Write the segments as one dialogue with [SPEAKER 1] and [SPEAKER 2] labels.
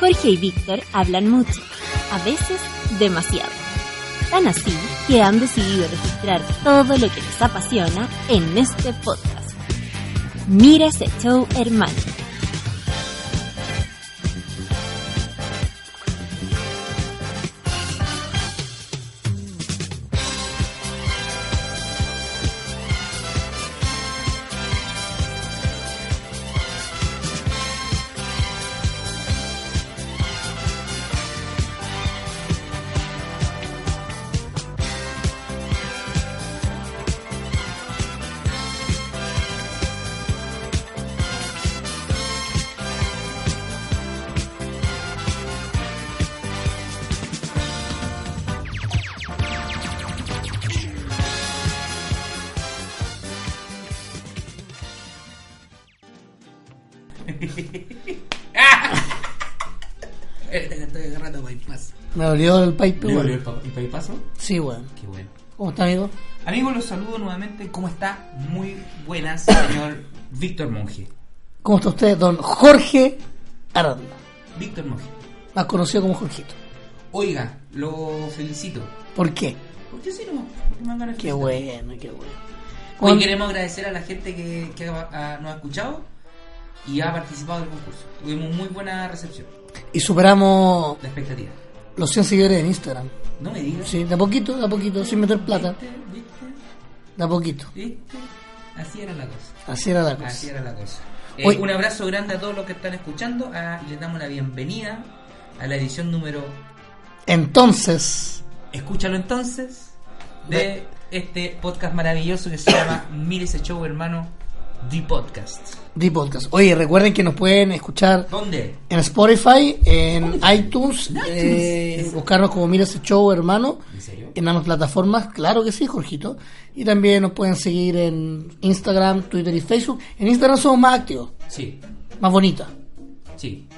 [SPEAKER 1] Jorge y Víctor hablan mucho, a veces demasiado. Tan así que han decidido registrar todo lo que les apasiona en este podcast. Mira ese show, hermano.
[SPEAKER 2] Estoy agarrando bypass.
[SPEAKER 3] Me dolió el pipe,
[SPEAKER 2] ¿Le
[SPEAKER 3] weón.
[SPEAKER 2] dolió el, pa- el bypasso?
[SPEAKER 3] Sí, weón.
[SPEAKER 2] Qué bueno.
[SPEAKER 3] ¿Cómo está, amigo?
[SPEAKER 2] Amigos, los saludo nuevamente. ¿Cómo está? Muy buenas, señor Víctor Monge.
[SPEAKER 3] ¿Cómo está usted, don Jorge Aranda?
[SPEAKER 2] Víctor Monge.
[SPEAKER 3] Más conocido como Jorgito.
[SPEAKER 2] Oiga, lo felicito.
[SPEAKER 3] ¿Por qué?
[SPEAKER 2] ¿Por qué si no? ¿Por qué me mandan a
[SPEAKER 3] Qué
[SPEAKER 2] felicitar?
[SPEAKER 3] bueno, qué bueno.
[SPEAKER 2] Hoy
[SPEAKER 3] Juan-
[SPEAKER 2] queremos agradecer a la gente que, que ha- ha- nos ha escuchado y ha participado del concurso. Tuvimos muy buena recepción,
[SPEAKER 3] Y superamos
[SPEAKER 2] la expectativa.
[SPEAKER 3] los 100 seguidores en Instagram.
[SPEAKER 2] No me digas.
[SPEAKER 3] Sí, de a poquito, de a poquito, sin meter plata.
[SPEAKER 2] ¿Viste? ¿Viste?
[SPEAKER 3] De a poquito.
[SPEAKER 2] ¿Viste? Así era la cosa.
[SPEAKER 3] Así era la
[SPEAKER 2] Así
[SPEAKER 3] cosa.
[SPEAKER 2] era la cosa. Eh,
[SPEAKER 3] Oye.
[SPEAKER 2] un abrazo grande a todos los que están escuchando a- y les damos la bienvenida a la edición número,
[SPEAKER 3] Entonces,
[SPEAKER 2] escúchalo entonces, de este podcast maravilloso que se llama Mire ese show, hermano, The Podcast.
[SPEAKER 3] The Podcast. Oye, recuerden que nos pueden escuchar
[SPEAKER 2] ¿Dónde?
[SPEAKER 3] en Spotify, en
[SPEAKER 2] Spotify.
[SPEAKER 3] iTunes,
[SPEAKER 2] iTunes.
[SPEAKER 3] eh, buscarnos como Mira ese show, hermano.
[SPEAKER 2] ¿En serio?
[SPEAKER 3] En ambas plataformas, claro que sí, Jorgito. Y también nos pueden seguir en Instagram, Twitter y Facebook. En Instagram somos más activos,
[SPEAKER 2] Sí,
[SPEAKER 3] más bonitas.
[SPEAKER 2] sí.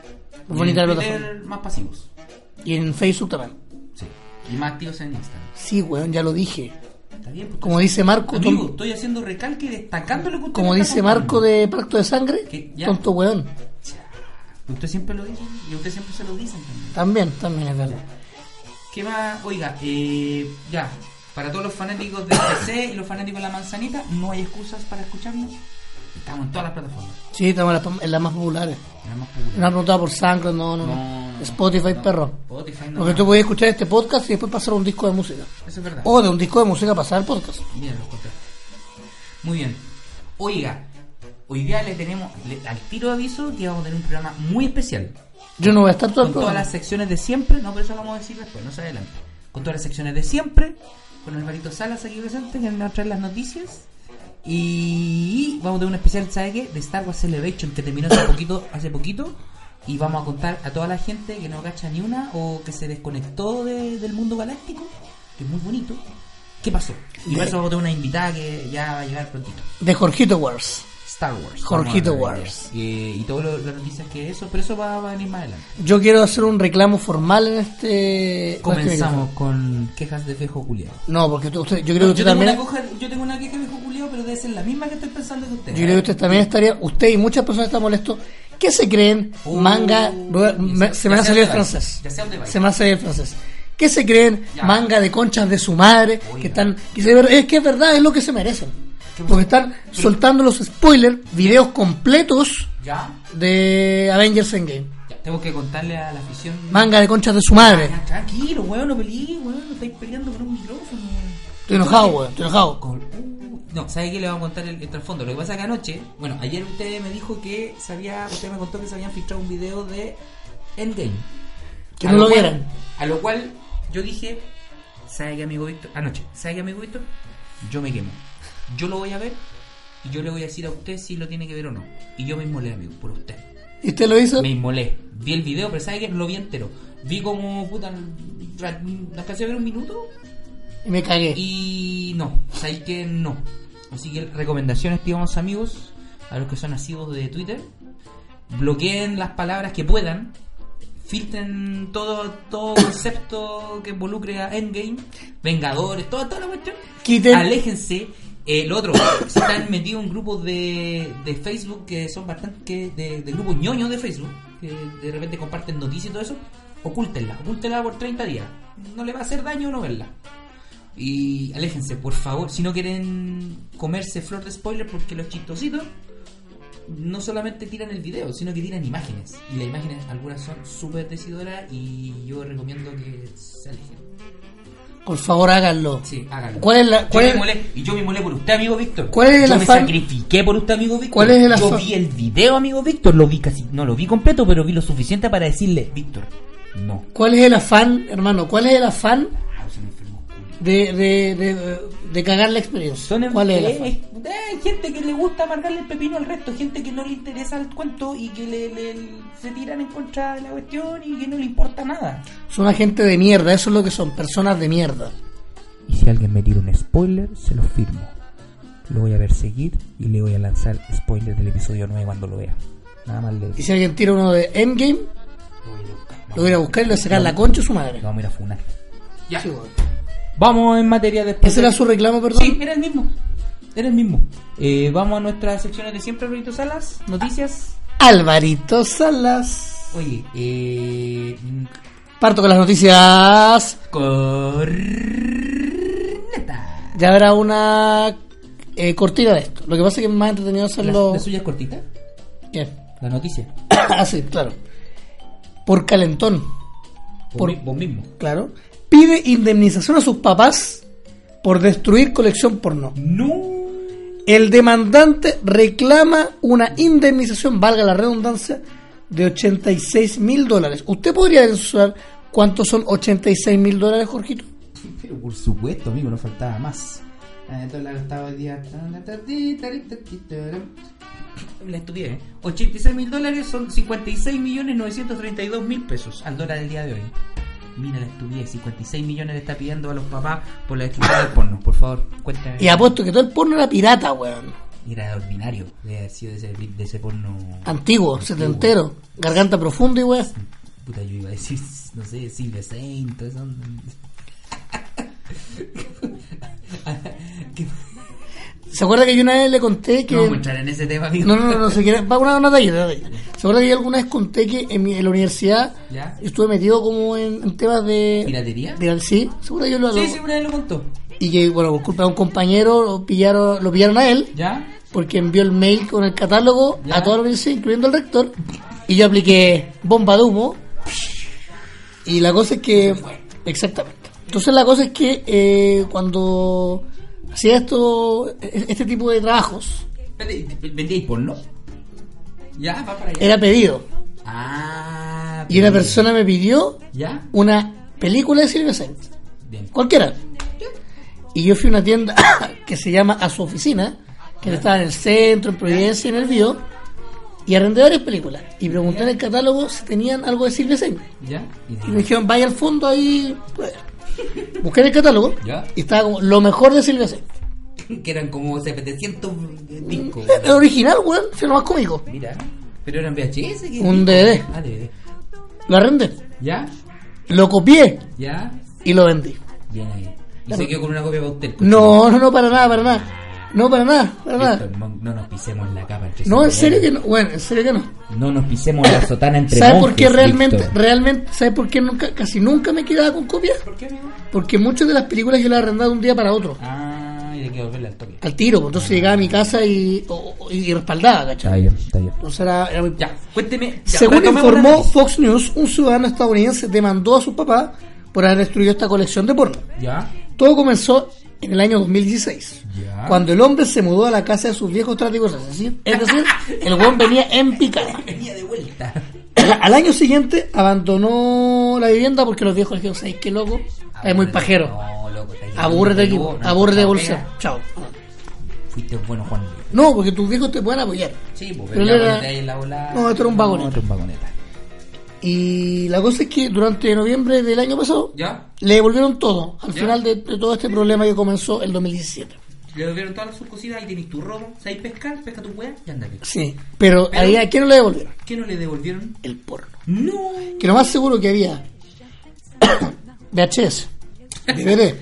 [SPEAKER 3] Muy bonita
[SPEAKER 2] Y en
[SPEAKER 3] la
[SPEAKER 2] Twitter,
[SPEAKER 3] plataforma.
[SPEAKER 2] Más pasivos.
[SPEAKER 3] Y en Facebook también.
[SPEAKER 2] Sí. Y más activos en Instagram.
[SPEAKER 3] Sí, weón, ya lo dije.
[SPEAKER 2] Está bien, pues,
[SPEAKER 3] Como dice Marco,
[SPEAKER 2] Amigo,
[SPEAKER 3] tom-
[SPEAKER 2] estoy haciendo recalque y destacando lo que usted
[SPEAKER 3] como
[SPEAKER 2] me está
[SPEAKER 3] dice
[SPEAKER 2] contando.
[SPEAKER 3] Marco de Pacto de Sangre,
[SPEAKER 2] ¿Qué? Ya.
[SPEAKER 3] tonto weón.
[SPEAKER 2] Usted siempre lo dice y usted siempre se lo dicen también.
[SPEAKER 3] También, también es verdad.
[SPEAKER 2] ¿Qué más? Oiga, eh, ya, para todos los fanáticos de PC y los fanáticos de la manzanita, no hay excusas para escucharnos. Estamos en todas las plataformas.
[SPEAKER 3] Sí, estamos en las, en las más populares.
[SPEAKER 2] Nada más
[SPEAKER 3] No
[SPEAKER 2] popular.
[SPEAKER 3] han preguntado por sangre, no, no,
[SPEAKER 2] No,
[SPEAKER 3] no.
[SPEAKER 2] no, no.
[SPEAKER 3] Spotify,
[SPEAKER 2] No,
[SPEAKER 3] perro.
[SPEAKER 2] Spotify, no.
[SPEAKER 3] Porque tú Oh. puedes escuchar este podcast y después pasar a un disco de música.
[SPEAKER 2] Eso es verdad.
[SPEAKER 3] O de un disco de música pasar al podcast.
[SPEAKER 2] Mira los contratos. Muy bien. Oiga, hoy día le tenemos, le- al tiro de aviso, que vamos a tener un programa muy especial.
[SPEAKER 3] Yo no voy a estar todo el
[SPEAKER 2] con todas
[SPEAKER 3] programa.
[SPEAKER 2] las secciones de siempre, no, pero eso lo vamos a decir después, no se adelante. Con todas las secciones de siempre, con Alvarito Salas aquí presente, que nos trae las noticias. Y vamos a tener un especial, ¿sabe qué? De Star Wars Elevation, que terminó hace poquito, hace poquito. Y vamos a contar a toda la gente que no cacha ni una o que se desconectó de- del mundo galáctico, que es muy bonito. ¿Qué pasó? Y para eso vamos a tener una invitada que ya va a llegar prontito.
[SPEAKER 3] De Jorgito Wars.
[SPEAKER 2] Star Wars.
[SPEAKER 3] Jorgito
[SPEAKER 2] Vamos a hablar de
[SPEAKER 3] Wars.
[SPEAKER 2] ella. Y, y todas las noticias que eso, pero eso va, va a venir más adelante.
[SPEAKER 3] Yo quiero hacer un reclamo formal en este. con este
[SPEAKER 2] Comenzamos con quejas de viejo culiado.
[SPEAKER 3] micrófono. No, porque tú- usted- yo creo que
[SPEAKER 2] Yo
[SPEAKER 3] usted
[SPEAKER 2] tengo,
[SPEAKER 3] también.
[SPEAKER 2] una coja- yo tengo una queja de viejo culiado, pero debe ser la misma que estoy pensando que usted.
[SPEAKER 3] Yo creo que usted también estaría, usted y muchas personas están molestos. ¿Qué se creen?
[SPEAKER 2] Uh,
[SPEAKER 3] manga.
[SPEAKER 2] ya
[SPEAKER 3] me-
[SPEAKER 2] sé-
[SPEAKER 3] se me
[SPEAKER 2] ya
[SPEAKER 3] va
[SPEAKER 2] sé
[SPEAKER 3] a salir el
[SPEAKER 2] dónde va,
[SPEAKER 3] francés.
[SPEAKER 2] ya sé dónde va.
[SPEAKER 3] Se me va a salir el francés. ¿Qué se creen?
[SPEAKER 2] Ya.
[SPEAKER 3] Manga de conchas de su madre.
[SPEAKER 2] Oiga.
[SPEAKER 3] Que están, que se- es que es verdad, es lo que se merecen.
[SPEAKER 2] ¿Qué pasó?
[SPEAKER 3] Porque están soltando los spoilers, videos completos
[SPEAKER 2] ¿Ya?
[SPEAKER 3] de Avengers Endgame.
[SPEAKER 2] ya, tengo que contarle a la afición.
[SPEAKER 3] Manga de conchas de su madre.
[SPEAKER 2] Ya, tranquilo, weón, no peleé, weón, no estáis peleando con un micrófono.
[SPEAKER 3] Estoy enojado, weón, estoy enojado.
[SPEAKER 2] Con- uh, no, ¿sabe qué? Le vamos a contar el, el trasfondo. Lo que pasa es que anoche, bueno, ayer usted me dijo que sabía, usted me contó que se habían filtrado un video de Endgame.
[SPEAKER 3] Que
[SPEAKER 2] A
[SPEAKER 3] no lo
[SPEAKER 2] cual-
[SPEAKER 3] vieran.
[SPEAKER 2] A lo cual yo dije, ¿sabe qué, amigo Víctor? Anoche, ¿sabe qué, amigo Víctor? Yo me quemo. Yo lo voy a ver y yo le voy a decir a usted si lo tiene que ver o no. Y yo me inmolé, amigo, por usted.
[SPEAKER 3] ¿Y usted lo hizo?
[SPEAKER 2] Me inmolé. Vi el video, pero ¿sabe qué? No lo vi entero. Vi como, puta, ra- alcancé a ver un minuto
[SPEAKER 3] Y me cagué.
[SPEAKER 2] y no, ¿sabéis que no? Así que recomendaciones, estimados amigos, a los que son nacidos de Twitter, bloqueen las palabras que puedan, filtren todo, todo concepto que involucre a Endgame, Vengadores, toda, toda la cuestión.
[SPEAKER 3] Quiten.
[SPEAKER 2] Aléjense. El otro, si están metidos en grupos de, de Facebook que son bastante. que- de, de grupos ñoños de Facebook, que de repente comparten noticias y todo eso, ocúltenla, ocúltenla por 30 días. No le va a hacer daño no verla. Y aléjense, por favor, si no quieren comerse flor de spoiler porque los chistositos no solamente tiran el video, sino que tiran imágenes. Y las imágenes algunas son súper decidoras y yo recomiendo que se alejen.
[SPEAKER 3] Por favor, háganlo.
[SPEAKER 2] Sí, háganlo.
[SPEAKER 3] ¿Cuál es la-
[SPEAKER 2] Yo
[SPEAKER 3] cuál
[SPEAKER 2] me
[SPEAKER 3] es-
[SPEAKER 2] molé- y yo me molé por usted, amigo Víctor.
[SPEAKER 3] ¿Cuál es el
[SPEAKER 2] yo me
[SPEAKER 3] afán-
[SPEAKER 2] sacrifiqué por usted, amigo Víctor.
[SPEAKER 3] ¿Cuál es el
[SPEAKER 2] Yo
[SPEAKER 3] afán-
[SPEAKER 2] vi el video, amigo Víctor. Lo vi casi, no lo vi completo, pero vi lo suficiente para decirle, Víctor, no.
[SPEAKER 3] ¿Cuál es el afán, hermano? ¿Cuál es el afán
[SPEAKER 2] Ah, se me enfermó. culo.
[SPEAKER 3] de, de, de, de cagar la experiencia?
[SPEAKER 2] Son en-
[SPEAKER 3] ¿Cuál es el
[SPEAKER 2] eh,
[SPEAKER 3] afán?
[SPEAKER 2] eh, hay gente que le gusta amargarle el pepino al resto, gente que no le interesa el cuento y que le, le- se tiran en contra de la cuestión y que no le importa nada.
[SPEAKER 3] Son agente de mierda, eso es lo que son, personas de mierda.
[SPEAKER 2] Y si alguien me tira un spoiler, se lo firmo. Lo voy a perseguir y le voy a lanzar spoiler del episodio 9 cuando lo vea. Nada más le
[SPEAKER 3] Y si alguien tira uno de Endgame, lo voy a ir a buscar y le voy a sacar la concha a su madre.
[SPEAKER 2] Lo vamos a ir a funar.
[SPEAKER 3] Sí, bueno.
[SPEAKER 2] Vamos en materia después.
[SPEAKER 3] ¿Ese era su reclamo, perdón?
[SPEAKER 2] Sí, era el mismo. Era el mismo. Eh, vamos a nuestras secciones de siempre, Alberto Salas. Noticias.
[SPEAKER 3] Alvarito Salas.
[SPEAKER 2] Oye, eh. mm,
[SPEAKER 3] Parto con las noticias.
[SPEAKER 2] Corneta.
[SPEAKER 3] Ya habrá una eh, cortina de esto. Lo que pasa es que es más entretenido
[SPEAKER 2] ¿La,
[SPEAKER 3] hacerlo.
[SPEAKER 2] la suya es cortita?
[SPEAKER 3] ¿Qué?
[SPEAKER 2] La noticia.
[SPEAKER 3] Ah, sí, claro. Por calentón,
[SPEAKER 2] Vos
[SPEAKER 3] Por-
[SPEAKER 2] mi- vos mismo.
[SPEAKER 3] claro. Pide indemnización a sus papás por destruir colección porno.
[SPEAKER 2] No.
[SPEAKER 3] El demandante reclama una indemnización, valga la redundancia, de 86 mil dólares. ¿Usted podría mencionar cuántos son 86 mil dólares, Jorgito?
[SPEAKER 2] Pero por supuesto, amigo, no faltaba más. Eh, dólar estaba hoy día- La estudié, ¿eh? 86 mil dólares son 56 millones 932 mil pesos al dólar del día de hoy. Mira, la estudié, 56 millones le está pidiendo a los papás por la destrucción del porno. Por favor, cuéntame.
[SPEAKER 3] Y apuesto que todo el porno era pirata, weón.
[SPEAKER 2] Era ordinario de haber sido de ese, de ese porno.
[SPEAKER 3] Antiguo, setentero, garganta profunda y weón.
[SPEAKER 2] Puta, yo iba a decir, no sé, Silvia Saint, todo eso. ¿Qué?
[SPEAKER 3] ¿Se acuerda que yo una vez le conté que...
[SPEAKER 2] No vamos a entrar en ese tema, amigo.
[SPEAKER 3] No, no, no, no, se quiere. Va una, una talla, una talla. ¿Se acuerda que yo alguna vez conté que en, mi- en la universidad
[SPEAKER 2] ¿Ya?
[SPEAKER 3] estuve metido como en, en temas de.
[SPEAKER 2] ¿Piratería?
[SPEAKER 3] de- sí, seguro yo lo hago.
[SPEAKER 2] Sí, sí, una vez lo contó.
[SPEAKER 3] Y que, bueno, por culpa de un compañero lo pillaron, lo pillaron a él
[SPEAKER 2] ¿Ya?
[SPEAKER 3] porque envió el mail con el catálogo
[SPEAKER 2] Ya.
[SPEAKER 3] a toda la universidad, incluyendo al rector. Y yo apliqué bomba de humo. Y la cosa es que. Exactamente. Entonces la cosa es que eh, cuando hacía esto, este tipo de trabajos,
[SPEAKER 2] ¿Vendíais porno? Ya, va para allá.
[SPEAKER 3] era pedido.
[SPEAKER 2] Ah,
[SPEAKER 3] Y una
[SPEAKER 2] bien.
[SPEAKER 3] persona me pidió
[SPEAKER 2] ¿Ya?
[SPEAKER 3] una película de Silvia Saint,
[SPEAKER 2] Bien.
[SPEAKER 3] cualquiera. Y yo fui a una tienda que se llama A su oficina, que estaba en el centro, en Providencia, en el Bío, y arrendé varias películas. Y pregunté en el catálogo si tenían algo de Silvia Saint.
[SPEAKER 2] ¿Ya? Y-
[SPEAKER 3] Y me dijeron, vaya al fondo ahí. pues". Busqué en el catálogo
[SPEAKER 2] Ya.
[SPEAKER 3] y estaba como lo mejor de Silvia Saint.
[SPEAKER 2] Que eran como 700 discos.
[SPEAKER 3] El original, weón, fue lo más cómico.
[SPEAKER 2] Mira. Pero eran VHS. ¿qué
[SPEAKER 3] Un
[SPEAKER 2] disco?
[SPEAKER 3] DVD.
[SPEAKER 2] Ah, DVD.
[SPEAKER 3] Lo arrendé,
[SPEAKER 2] ¿Ya?
[SPEAKER 3] lo copié
[SPEAKER 2] ¿Ya?
[SPEAKER 3] y lo vendí.
[SPEAKER 2] Bien ahí. Y se quedó con una copia para usted.
[SPEAKER 3] No, no, no, para nada, para nada. No, para nada, para nada.
[SPEAKER 2] Esto, no, no nos pisemos la capa entre
[SPEAKER 3] No, en
[SPEAKER 2] señores.
[SPEAKER 3] serio que no. Bueno, en serio que no.
[SPEAKER 2] No nos pisemos la sotana entre
[SPEAKER 3] ¿Sabes por qué
[SPEAKER 2] monjes,
[SPEAKER 3] realmente,
[SPEAKER 2] Víctor.
[SPEAKER 3] realmente, ¿sabes por qué nunca, casi nunca me quedaba con copias?
[SPEAKER 2] ¿Por qué, amigo?
[SPEAKER 3] Porque muchas de las películas yo las arrendaba de un día para otro,
[SPEAKER 2] Ah, y le quiero verla al toque.
[SPEAKER 3] al tiro, pues, entonces llegaba a mi casa y, o- o- y respaldaba,
[SPEAKER 2] Está
[SPEAKER 3] ¿cachai?
[SPEAKER 2] bien, está bien.
[SPEAKER 3] Entonces era, era muy...
[SPEAKER 2] Ya, cuénteme. ya,
[SPEAKER 3] Según
[SPEAKER 2] retomemos la
[SPEAKER 3] informó
[SPEAKER 2] noticia.
[SPEAKER 3] Fox News, un ciudadano estadounidense demandó a su papá por haber destruido esta colección de porno.
[SPEAKER 2] Ya,
[SPEAKER 3] Todo comenzó en el año 2016,
[SPEAKER 2] Ya.
[SPEAKER 3] cuando el hombre se mudó a la casa de sus viejos tratigos, es decir, es decir, el buen venía en picada.
[SPEAKER 2] venía de vuelta.
[SPEAKER 3] Al año siguiente abandonó la vivienda porque los viejos le dijeron, ¿sabes qué loco? Es muy pajero.
[SPEAKER 2] No, loco, está lleno
[SPEAKER 3] Aburre de
[SPEAKER 2] de
[SPEAKER 3] aquí,
[SPEAKER 2] huevo, no,
[SPEAKER 3] aburre de
[SPEAKER 2] no,
[SPEAKER 3] bolsa.
[SPEAKER 2] pega.
[SPEAKER 3] Chao.
[SPEAKER 2] Fuiste bueno, Juan.
[SPEAKER 3] No, porque tus viejos te pueden apoyar.
[SPEAKER 2] Sí, pues,
[SPEAKER 3] Pero
[SPEAKER 2] pero
[SPEAKER 3] él era-
[SPEAKER 2] ya en la bola.
[SPEAKER 3] No, esto era un vagoneta.
[SPEAKER 2] esto era un vagoneta.
[SPEAKER 3] Y la cosa es que durante noviembre del año pasado
[SPEAKER 2] ¿Ya?
[SPEAKER 3] le devolvieron todo, al
[SPEAKER 2] Ya.
[SPEAKER 3] final de, de todo este problema que comenzó el 2017.
[SPEAKER 2] Le devolvieron todas sus cositas, ahí tenés tu robo, sabes pescar, pesca tu hueá y ándale.
[SPEAKER 3] Sí, pero,
[SPEAKER 2] Pero-
[SPEAKER 3] ahí a quién no le devolvieron?
[SPEAKER 2] ¿Qué no le devolvieron?
[SPEAKER 3] El porno.
[SPEAKER 2] No.
[SPEAKER 3] Que lo más seguro que había VHS, DVD,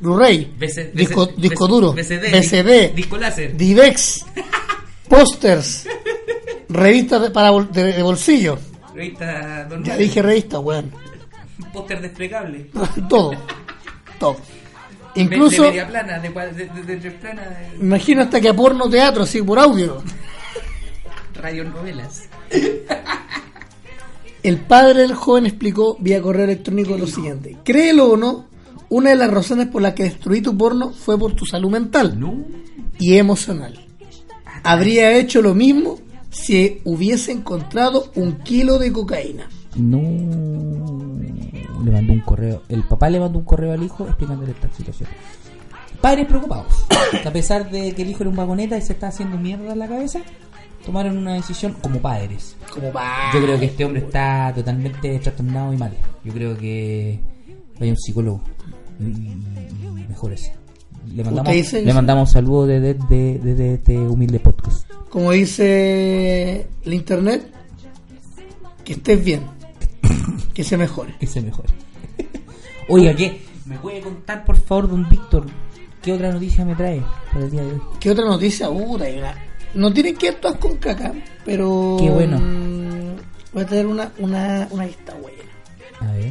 [SPEAKER 3] Blu-ray,
[SPEAKER 2] BC
[SPEAKER 3] disco,
[SPEAKER 2] BC
[SPEAKER 3] disco duro,
[SPEAKER 2] BCD,
[SPEAKER 3] BCD,
[SPEAKER 2] disco láser.
[SPEAKER 3] Divex, pósters, revistas de, para bol- de, de bolsillo,
[SPEAKER 2] Revista Don
[SPEAKER 3] Ya
[SPEAKER 2] Mario.
[SPEAKER 3] dije revista, weón.
[SPEAKER 2] Un póster desplegable.
[SPEAKER 3] Todo. Todo. Incluso,
[SPEAKER 2] De, de media plana, de, cua- de, de- de tres planas, de
[SPEAKER 3] imagino hasta que a porno teatro, así por audio.
[SPEAKER 2] radionovelas.
[SPEAKER 3] El padre del joven explicó vía correo electrónico lo siguiente. Créelo o no, una de las razones por las que destruí tu porno fue por tu salud mental
[SPEAKER 2] No.
[SPEAKER 3] y emocional. Habría hecho lo mismo si hubiese encontrado un kilo de cocaína.
[SPEAKER 2] No. Le mandó un correo. El papá le mandó un correo al hijo explicándole esta situación. Padres preocupados. que a pesar de que el hijo era un vagoneta y se está haciendo mierda en la cabeza, tomaron una decisión como padres.
[SPEAKER 3] Como va.
[SPEAKER 2] Yo creo que este hombre está totalmente trastornado y mal. Yo creo que vaya un psicólogo. Mm, Mejor ese. Le mandamos,
[SPEAKER 3] ¿Usted dice?
[SPEAKER 2] le mandamos saludos desde desde- desde este humilde podcast.
[SPEAKER 3] Como dice el internet, que estés bien, que se mejore.
[SPEAKER 2] Que se mejore. Oiga, ¿qué? ¿Me puede contar, por favor, don Víctor, qué otra noticia me trae para el día de hoy?
[SPEAKER 3] ¿Qué otra noticia? Uh, hay una- No tienen que ver todas con caca, pero.
[SPEAKER 2] Qué bueno.
[SPEAKER 3] mm, Voy a tener una, una, una que está buena.
[SPEAKER 2] A ver.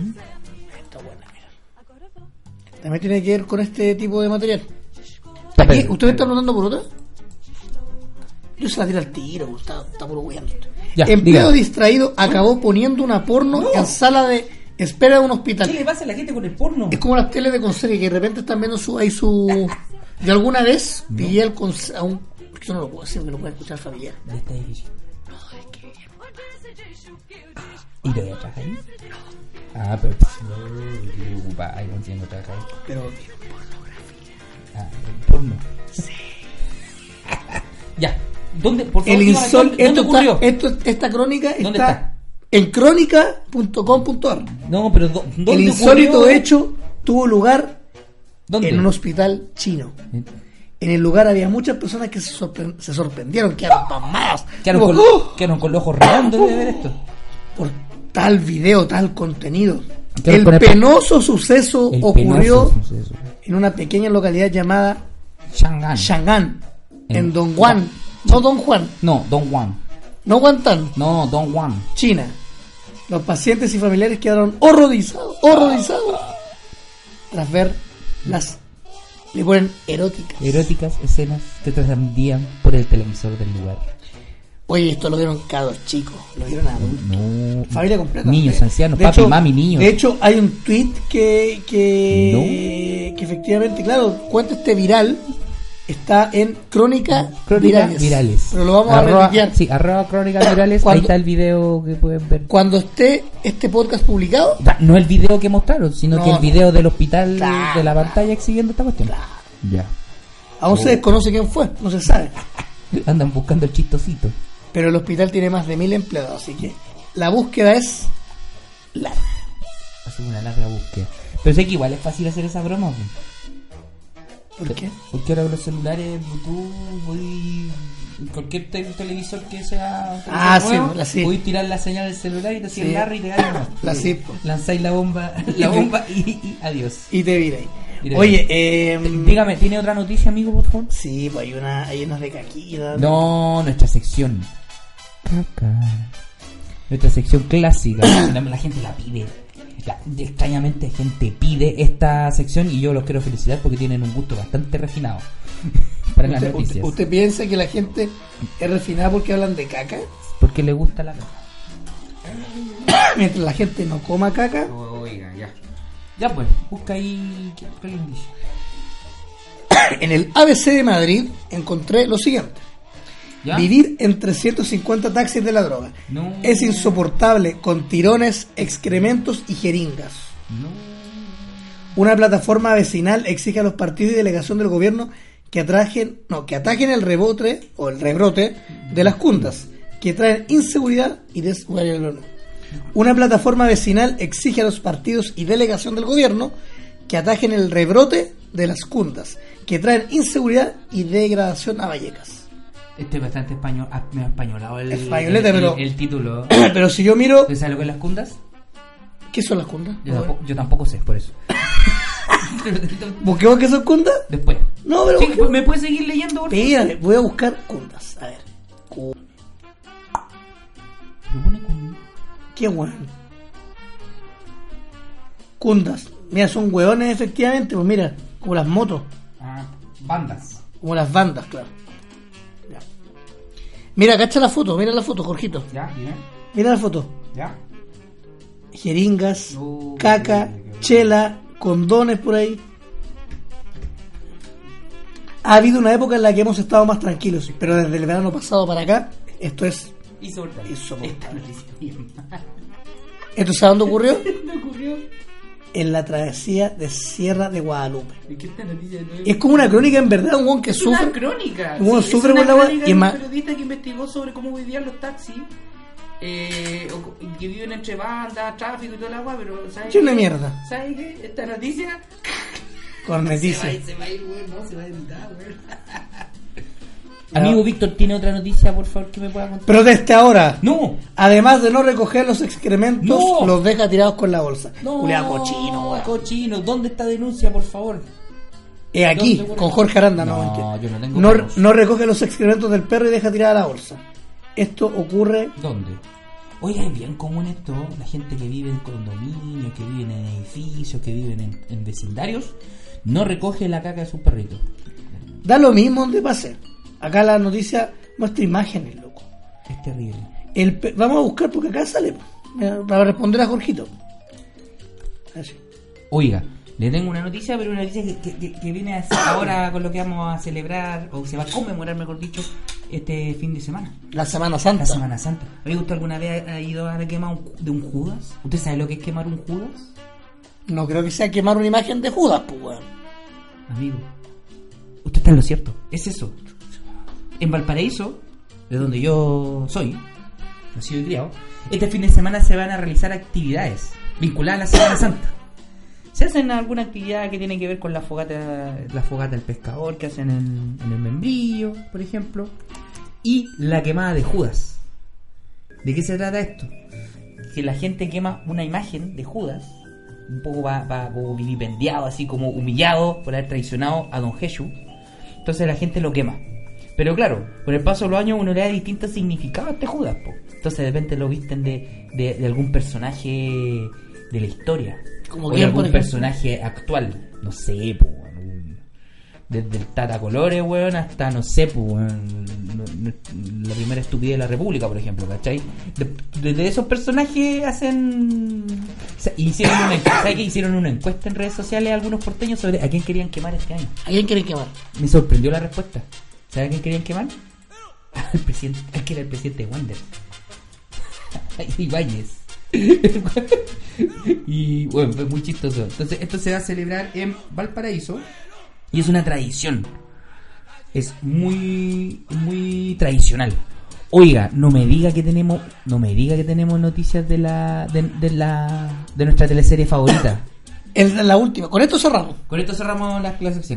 [SPEAKER 3] Está buena, mira. También tiene que ver con este tipo de material.
[SPEAKER 2] Está
[SPEAKER 3] Aquí,
[SPEAKER 2] bien.
[SPEAKER 3] ¿Usted me está preguntando por otra? Yo se la tiro al tiro, está, está puro weando.
[SPEAKER 2] Ya,
[SPEAKER 3] Empleado
[SPEAKER 2] diga.
[SPEAKER 3] distraído acabó poniendo una porno en sala de espera de un hospital.
[SPEAKER 2] ¿Qué le pasa a la gente con el porno?
[SPEAKER 3] Es como las teles de consejo que de repente están viendo su, ahí su. Yo alguna vez pillé al conse- a un. Yo no lo puedo decir porque lo puede escuchar familiar.
[SPEAKER 2] Ya está ahí. ¿Y lo voy a trabajar ahí? Ah, pero pues, no, yo quiero ocupar, ahí consigo trabajar ahí.
[SPEAKER 3] Pero
[SPEAKER 2] Ah, el porno. ya. ¿Dónde, por favor,
[SPEAKER 3] el
[SPEAKER 2] dígame,
[SPEAKER 3] insol,
[SPEAKER 2] ¿dónde,
[SPEAKER 3] esto
[SPEAKER 2] dónde ocurrió?
[SPEAKER 3] está, esto, esta crónica está,
[SPEAKER 2] está?
[SPEAKER 3] en crónica.com.ar.
[SPEAKER 2] No, pero ¿dó- ¿dónde
[SPEAKER 3] El insólito
[SPEAKER 2] ocurrió?
[SPEAKER 3] hecho tuvo lugar
[SPEAKER 2] ¿Dónde?
[SPEAKER 3] en un hospital chino. En el lugar había muchas personas que se, sorpre- se sorprendieron, quedaron mamadas.
[SPEAKER 2] Quedaron
[SPEAKER 3] Como,
[SPEAKER 2] con,
[SPEAKER 3] "Oh,
[SPEAKER 2] quedaron con los ojos redondos de ver esto.
[SPEAKER 3] por tal video, tal contenido.
[SPEAKER 2] Quedaron
[SPEAKER 3] El
[SPEAKER 2] con el-
[SPEAKER 3] penoso suceso
[SPEAKER 2] El
[SPEAKER 3] Uh, ocurrió
[SPEAKER 2] penoso suceso.
[SPEAKER 3] en una pequeña localidad llamada
[SPEAKER 2] Shanghai.
[SPEAKER 3] Shangan,
[SPEAKER 2] En-
[SPEAKER 3] en Don Juan, no Don Juan,
[SPEAKER 2] no, Don Juan.
[SPEAKER 3] no Guantán,
[SPEAKER 2] No, Don Juan.
[SPEAKER 3] China. Los pacientes y familiares quedaron horrorizados, horrorizados, tras ver las, le ponen eróticas.
[SPEAKER 2] Eróticas escenas que transmitían por el televisor del lugar.
[SPEAKER 3] Oye, esto lo vieron cada chicos, lo vieron adultos.
[SPEAKER 2] No.
[SPEAKER 3] Familia completa.
[SPEAKER 2] Niños,
[SPEAKER 3] De-
[SPEAKER 2] ancianos,
[SPEAKER 3] de
[SPEAKER 2] papi,
[SPEAKER 3] hecho-
[SPEAKER 2] mami, niños.
[SPEAKER 3] De hecho, hay un tweet que, que, que efectivamente, claro, cuenta este viral. Está en Crónica,
[SPEAKER 2] Crónicas
[SPEAKER 3] virales.
[SPEAKER 2] virales.
[SPEAKER 3] Pero lo vamos
[SPEAKER 2] Arroba-
[SPEAKER 3] a retuitear.
[SPEAKER 2] Sí, arroba crónicas virales. Ahí
[SPEAKER 3] Cuando-
[SPEAKER 2] está el video que pueden ver.
[SPEAKER 3] Cuando esté este podcast publicado,
[SPEAKER 2] O sea, No el video que mostraron, sino
[SPEAKER 3] No,
[SPEAKER 2] que el
[SPEAKER 3] no.
[SPEAKER 2] video del hospital
[SPEAKER 3] Claro.
[SPEAKER 2] de la pantalla exhibiendo esta cuestión. Ya.
[SPEAKER 3] aún se desconoce quién fue, no se sabe.
[SPEAKER 2] Andan buscando el chistosito.
[SPEAKER 3] Pero el hospital tiene más de mil empleados, así que la búsqueda es larga.
[SPEAKER 2] Hace una larga búsqueda. Pero sé que igual es fácil hacer esa broma. pues.
[SPEAKER 3] ¿Por qué?
[SPEAKER 2] Porque ahora con los celulares, Bluetooth, voy. Cualquier te- televisor que sea. un
[SPEAKER 3] Ah,
[SPEAKER 2] televisor
[SPEAKER 3] sí,
[SPEAKER 2] nuevo,
[SPEAKER 3] la sí.
[SPEAKER 2] Voy a tirar la señal del celular y te hacía
[SPEAKER 3] Sí.
[SPEAKER 2] el larry y te ganas.
[SPEAKER 3] La sí, po.
[SPEAKER 2] Lanzáis la bomba, la bomba y, y adiós.
[SPEAKER 3] Y te viráis.
[SPEAKER 2] Y te
[SPEAKER 3] Oye, eh,
[SPEAKER 2] Dígame, ¿tiene otra noticia, amigo, por favor?
[SPEAKER 3] Sí, pues hay, una, hay unas de caquita.
[SPEAKER 2] No, nuestra sección. Caca. Nuestra sección clásica. la, la gente la pide. La- extrañamente, gente pide esta sección y yo los quiero felicitar porque tienen un gusto bastante refinado para las
[SPEAKER 3] ¿Usted,
[SPEAKER 2] noticias.
[SPEAKER 3] usted- usted piensa que la gente es refinada porque hablan de caca?
[SPEAKER 2] Porque le gusta la caca.
[SPEAKER 3] Ah, Mientras la gente no coma caca,
[SPEAKER 2] Oiga, ya. Ya pues, busca ahí. ¿qué- qué le dice?
[SPEAKER 3] en el ABC de Madrid encontré lo siguiente.
[SPEAKER 2] ¿Ya?
[SPEAKER 3] Vivir en 350 taxis de la droga.
[SPEAKER 2] No.
[SPEAKER 3] Es insoportable con tirones, excrementos y jeringas.
[SPEAKER 2] No.
[SPEAKER 3] Una plataforma vecinal exige a los partidos y delegación del gobierno que atrajen, no, que ataquen el rebote o el rebrote de las juntas, que traen inseguridad y desigualdad. Una plataforma vecinal exige a los partidos y delegación del gobierno que atajen el rebrote de las juntas, que traen inseguridad y degradación a Vallecas.
[SPEAKER 2] Este es bastante español, ah, medio españolado el,
[SPEAKER 3] Españoleta,
[SPEAKER 2] el-
[SPEAKER 3] pero-
[SPEAKER 2] el, el título.
[SPEAKER 3] Pero si yo miro,
[SPEAKER 2] ¿Usted sabe lo que es las cundas?
[SPEAKER 3] ¿qué son las juntas?
[SPEAKER 2] Yo, tampoco, yo tampoco sé, por eso.
[SPEAKER 3] ¿Busquemos qué son juntas?
[SPEAKER 2] Después.
[SPEAKER 3] No, pero
[SPEAKER 2] Sí,
[SPEAKER 3] busquemos-
[SPEAKER 2] ¿Me puedes seguir leyendo, por favor?
[SPEAKER 3] Espérate, voy a buscar juntas. A ver.
[SPEAKER 2] Lo pone con-
[SPEAKER 3] ¿Qué weón? Cundas. Mira, son weones efectivamente, pues mira, como las motos,
[SPEAKER 2] Ah, bandas.
[SPEAKER 3] como las bandas, claro. Ya. Mira, cacha la foto, mira la foto, Jorgito.
[SPEAKER 2] Ya, bien.
[SPEAKER 3] Mira la foto.
[SPEAKER 2] Ya.
[SPEAKER 3] Jeringas,
[SPEAKER 2] No,
[SPEAKER 3] caca,
[SPEAKER 2] qué horrible.
[SPEAKER 3] chela, condones por ahí. Ha habido una época en la que hemos estado más tranquilos, pero desde el verano pasado para acá, esto es.
[SPEAKER 2] Y soportable.
[SPEAKER 3] Insoportable.
[SPEAKER 2] Esta noticia.
[SPEAKER 3] ¿Esto sabe dónde ocurrió?
[SPEAKER 2] ¿Qué ocurrió?
[SPEAKER 3] En la travesía de Sierra de Guadalupe.
[SPEAKER 2] ¿De qué esta noticia no
[SPEAKER 3] Es como una crónica en verdad, un weón que
[SPEAKER 2] Es una
[SPEAKER 3] sufre.
[SPEAKER 2] crónica.
[SPEAKER 3] Uno
[SPEAKER 2] es
[SPEAKER 3] sufre
[SPEAKER 2] una
[SPEAKER 3] por la wea
[SPEAKER 2] crónica
[SPEAKER 3] y
[SPEAKER 2] de un
[SPEAKER 3] más-
[SPEAKER 2] periodista que investigó sobre cómo vivían los taxis. eh, o co- que viven entre bandas, tráfico y toda la agua, pero ¿sabes qué?
[SPEAKER 3] Yo una mierda.
[SPEAKER 2] ¿Sabes qué? Esta noticia
[SPEAKER 3] Cornetice.
[SPEAKER 2] se va a ir, weón, no se va a editar, weón. Amigo Víctor, ¿tiene otra noticia, por favor, que me pueda contar?
[SPEAKER 3] Proteste ahora.
[SPEAKER 2] ¡No!
[SPEAKER 3] Además de no recoger los excrementos,
[SPEAKER 2] No.
[SPEAKER 3] los deja tirados con la bolsa.
[SPEAKER 2] ¡No!
[SPEAKER 3] Culeado cochino, weón.
[SPEAKER 2] ¡Cochino! ¿Dónde está denuncia, por favor?
[SPEAKER 3] Es aquí,
[SPEAKER 2] ¿Dónde, weón?
[SPEAKER 3] con Jorge Aranda.
[SPEAKER 2] No,
[SPEAKER 3] No,
[SPEAKER 2] yo no tengo
[SPEAKER 3] no,
[SPEAKER 2] perros.
[SPEAKER 3] no recoge los excrementos del perro y deja tirada la bolsa. Esto ocurre...
[SPEAKER 2] ¿Dónde? Oye, es bien común esto, la gente que vive en condominios, que vive en edificios, que vive en, en vecindarios, no recoge la caca de sus perritos.
[SPEAKER 3] Da lo mismo donde pase. Acá la noticia muestra imágenes, loco.
[SPEAKER 2] Es terrible.
[SPEAKER 3] El pe- Vamos a buscar porque acá sale. po. Mira, Para responder a Jorgito. Así.
[SPEAKER 2] Oiga, le tengo una noticia, pero una noticia que, que- que- que viene a ser ahora con lo que vamos a celebrar, o se va a conmemorar, mejor dicho, este fin de semana,
[SPEAKER 3] La Semana Santa.
[SPEAKER 2] la Semana Santa. ¿Había usted alguna vez ha ido a la quema un- de un Judas? ¿Usted sabe lo que es quemar un Judas?
[SPEAKER 3] No creo que sea quemar una imagen de Judas, pues, weón.
[SPEAKER 2] Amigo, usted está en lo cierto. Es eso. En Valparaíso, de donde yo soy, nacido y criado, este fin de semana se van a realizar actividades vinculadas a la Semana Santa. Se hacen alguna actividad que tiene que ver con la fogata, la fogata del pescador que hacen en, en el membrillo, por ejemplo, y la quemada de Judas. ¿De qué se trata esto? Que la gente quema una imagen de Judas, un poco va, va como vilipendiado, así como humillado por haber traicionado a Don Jesús. Entonces la gente lo quema. Pero claro, con el paso de los años uno le da distintos significados a este Judas. po. Entonces de repente lo visten de, de- de algún personaje de la historia.
[SPEAKER 3] ¿Como
[SPEAKER 2] o de
[SPEAKER 3] quién,
[SPEAKER 2] algún
[SPEAKER 3] por ejemplo?
[SPEAKER 2] personaje actual. No sé, po, algún- desde el Tata Colores, weón, hasta, no sé, po, weón, no- no- la primera estupidez de la República, por ejemplo, ¿cachai? De- Desde esos personajes hacen... se- Hicieron una, encu- ¿sabes qué? Hicieron una encuesta en redes sociales a algunos porteños sobre a quién querían quemar este año.
[SPEAKER 3] ¿A quién quieren quemar?
[SPEAKER 2] Me sorprendió la respuesta. ¿Sabes a quién querían quemar? Al presidente, al que era el presidente de Wander. Ibáñez. y bueno, fue muy chistoso. Entonces, esto se va a celebrar en Valparaíso. Y es una tradición. Es muy, muy tradicional. Oiga, no me diga que tenemos, no me diga que tenemos noticias de la, de, de la, de nuestra teleserie favorita.
[SPEAKER 3] El- la última. Con esto cerramos.
[SPEAKER 2] Con esto cerramos las clases.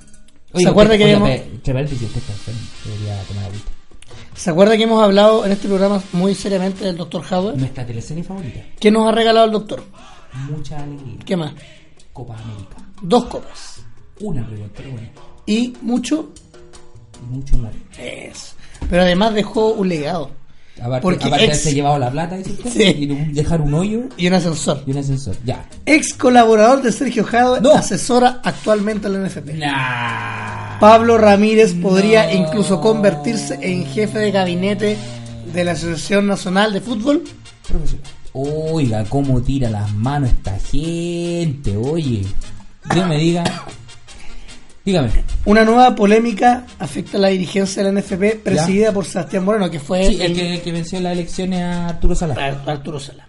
[SPEAKER 2] ¿Se
[SPEAKER 3] acuerda que habíamos-
[SPEAKER 2] Entre paréntesis, usted está enfermo. Debería tomar agüita.
[SPEAKER 3] ¿Se acuerda que hemos hablado en este programa muy seriamente del doctor Howard?
[SPEAKER 2] Nuestra teleserie favorita.
[SPEAKER 3] ¿Qué nos ha regalado el doctor?
[SPEAKER 2] Mucha alegría.
[SPEAKER 3] ¿Qué más?
[SPEAKER 2] Copa América.
[SPEAKER 3] Dos copas.
[SPEAKER 2] Una reunión, pero bueno.
[SPEAKER 3] Y mucho
[SPEAKER 2] Y mucho humor.
[SPEAKER 3] Eso. Pero además dejó un legado.
[SPEAKER 2] Aparte,
[SPEAKER 3] Porque
[SPEAKER 2] aparte
[SPEAKER 3] ex-
[SPEAKER 2] de haberse llevado la plata, dice usted,
[SPEAKER 3] Sí.
[SPEAKER 2] y un- dejar un hoyo
[SPEAKER 3] Y un ascensor.
[SPEAKER 2] y un ascensor. Ya.
[SPEAKER 3] Ex colaborador de Sergio Jado,
[SPEAKER 2] No.
[SPEAKER 3] asesora actualmente al NFP.
[SPEAKER 2] Nah.
[SPEAKER 3] Pablo Ramírez podría
[SPEAKER 2] No.
[SPEAKER 3] incluso convertirse en jefe de gabinete de la Asociación Nacional de Fútbol.
[SPEAKER 2] Profesional. Oiga, cómo tira las manos esta gente, oye. Dios me diga. Dígame.
[SPEAKER 3] Una nueva polémica afecta a la dirigencia de la NFP presidida por Sebastián Moreno, que fue
[SPEAKER 2] Sí, el que, el que venció las elecciones a Arturo Salas.
[SPEAKER 3] Ar- Arturo Sala.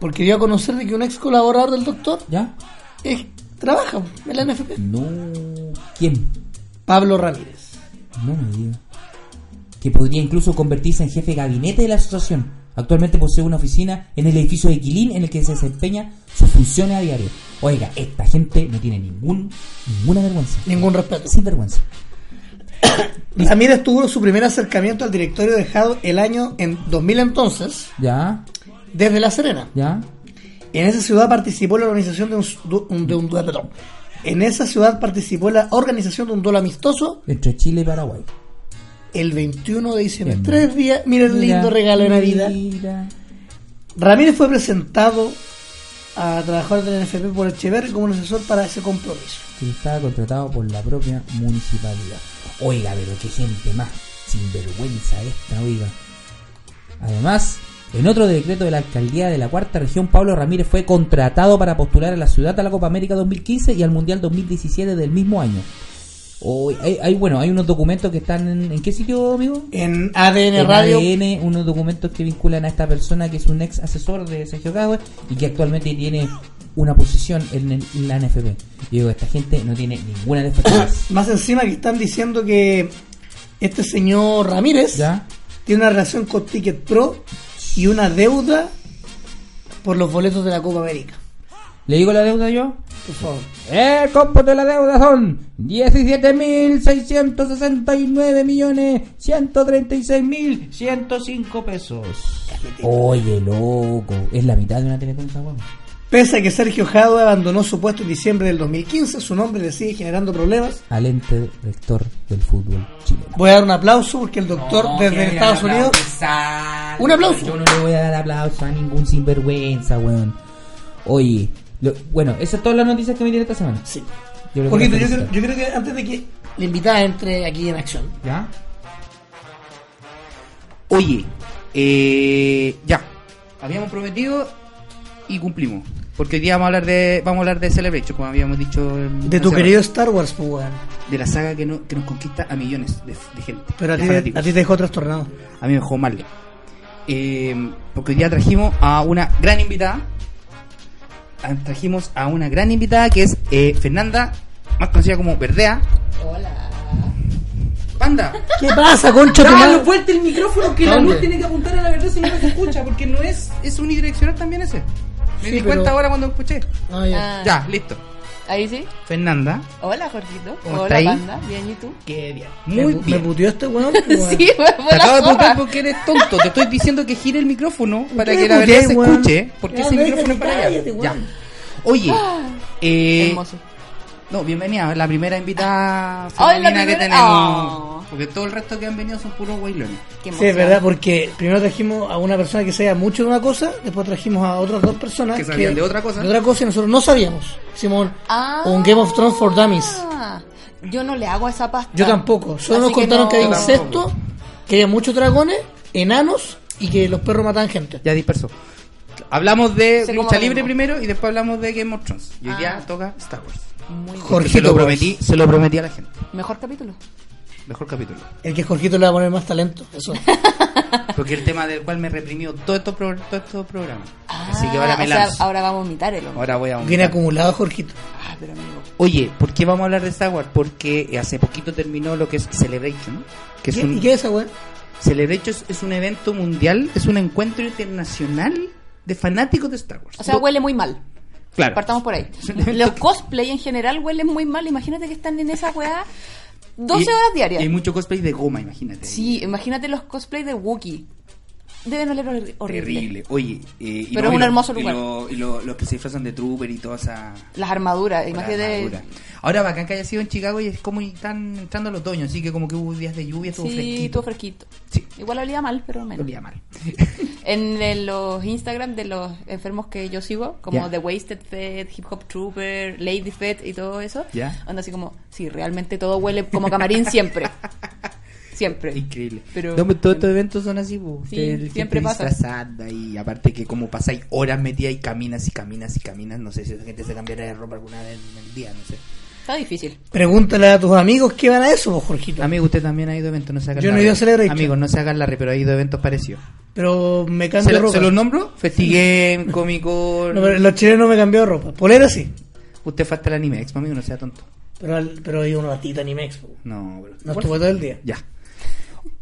[SPEAKER 3] Porque dio a conocer de que un ex colaborador del doctor
[SPEAKER 2] ¿Ya?
[SPEAKER 3] eh, trabaja en la NFP.
[SPEAKER 2] No. ¿Quién?
[SPEAKER 3] Pablo Ramírez.
[SPEAKER 2] No me diga. Que podría incluso convertirse en jefe de gabinete de la asociación. Actualmente posee una oficina en el edificio de Quilín en el que se desempeña sus funciones a diario. Oiga, esta gente no tiene ningún, ninguna vergüenza.
[SPEAKER 3] Ningún respeto.
[SPEAKER 2] Sin vergüenza.
[SPEAKER 3] Ramírez tuvo su primer acercamiento al directorio de Jado el año en 2000 entonces,
[SPEAKER 2] Ya,
[SPEAKER 3] desde La Serena.
[SPEAKER 2] ya.
[SPEAKER 3] En esa ciudad participó la organización de un, s- du- un- de un duelo, perdón. En esa ciudad participó la organización de un duelo amistoso
[SPEAKER 2] Entre Chile y Paraguay.
[SPEAKER 3] el 21 de diciembre.
[SPEAKER 2] Bien.
[SPEAKER 3] Tres días, mira el lindo regalo de Navidad.
[SPEAKER 2] mira.
[SPEAKER 3] Ramírez fue presentado a trabajar del NFP por Echeverri como un asesor para ese compromiso.
[SPEAKER 2] que estaba contratado por la propia municipalidad. Oiga, pero qué gente más sinvergüenza esta, oiga. Además, en otro decreto de la alcaldía de la cuarta región, Pablo Ramírez fue contratado para postular a la ciudad a la Copa América 2015 y al Mundial 2017 del mismo año. Hoy- hay, hay- bueno, hay unos documentos que están en, ¿en qué sitio, amigo?
[SPEAKER 3] En ADN
[SPEAKER 2] en
[SPEAKER 3] Radio.
[SPEAKER 2] ADN, unos documentos que vinculan a esta persona que es un ex asesor de Sergio Cagüe y que actualmente tiene una posición en, el- en la NFP. Yo digo, esta gente no tiene ninguna de estas cosas.
[SPEAKER 3] Más encima que están diciendo que este señor Ramírez
[SPEAKER 2] ¿Ya?
[SPEAKER 3] tiene una relación con Ticket Pro y una deuda por los boletos de la Copa América.
[SPEAKER 2] ¿Le digo la deuda yo?
[SPEAKER 3] Por favor.
[SPEAKER 2] El cómputo de la deuda son 17.669.136.105 pesos. Oye, loco, es la mitad de una telecom esa hueá.
[SPEAKER 3] Pese a que Sergio Jadue abandonó su puesto en diciembre del 2015, su nombre le sigue generando problemas.
[SPEAKER 2] Al ente rector del fútbol chileno.
[SPEAKER 3] Voy a dar un aplauso porque el doctor
[SPEAKER 2] No, que
[SPEAKER 3] desde
[SPEAKER 2] le
[SPEAKER 3] Estados
[SPEAKER 2] dan
[SPEAKER 3] Unidos.
[SPEAKER 2] aplausos, sal.
[SPEAKER 3] Un aplauso.
[SPEAKER 2] Yo no le voy a dar aplauso a ningún sinvergüenza, weón. Oye, lo- bueno, esas son todas las noticias que me dieron esta semana.
[SPEAKER 3] Sí.
[SPEAKER 2] Yo lo
[SPEAKER 3] Jorgito, yo,
[SPEAKER 2] quiero
[SPEAKER 3] creo-
[SPEAKER 2] felicitar.
[SPEAKER 3] yo creo que antes de que la invitada entre aquí en acción,
[SPEAKER 2] ¿Ya?
[SPEAKER 4] Oye, eh, ya. Habíamos prometido y cumplimos. Porque hoy día vamos a hablar de, vamos a hablar de Celebration, como habíamos dicho. en-
[SPEAKER 3] de tu
[SPEAKER 4] hace
[SPEAKER 3] querido Star Wars, pues, weón.
[SPEAKER 4] rato. De la saga que, no, que nos conquista a millones de, de gente.
[SPEAKER 3] Pero a
[SPEAKER 4] de
[SPEAKER 3] ti, te-
[SPEAKER 4] fanáticos.
[SPEAKER 3] a ti te dejó trastornado.
[SPEAKER 4] A mí me dejó mal. Eh, porque hoy día trajimos a una gran invitada. Ah, Trajimos a una gran invitada que es eh, Fernanda, más conocida como Verdea. Hola. Panda.
[SPEAKER 3] ¿Qué pasa, concha tu
[SPEAKER 4] Dale
[SPEAKER 3] madre?
[SPEAKER 4] vuelta el micrófono que la
[SPEAKER 3] ¿Dónde?
[SPEAKER 4] luz tiene que apuntar a la verdad si no no se escucha, porque no es, es unidireccional también ese. Me
[SPEAKER 3] Sí,
[SPEAKER 4] di
[SPEAKER 3] pero-
[SPEAKER 4] cuenta ahora cuando escuché.
[SPEAKER 3] No, ya.
[SPEAKER 5] Ah,
[SPEAKER 4] Ya, listo.
[SPEAKER 5] Ahí sí.
[SPEAKER 4] Fernanda.
[SPEAKER 5] Hola, Jorgito.
[SPEAKER 4] ¿Cómo está
[SPEAKER 5] Hola,
[SPEAKER 4] ahí?
[SPEAKER 5] banda. Bien, ¿y tú?
[SPEAKER 4] Qué bien.
[SPEAKER 3] Me
[SPEAKER 4] Muy
[SPEAKER 3] pu-
[SPEAKER 4] bien.
[SPEAKER 3] Me puteó este weón. pues, weón.
[SPEAKER 5] Sí, fue
[SPEAKER 4] Te acabo
[SPEAKER 5] fue
[SPEAKER 4] de
[SPEAKER 5] la
[SPEAKER 4] preguntar
[SPEAKER 5] zorra.
[SPEAKER 4] porque eres tonto. Te estoy diciendo que gire el micrófono para
[SPEAKER 3] ¿Qué
[SPEAKER 4] que la verdad
[SPEAKER 3] puteé,
[SPEAKER 4] se
[SPEAKER 3] weón?
[SPEAKER 4] escuche, porque
[SPEAKER 3] Ya,
[SPEAKER 4] ese
[SPEAKER 3] me
[SPEAKER 4] micrófono es
[SPEAKER 3] dejas-
[SPEAKER 4] para allá.
[SPEAKER 3] cállate,
[SPEAKER 4] Ya.
[SPEAKER 3] weón.
[SPEAKER 4] Oye, eh,
[SPEAKER 5] Hermoso.
[SPEAKER 4] no, bienvenida, la primera invitada
[SPEAKER 5] Ay, la
[SPEAKER 4] femenina que
[SPEAKER 5] primera-
[SPEAKER 4] tenemos.
[SPEAKER 5] Oh.
[SPEAKER 4] Porque todo el resto que han venido son puros guaylones.
[SPEAKER 5] Qué
[SPEAKER 3] Sí, es
[SPEAKER 5] emoción.
[SPEAKER 3] verdad, porque primero trajimos a una persona que sabía mucho de una cosa, después trajimos a otras dos personas
[SPEAKER 4] Que sabían de otra cosa.
[SPEAKER 3] de otra cosa y nosotros no sabíamos. Hicimos un-
[SPEAKER 5] Ah.
[SPEAKER 3] un Game of Thrones for Dummies.
[SPEAKER 5] Yo no le hago a esa pasta.
[SPEAKER 3] Yo tampoco. Solo
[SPEAKER 5] Ah.
[SPEAKER 3] nos
[SPEAKER 5] Así
[SPEAKER 3] contaron que,
[SPEAKER 5] no-
[SPEAKER 3] había insectos, que había muchos dragones, enanos y que los perros matan gente.
[SPEAKER 4] Ya dispersó. Hablamos de
[SPEAKER 5] Se
[SPEAKER 4] lucha
[SPEAKER 5] como
[SPEAKER 4] libre
[SPEAKER 5] vengo.
[SPEAKER 4] primero y después hablamos de Game of Thrones. Y hoy
[SPEAKER 5] Ah.
[SPEAKER 4] día toca Star Wars.
[SPEAKER 5] Muy bien.
[SPEAKER 4] Porque se
[SPEAKER 3] Jorgito
[SPEAKER 4] lo
[SPEAKER 3] Wars.
[SPEAKER 4] prometí, se lo prometí a la gente.
[SPEAKER 5] Mejor capítulo.
[SPEAKER 4] Mejor capítulo.
[SPEAKER 3] El que Jorgito le va a poner más talento. Eso.
[SPEAKER 4] Porque el tema del cual me reprimió todo estos pro- todo estos programas. Así que
[SPEAKER 5] Ah,
[SPEAKER 4] ahora me
[SPEAKER 5] o sea,
[SPEAKER 4] lanzo.
[SPEAKER 5] ahora vamos a vomitar el hombre.
[SPEAKER 4] Ahora voy a
[SPEAKER 3] Viene
[SPEAKER 4] vomitar.
[SPEAKER 3] acumulado Jorgito.
[SPEAKER 5] Ah, pero amigo.
[SPEAKER 4] Oye, ¿por qué vamos a hablar de Star Wars? Porque hace poquito terminó lo que es Celebration. Que es
[SPEAKER 3] ¿Y,
[SPEAKER 4] un,
[SPEAKER 3] y qué es esa weón?
[SPEAKER 4] Celebration es, es un evento mundial, es un encuentro internacional de fanáticos de Star Wars.
[SPEAKER 5] O sea, huele muy mal.
[SPEAKER 4] claro.
[SPEAKER 5] Partamos por ahí. Los cosplay en general huelen muy mal. Imagínate que están en esa weá 12
[SPEAKER 4] Y-
[SPEAKER 5] horas
[SPEAKER 4] y Hay
[SPEAKER 5] diarias.
[SPEAKER 4] mucho cosplay de goma, imagínate.
[SPEAKER 5] Sí, imagínate los cosplay de Wookiee. Deben oler horri- horrible.
[SPEAKER 4] Terrible. Oye, eh, y
[SPEAKER 5] Pero es un
[SPEAKER 4] y
[SPEAKER 5] hermoso
[SPEAKER 4] y
[SPEAKER 5] lugar.
[SPEAKER 4] lo- y lo- los que se disfrazan de trooper y toda esa.
[SPEAKER 5] Las armaduras,
[SPEAKER 4] la
[SPEAKER 5] imagínate.
[SPEAKER 4] armadura. Ahora, bacán que haya sido en Chicago y es como están entrando los otoño, así que como que hubo días de lluvia, estuvo
[SPEAKER 5] Sí,
[SPEAKER 4] fresquito.
[SPEAKER 5] todo fresquito.
[SPEAKER 4] Sí,
[SPEAKER 5] Igual olía mal, pero
[SPEAKER 4] no
[SPEAKER 5] menos.
[SPEAKER 4] olía mal.
[SPEAKER 5] En, eh, los Instagram de los enfermos que yo sigo, como
[SPEAKER 4] Ya.
[SPEAKER 5] The Wasted Fed, Hip Hop Trooper, Lady Fed y todo eso,
[SPEAKER 4] Ya.
[SPEAKER 5] anda así como, sí, realmente todo huele como camarín siempre. Siempre.
[SPEAKER 4] Increíble.
[SPEAKER 5] Pero-
[SPEAKER 4] No, pero todos estos eventos son así, pues, po.
[SPEAKER 5] Sí,
[SPEAKER 4] Ustedes, gente
[SPEAKER 5] siempre pasa.
[SPEAKER 4] disfrazada y aparte que como pasáis horas metidas y caminas y caminas y caminas, no sé si la gente se cambiará de ropa alguna vez en el día, no sé.
[SPEAKER 5] Está difícil.
[SPEAKER 3] Pregúntale a tus amigos qué van a eso, vos, Jorgito.
[SPEAKER 4] Amigo, usted también ha ido a eventos, no se hagan
[SPEAKER 3] Yo no
[SPEAKER 4] la
[SPEAKER 3] he ido a
[SPEAKER 4] re.
[SPEAKER 3] Celebration.
[SPEAKER 4] Amigo, no se hagan la re, pero ha ido a eventos parecidos.
[SPEAKER 3] Pero me
[SPEAKER 4] ¿Se,
[SPEAKER 3] cambio de
[SPEAKER 4] lo-
[SPEAKER 3] ropa.
[SPEAKER 4] se los nombro? Festigame, Comic Con.
[SPEAKER 3] No, pero los chilenos me cambió de ropa. Polera sí.
[SPEAKER 4] Usted fue hasta el anime expo, amigo, no sea tonto.
[SPEAKER 3] Pero, al- pero hay un ratito anime expo.
[SPEAKER 4] No, bro.
[SPEAKER 3] No estuve todo el día.
[SPEAKER 4] Ya.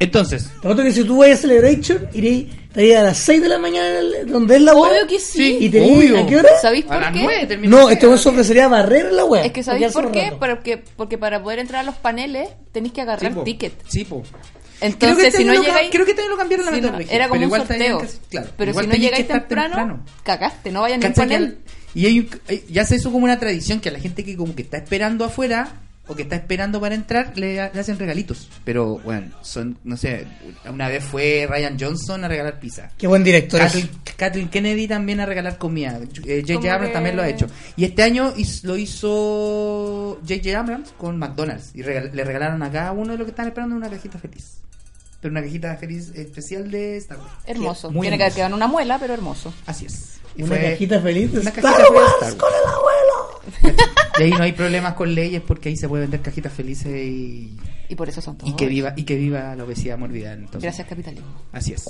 [SPEAKER 4] Entonces,
[SPEAKER 3] Te apuesto que si tú vas a Celebration, iré, estaría a las 6 de la mañana el- donde es la web.
[SPEAKER 5] Obvio que sí.
[SPEAKER 3] ¿Y te diría,
[SPEAKER 4] obvio.
[SPEAKER 3] ¿A qué hora?
[SPEAKER 5] ¿Sabéis
[SPEAKER 4] a
[SPEAKER 5] por
[SPEAKER 4] las nueve
[SPEAKER 5] qué?
[SPEAKER 4] terminó.
[SPEAKER 3] No, este weón se ofrecería a barrer la web.
[SPEAKER 5] Es que ¿sabéis por qué? Porque, porque para poder entrar a los paneles tenéis que agarrar
[SPEAKER 4] Sí, po.
[SPEAKER 5] ticket.
[SPEAKER 4] Sí, po. Creo que
[SPEAKER 5] Entonces,
[SPEAKER 4] este
[SPEAKER 5] si no
[SPEAKER 4] año lo ca-
[SPEAKER 5] llegáis...
[SPEAKER 4] creo que este año lo cambiaron la
[SPEAKER 5] si
[SPEAKER 4] meta
[SPEAKER 5] no-
[SPEAKER 4] regia,
[SPEAKER 5] Era como
[SPEAKER 4] pero
[SPEAKER 5] un
[SPEAKER 4] igual tenían
[SPEAKER 5] sorteo.
[SPEAKER 4] que hacer- claro,
[SPEAKER 5] pero
[SPEAKER 4] igual
[SPEAKER 5] si no
[SPEAKER 4] tenían que
[SPEAKER 5] llegáis
[SPEAKER 4] estar
[SPEAKER 5] temprano,
[SPEAKER 4] temprano.
[SPEAKER 5] cagaste, no vayan a un
[SPEAKER 4] Cacha que
[SPEAKER 5] panel.
[SPEAKER 4] al- y hay un- hay- ya se hizo como una tradición que a la gente que como que está esperando afuera o que está esperando para entrar le, le hacen regalitos. Pero bueno, son, no sé, una vez fue Ryan Johnson a regalar pizza.
[SPEAKER 3] Qué buen director es.
[SPEAKER 4] Kathleen, Kathleen Kennedy también a regalar comida. Eh,
[SPEAKER 5] Como
[SPEAKER 4] J.J. Abrams
[SPEAKER 5] que-
[SPEAKER 4] también lo ha hecho. Y este año his- lo hizo J.J. Abrams con McDonald's. Y regal- le regalaron a cada uno de los que estaban esperando una cajita feliz. Pero una cajita feliz especial de Star Wars.
[SPEAKER 5] Hermoso.
[SPEAKER 4] Muy
[SPEAKER 5] Tiene que haber
[SPEAKER 4] hermoso.
[SPEAKER 5] quedado en una muela, pero hermoso.
[SPEAKER 4] Así es. Y
[SPEAKER 3] Una
[SPEAKER 4] fue
[SPEAKER 3] cajita feliz de
[SPEAKER 4] una
[SPEAKER 3] Star
[SPEAKER 4] cajita feliz de
[SPEAKER 3] Wars
[SPEAKER 4] Star
[SPEAKER 3] con
[SPEAKER 4] Wars.
[SPEAKER 3] el abuelo.
[SPEAKER 4] Y ahí no hay problemas con leyes porque ahí se puede vender cajitas felices y,
[SPEAKER 5] Y por eso son todos.
[SPEAKER 4] y que viva y que viva la obesidad mórbida. Entonces.
[SPEAKER 5] Gracias, capitalismo.
[SPEAKER 4] Así es.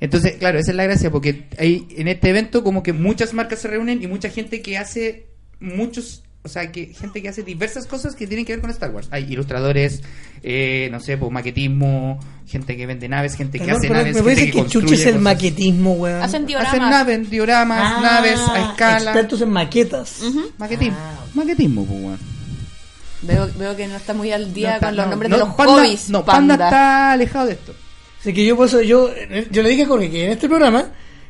[SPEAKER 4] Entonces, claro, esa es la gracia, porque ahí en este evento como que muchas marcas se reúnen y mucha gente que hace muchos, o sea, que gente que hace diversas cosas que tienen que ver con Star Wars. Hay ilustradores, eh, no sé, pues maquetismo, gente que vende naves, gente que
[SPEAKER 3] Perdón,
[SPEAKER 4] hace
[SPEAKER 3] pero
[SPEAKER 4] naves.
[SPEAKER 3] me
[SPEAKER 4] gente
[SPEAKER 3] parece que
[SPEAKER 4] construye
[SPEAKER 3] Chucho es el
[SPEAKER 4] cosas.
[SPEAKER 3] maquetismo,
[SPEAKER 4] Ah,
[SPEAKER 3] weón.
[SPEAKER 5] Hacen dioramas.
[SPEAKER 4] Hacen naves, dioramas,
[SPEAKER 3] Ah,
[SPEAKER 4] naves a escala.
[SPEAKER 3] Expertos en maquetas.
[SPEAKER 5] Ujú.
[SPEAKER 4] Maquetismo,
[SPEAKER 3] Ah,
[SPEAKER 4] maquetismo, pues, weón.
[SPEAKER 5] Veo, veo que no está muy al día
[SPEAKER 4] No está-
[SPEAKER 5] con los
[SPEAKER 4] no,
[SPEAKER 5] nombres
[SPEAKER 4] no,
[SPEAKER 5] de los
[SPEAKER 4] Panda-
[SPEAKER 5] hobbies.
[SPEAKER 4] No, Panda está alejado de esto.
[SPEAKER 3] Así que yo, por eso, yo, eh, yo le dije a Jorge que en este programa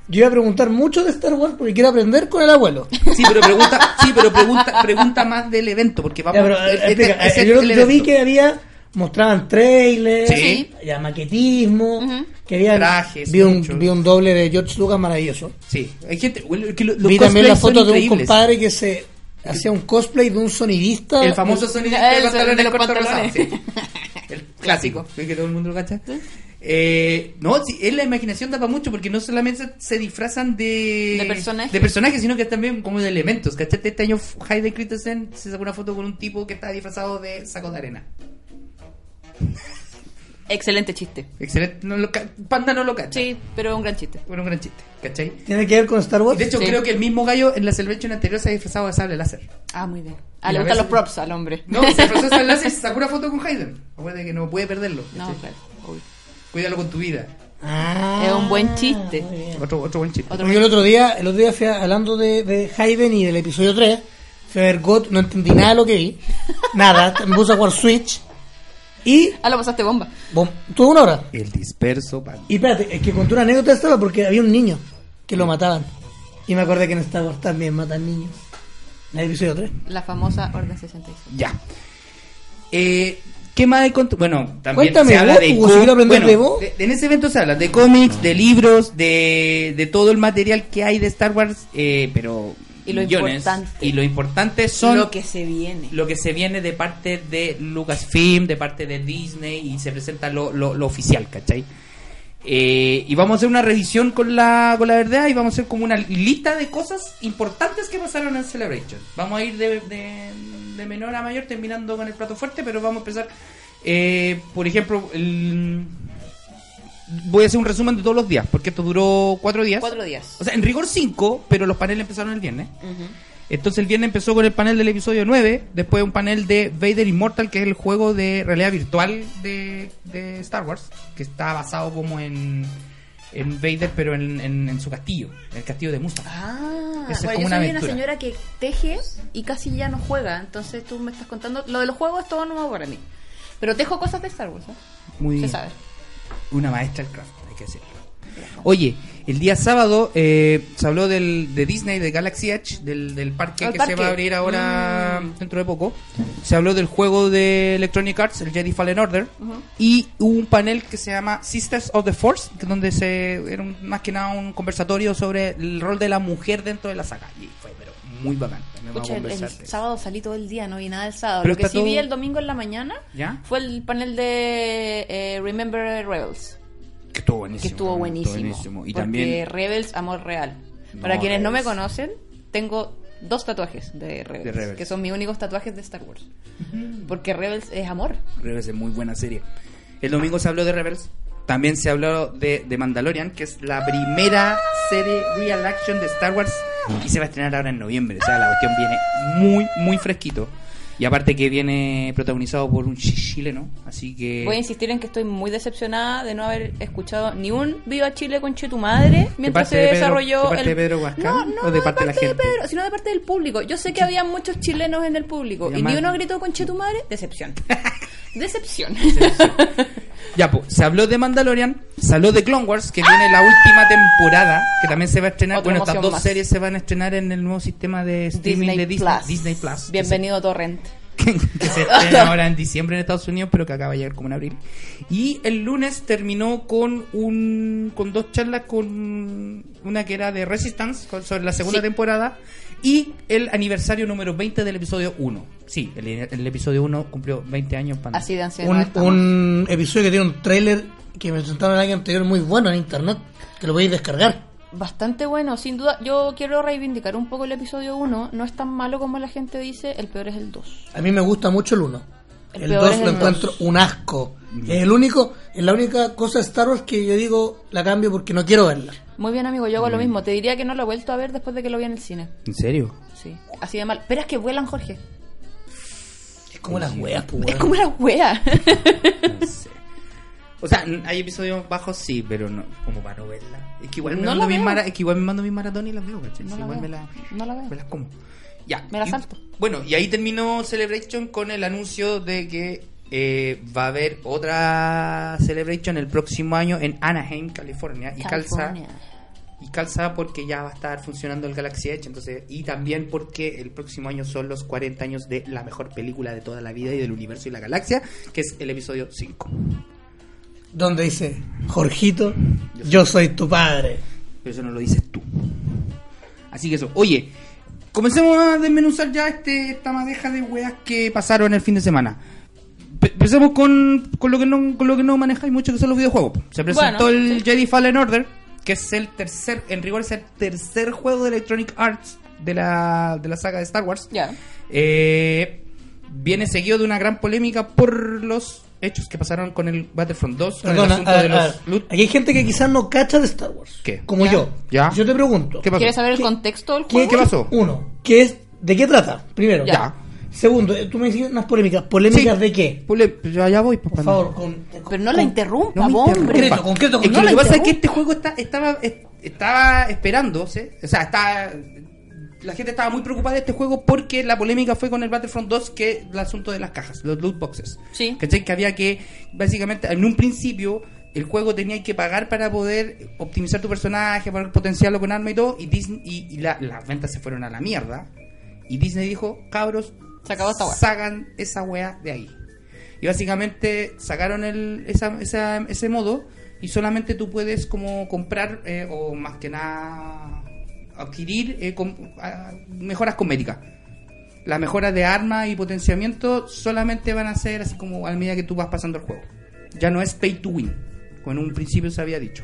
[SPEAKER 3] yo iba a preguntar mucho de Star Wars porque quiero aprender con el abuelo.
[SPEAKER 4] Sí, pero pregunta, sí, pero pregunta, pregunta más del evento, porque vamos
[SPEAKER 3] Ya, pero,
[SPEAKER 4] el-
[SPEAKER 3] eh,
[SPEAKER 4] este-
[SPEAKER 3] explica,
[SPEAKER 4] ese
[SPEAKER 3] eh,
[SPEAKER 4] es
[SPEAKER 3] yo,
[SPEAKER 4] el
[SPEAKER 3] yo
[SPEAKER 4] evento.
[SPEAKER 3] vi que había mostraban trailers,
[SPEAKER 4] Sí.
[SPEAKER 3] ya maquetismo,
[SPEAKER 5] Ujú.
[SPEAKER 3] que había
[SPEAKER 4] Trajes,
[SPEAKER 3] vi un,
[SPEAKER 4] mucho.
[SPEAKER 3] vi un doble de George Lucas maravilloso.
[SPEAKER 4] Sí, hay gente. bueno, que lo- los
[SPEAKER 3] vi también
[SPEAKER 4] cosplays
[SPEAKER 3] la
[SPEAKER 4] son
[SPEAKER 3] foto de un
[SPEAKER 4] increíbles.
[SPEAKER 3] compadre que se hacía un cosplay de un sonidista.
[SPEAKER 4] El famoso sonido
[SPEAKER 3] Ah,
[SPEAKER 5] El
[SPEAKER 4] de
[SPEAKER 5] sonido de
[SPEAKER 4] pantalones
[SPEAKER 5] los
[SPEAKER 4] cortos
[SPEAKER 5] pantalones.
[SPEAKER 4] rosados, sí. El clásico, creo que todo el mundo lo cacha. Eh, no, sí, es la imaginación tapa mucho porque no solamente se, se disfrazan de,
[SPEAKER 5] De personajes.
[SPEAKER 4] de personajes, sino que también como de elementos. ¿Cachate? Este año Hayden Christensen se sacó una foto con un tipo que estaba disfrazado de saco de arena.
[SPEAKER 5] Excelente chiste.
[SPEAKER 4] Excelente, no lo ca- Panda no lo cacha.
[SPEAKER 5] Sí, pero es un gran chiste.
[SPEAKER 4] Bueno, un gran chiste, ¿cachai?
[SPEAKER 3] Tiene que ver con Star
[SPEAKER 4] Y
[SPEAKER 3] Wars.
[SPEAKER 4] De hecho,
[SPEAKER 5] Sí.
[SPEAKER 4] creo que el mismo gallo en la Celebration anterior se ha disfrazado de sable láser.
[SPEAKER 5] Ah, muy bien. Ah,
[SPEAKER 4] Y
[SPEAKER 5] le
[SPEAKER 4] a veces-
[SPEAKER 5] gustan los props al hombre.
[SPEAKER 4] No, se disfrazó de sable láser y se sacó una foto con Hayden. Acuérdate que no puede perderlo.
[SPEAKER 5] No,
[SPEAKER 4] ¿cachai?
[SPEAKER 5] claro. obvio.
[SPEAKER 4] Cuídalo con tu vida.
[SPEAKER 3] Ah,
[SPEAKER 5] Es un buen chiste.
[SPEAKER 3] muy bien.
[SPEAKER 4] Otro, otro buen chiste.
[SPEAKER 5] Otro
[SPEAKER 3] Porque yo el otro día, el otro día fui a- hablando de, de Hayden y del episodio 3, fui a ver God, no entendí nada de lo que vi, nada, me puse a jugar Switch y
[SPEAKER 5] Ah, lo pasaste bomba.
[SPEAKER 3] bom, tuve una hora.
[SPEAKER 4] El disperso pan.
[SPEAKER 3] Y espérate, es que conté una anécdota de Star Wars porque había un niño que lo mataban. Y me acordé que en Star Wars también matan niños. En el episodio 3.
[SPEAKER 5] La famosa Orden 66.
[SPEAKER 4] Ya. Eh, ¿Qué más hay con tu- Bueno, también
[SPEAKER 3] Cuéntame
[SPEAKER 4] se habla
[SPEAKER 3] vos,
[SPEAKER 4] de
[SPEAKER 3] Hugo,
[SPEAKER 4] co-
[SPEAKER 3] si quiero aprender
[SPEAKER 4] bueno,
[SPEAKER 3] de vos.
[SPEAKER 4] En ese evento se habla de cómics, de libros, de, de todo el material que hay de Star Wars, eh, pero
[SPEAKER 5] Y lo
[SPEAKER 4] millones.
[SPEAKER 5] importante.
[SPEAKER 4] y lo importante son
[SPEAKER 5] Lo que se viene.
[SPEAKER 4] lo que se viene de parte de Lucasfilm, de parte de Disney y se presenta lo, lo- lo oficial, ¿cachai? Eh, y vamos a hacer una revisión con la, con la verdad y vamos a hacer como una lista de cosas importantes que pasaron en Celebration. Vamos a ir de, de- de menor a mayor terminando con el plato fuerte, pero vamos a empezar, eh, por ejemplo, el- voy a hacer un resumen de todos los días, porque esto duró cuatro días.
[SPEAKER 5] Cuatro días.
[SPEAKER 4] O sea, en rigor cinco, pero los paneles empezaron el viernes.
[SPEAKER 5] Ujú.
[SPEAKER 4] Entonces el viernes empezó con el panel del episodio 9, después un panel de Vader Immortal, que es el juego de realidad virtual de, de Star Wars, que está basado como en, en Vader, pero en, en- en su castillo, en el castillo de Mustafar.
[SPEAKER 5] Ah,
[SPEAKER 4] Esa es como una
[SPEAKER 5] bueno, yo soy una
[SPEAKER 4] aventura.
[SPEAKER 5] señora que teje y casi ya no juega, entonces tú me estás contando lo de los juegos, es todo nuevo para mí. Pero tejo cosas de Star Wars, ¿eh?
[SPEAKER 4] Muy
[SPEAKER 5] se
[SPEAKER 4] bien.
[SPEAKER 5] sabe.
[SPEAKER 4] Una maestra del craft, hay que decirlo. Oye, el día sábado eh, se habló del, de Disney, de Galaxy Edge, del, del parque
[SPEAKER 5] Al
[SPEAKER 4] que
[SPEAKER 5] parque. Mm.
[SPEAKER 4] se va a abrir ahora dentro de poco. Se habló del juego de Electronic Arts, el Jedi Fallen Order. Y hubo un panel que se llama Sisters of the Force, que donde se era un- más que nada un conversatorio sobre el rol de la mujer dentro de la saga. Y fue, pero muy bacán. También vamos a
[SPEAKER 5] Pucha, el, el
[SPEAKER 4] conversar de eso.
[SPEAKER 5] sábado salí todo el día, no vi nada el sábado.
[SPEAKER 4] Pero
[SPEAKER 5] lo que
[SPEAKER 4] está
[SPEAKER 5] sí vi
[SPEAKER 4] todo-
[SPEAKER 5] el domingo en la mañana
[SPEAKER 4] ¿Ya?
[SPEAKER 5] fue el panel de eh, Remember Rebels,
[SPEAKER 4] Que estuvo buenísimo.
[SPEAKER 5] que estuvo
[SPEAKER 4] también,
[SPEAKER 5] buenísimo.
[SPEAKER 4] Y
[SPEAKER 5] porque
[SPEAKER 4] también
[SPEAKER 5] Rebels, amor real.
[SPEAKER 4] No,
[SPEAKER 5] Para quienes no me
[SPEAKER 4] Rebels.
[SPEAKER 5] conocen, tengo dos tatuajes de Rebels,
[SPEAKER 4] De Rebels.
[SPEAKER 5] que son mis únicos tatuajes de Star Wars. Porque Rebels es amor.
[SPEAKER 4] Rebels es muy buena serie. El domingo se habló de Rebels. También se habló de, de Mandalorian, que es la primera serie real action de Star Wars y se va a estrenar ahora en noviembre. O sea, la cuestión viene muy, muy fresquito. Y aparte que viene protagonizado por un chi- chileno, así que...
[SPEAKER 5] Voy a insistir en que estoy muy decepcionada de no haber escuchado ni un Viva Chile conche tu madre mientras
[SPEAKER 4] parte
[SPEAKER 5] se
[SPEAKER 4] de Pedro-
[SPEAKER 5] desarrolló
[SPEAKER 4] de parte
[SPEAKER 5] el...
[SPEAKER 4] de Pedro Huascán
[SPEAKER 5] no, no,
[SPEAKER 4] o de parte de la gente?
[SPEAKER 5] Pedro, sino de parte del público. Yo sé que había muchos chilenos en el público
[SPEAKER 4] Y
[SPEAKER 5] y ni
[SPEAKER 4] además-
[SPEAKER 5] uno gritó conche tu madre, decepción. decepción.
[SPEAKER 4] Ya, pues, se habló de Mandalorian, se habló de Clone Wars, que viene la última temporada, que también se va a estrenar.
[SPEAKER 5] Otra
[SPEAKER 4] bueno, estas
[SPEAKER 5] emoción
[SPEAKER 4] dos
[SPEAKER 5] más.
[SPEAKER 4] series se van a estrenar en el nuevo sistema de streaming de Disney Disney Plus. que se-
[SPEAKER 5] Bienvenido Torrent.
[SPEAKER 4] que, que se estrena ahora en diciembre en Estados Unidos, pero que acaba de llegar como en abril. Y el lunes terminó con un con dos charlas con una que era de Resistance con- sobre la segunda
[SPEAKER 5] Sí.
[SPEAKER 4] temporada y el aniversario número 20 del episodio 1. Sí, el, el episodio 1 cumplió 20 años. Panda.
[SPEAKER 5] Así de anciano.
[SPEAKER 3] Un,
[SPEAKER 5] estamos.
[SPEAKER 3] un episodio que tiene un trailer que me presentaron el año anterior muy bueno en internet, que lo podéis descargar.
[SPEAKER 5] Bastante bueno, sin duda. Yo quiero reivindicar un poco el episodio 1. No es tan malo como la gente dice, el peor es el 2.
[SPEAKER 3] A mí me gusta mucho el 1.
[SPEAKER 5] El
[SPEAKER 3] El
[SPEAKER 5] peor
[SPEAKER 3] 2
[SPEAKER 5] es
[SPEAKER 3] lo
[SPEAKER 5] el
[SPEAKER 3] encuentro
[SPEAKER 5] dos.
[SPEAKER 3] un asco. Es el único, es la única cosa de Star Wars que yo digo la cambio porque no quiero verla.
[SPEAKER 5] Muy bien, amigo, yo hago lo mismo. Te diría que no lo he vuelto a ver después de que lo vi en el cine.
[SPEAKER 4] ¿En serio?
[SPEAKER 5] Sí, así de mal. Pero es que vuelan, Jorge.
[SPEAKER 3] Es como las weas, pues.
[SPEAKER 5] Es
[SPEAKER 3] weón.
[SPEAKER 5] como una wea.
[SPEAKER 4] No sé. O sea, n- hay episodios bajos, sí, pero no, como para no verla. Es que igual me,
[SPEAKER 5] No
[SPEAKER 4] mando,
[SPEAKER 5] la
[SPEAKER 4] mis
[SPEAKER 5] veo.
[SPEAKER 4] mara- es que igual me mando mis maratones y las veo, ¿cachai?
[SPEAKER 5] No la
[SPEAKER 4] igual
[SPEAKER 5] veo.
[SPEAKER 4] me la-
[SPEAKER 5] No la veo.
[SPEAKER 4] me las como. Ya.
[SPEAKER 5] Me la
[SPEAKER 4] y-
[SPEAKER 5] salto.
[SPEAKER 4] bueno, y ahí terminó Celebration con el anuncio de que eh, va a haber otra Celebration el próximo año en Anaheim, California. Y
[SPEAKER 5] California.
[SPEAKER 4] calza. Y calza porque ya va a estar funcionando el Galaxy Edge, entonces, y también porque el próximo año son los 40 años de la mejor película de toda la vida y del universo y la galaxia, que es el episodio 5.
[SPEAKER 3] Donde dice, Jorgito, yo soy tu padre.
[SPEAKER 4] Pero eso no lo dices tú. Así que eso. Oye, comencemos a desmenuzar ya este, esta madeja de weas que pasaron el fin de semana. Pe- Empecemos con, con lo que no, con lo que no manejáis mucho, que son los videojuegos. Se presentó
[SPEAKER 5] Bueno,
[SPEAKER 4] el
[SPEAKER 5] sí.
[SPEAKER 4] Jedi Fallen Order, que es el tercer, en rigor es el tercer juego de Electronic Arts de la, de la saga de Star Wars.
[SPEAKER 5] Ya.
[SPEAKER 4] Eh, viene seguido de una gran polémica por los hechos que pasaron con el Battlefront 2, con el
[SPEAKER 3] Perdona,
[SPEAKER 4] asunto
[SPEAKER 3] a ver,
[SPEAKER 4] de
[SPEAKER 3] a
[SPEAKER 4] los
[SPEAKER 3] ver,
[SPEAKER 4] loot-
[SPEAKER 3] aquí hay gente que quizás no cacha de Star Wars.
[SPEAKER 4] ¿Qué?
[SPEAKER 3] Como yo.
[SPEAKER 4] Ya.
[SPEAKER 3] Yo te pregunto.
[SPEAKER 4] ¿Qué pasó?
[SPEAKER 5] ¿Quieres saber el
[SPEAKER 3] ¿Qué-
[SPEAKER 5] contexto del
[SPEAKER 4] ¿Qué,
[SPEAKER 5] juego?
[SPEAKER 4] qué pasó?
[SPEAKER 3] Uno, ¿qué es, ¿de qué trata? Primero.
[SPEAKER 4] Ya.
[SPEAKER 3] Segundo, eh, tú me decías unas polémicas. ¿Polémicas de qué?
[SPEAKER 4] Pule- pues ya, ya voy, papá.
[SPEAKER 3] Por favor, con, con-
[SPEAKER 5] Pero no la
[SPEAKER 3] con-
[SPEAKER 5] interrumpa,
[SPEAKER 4] me
[SPEAKER 5] hombre.
[SPEAKER 4] interrumpa.
[SPEAKER 3] Concreto, concreto,
[SPEAKER 4] Es que
[SPEAKER 3] concreto.
[SPEAKER 4] lo que pasa es que
[SPEAKER 5] Interrumpa.
[SPEAKER 4] este juego está, estaba, es- estaba esperándose. O sea, está. La gente estaba muy preocupada de este juego porque la polémica fue con el Battlefront 2 que el asunto de las cajas, los loot boxes.
[SPEAKER 5] Sí.
[SPEAKER 4] ¿Cachai? Que había que, básicamente, en un principio, el juego tenía que pagar para poder optimizar tu personaje, para potenciarlo con arma y todo, y, Disney, y, y la- las ventas se fueron a la mierda. Y Disney dijo, cabros,
[SPEAKER 5] Se acabó esta weá.
[SPEAKER 4] sacan esa weá de ahí. Y básicamente sacaron el, esa- esa- ese modo y solamente tú puedes como comprar eh, o más que nada adquirir eh, com- ah, mejoras cosméticas. Las mejoras de arma y potenciamiento solamente van a ser así como a medida que tú vas pasando el juego. Ya no es pay to win, como en un principio se había dicho.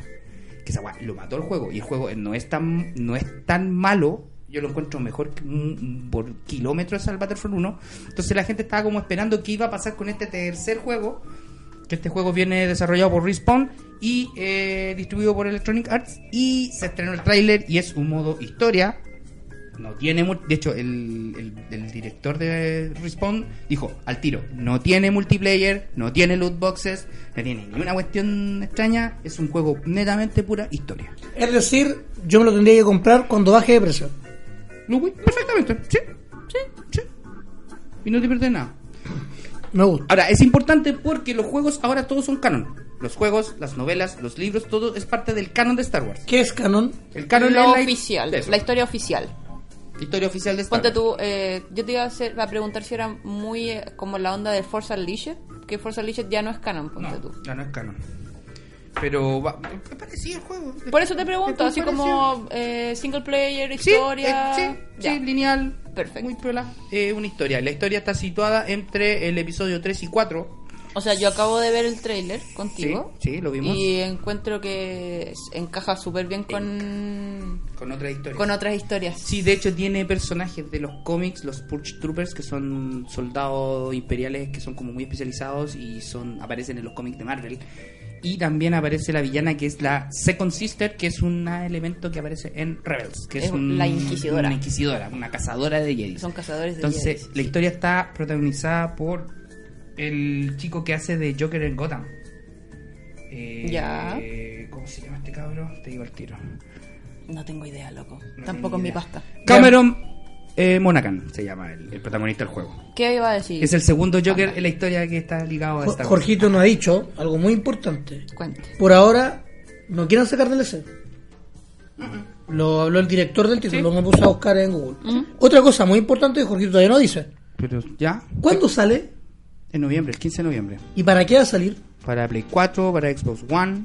[SPEAKER 4] Que esa weá lo mató el juego y el juego no es tan, no es tan malo. Yo lo encuentro mejor que un- por kilómetros al Battlefront 1. Entonces la gente estaba como esperando qué iba a pasar con este tercer juego que este juego viene desarrollado por Respawn y eh, distribuido por Electronic Arts y se estrenó el tráiler y es un modo historia no tiene mul- de hecho el, el- el director de Respawn dijo al tiro no tiene multiplayer no tiene loot boxes no tiene ni una cuestión extraña es un juego netamente pura historia
[SPEAKER 3] Es decir, yo me lo tendría que comprar cuando baje de precio.
[SPEAKER 4] Luis, perfectamente sí sí sí y no te pierdes nada
[SPEAKER 3] Me gusta.
[SPEAKER 4] Ahora, es importante porque los juegos ahora todos son canon. Los juegos, las novelas, los libros, todo es parte del canon de Star Wars.
[SPEAKER 3] ¿Qué es canon?
[SPEAKER 4] El canon
[SPEAKER 5] Lo
[SPEAKER 4] es la-
[SPEAKER 5] oficial,
[SPEAKER 4] eso,
[SPEAKER 5] la historia oficial.
[SPEAKER 4] historia oficial de Star
[SPEAKER 5] Ponte
[SPEAKER 4] Wars.
[SPEAKER 5] tú, eh, yo te iba a, hacer, a preguntar si era muy eh, como la onda de Force Unleashed, que Force Unleashed ya no es canon, ponte
[SPEAKER 4] No,
[SPEAKER 5] tú.
[SPEAKER 4] ya no es canon. Pero va, es parecido el juego.
[SPEAKER 5] Por eso te pregunto,
[SPEAKER 4] Es
[SPEAKER 5] así
[SPEAKER 4] parecido.
[SPEAKER 5] como eh, single player,
[SPEAKER 4] Sí,
[SPEAKER 5] historia.
[SPEAKER 4] eh, sí,
[SPEAKER 5] ya.
[SPEAKER 4] sí, lineal.
[SPEAKER 5] Perfecto.
[SPEAKER 4] Muy piola. Eh, una historia. La historia está situada entre el episodio 3 y 4.
[SPEAKER 5] O sea, yo acabo de ver el trailer contigo.
[SPEAKER 4] Sí, sí, lo vimos.
[SPEAKER 5] Y encuentro que s- encaja súper bien con,
[SPEAKER 4] Con otra historia.
[SPEAKER 5] con otras historias.
[SPEAKER 4] Sí, de hecho tiene personajes de los cómics, los Purge Troopers, que son soldados imperiales que son como muy especializados y son aparecen en los cómics de Marvel. Y también aparece la villana que es la Second Sister, que es un elemento que aparece en Rebels, que es,
[SPEAKER 5] Es
[SPEAKER 4] un-
[SPEAKER 5] la Inquisidora.
[SPEAKER 4] Una inquisidora, una cazadora de Jedi.
[SPEAKER 5] Son cazadores de
[SPEAKER 4] Entonces,
[SPEAKER 5] Jedis.
[SPEAKER 4] la historia está protagonizada por el chico que hace de Joker en Gotham. Eh,
[SPEAKER 5] Ya.
[SPEAKER 4] ¿Cómo se llama este cabrón? Te digo el tiro.
[SPEAKER 5] No tengo idea, loco.
[SPEAKER 4] No
[SPEAKER 5] Tampoco es
[SPEAKER 4] tengo
[SPEAKER 5] mi
[SPEAKER 4] idea.
[SPEAKER 5] pasta.
[SPEAKER 4] Cameron eh, Monaghan se llama el, el protagonista del juego.
[SPEAKER 5] ¿Qué iba a decir?
[SPEAKER 4] Es el segundo Joker en la historia que está ligado a
[SPEAKER 3] Jo-
[SPEAKER 4] Star Wars.
[SPEAKER 3] Jorgito nos ha dicho algo muy importante.
[SPEAKER 5] Cuente.
[SPEAKER 3] Por ahora, no quieren sacar DLC.
[SPEAKER 4] Mm-hmm.
[SPEAKER 3] Lo habló el director del título, me puse a buscar en Google. Otra cosa muy importante que Jorgito todavía no dice.
[SPEAKER 4] Pero ya,
[SPEAKER 3] ¿Cuándo sale?
[SPEAKER 4] en noviembre, el 15 de noviembre.
[SPEAKER 3] ¿Y para qué va a salir?
[SPEAKER 4] Para Play 4, para Xbox One,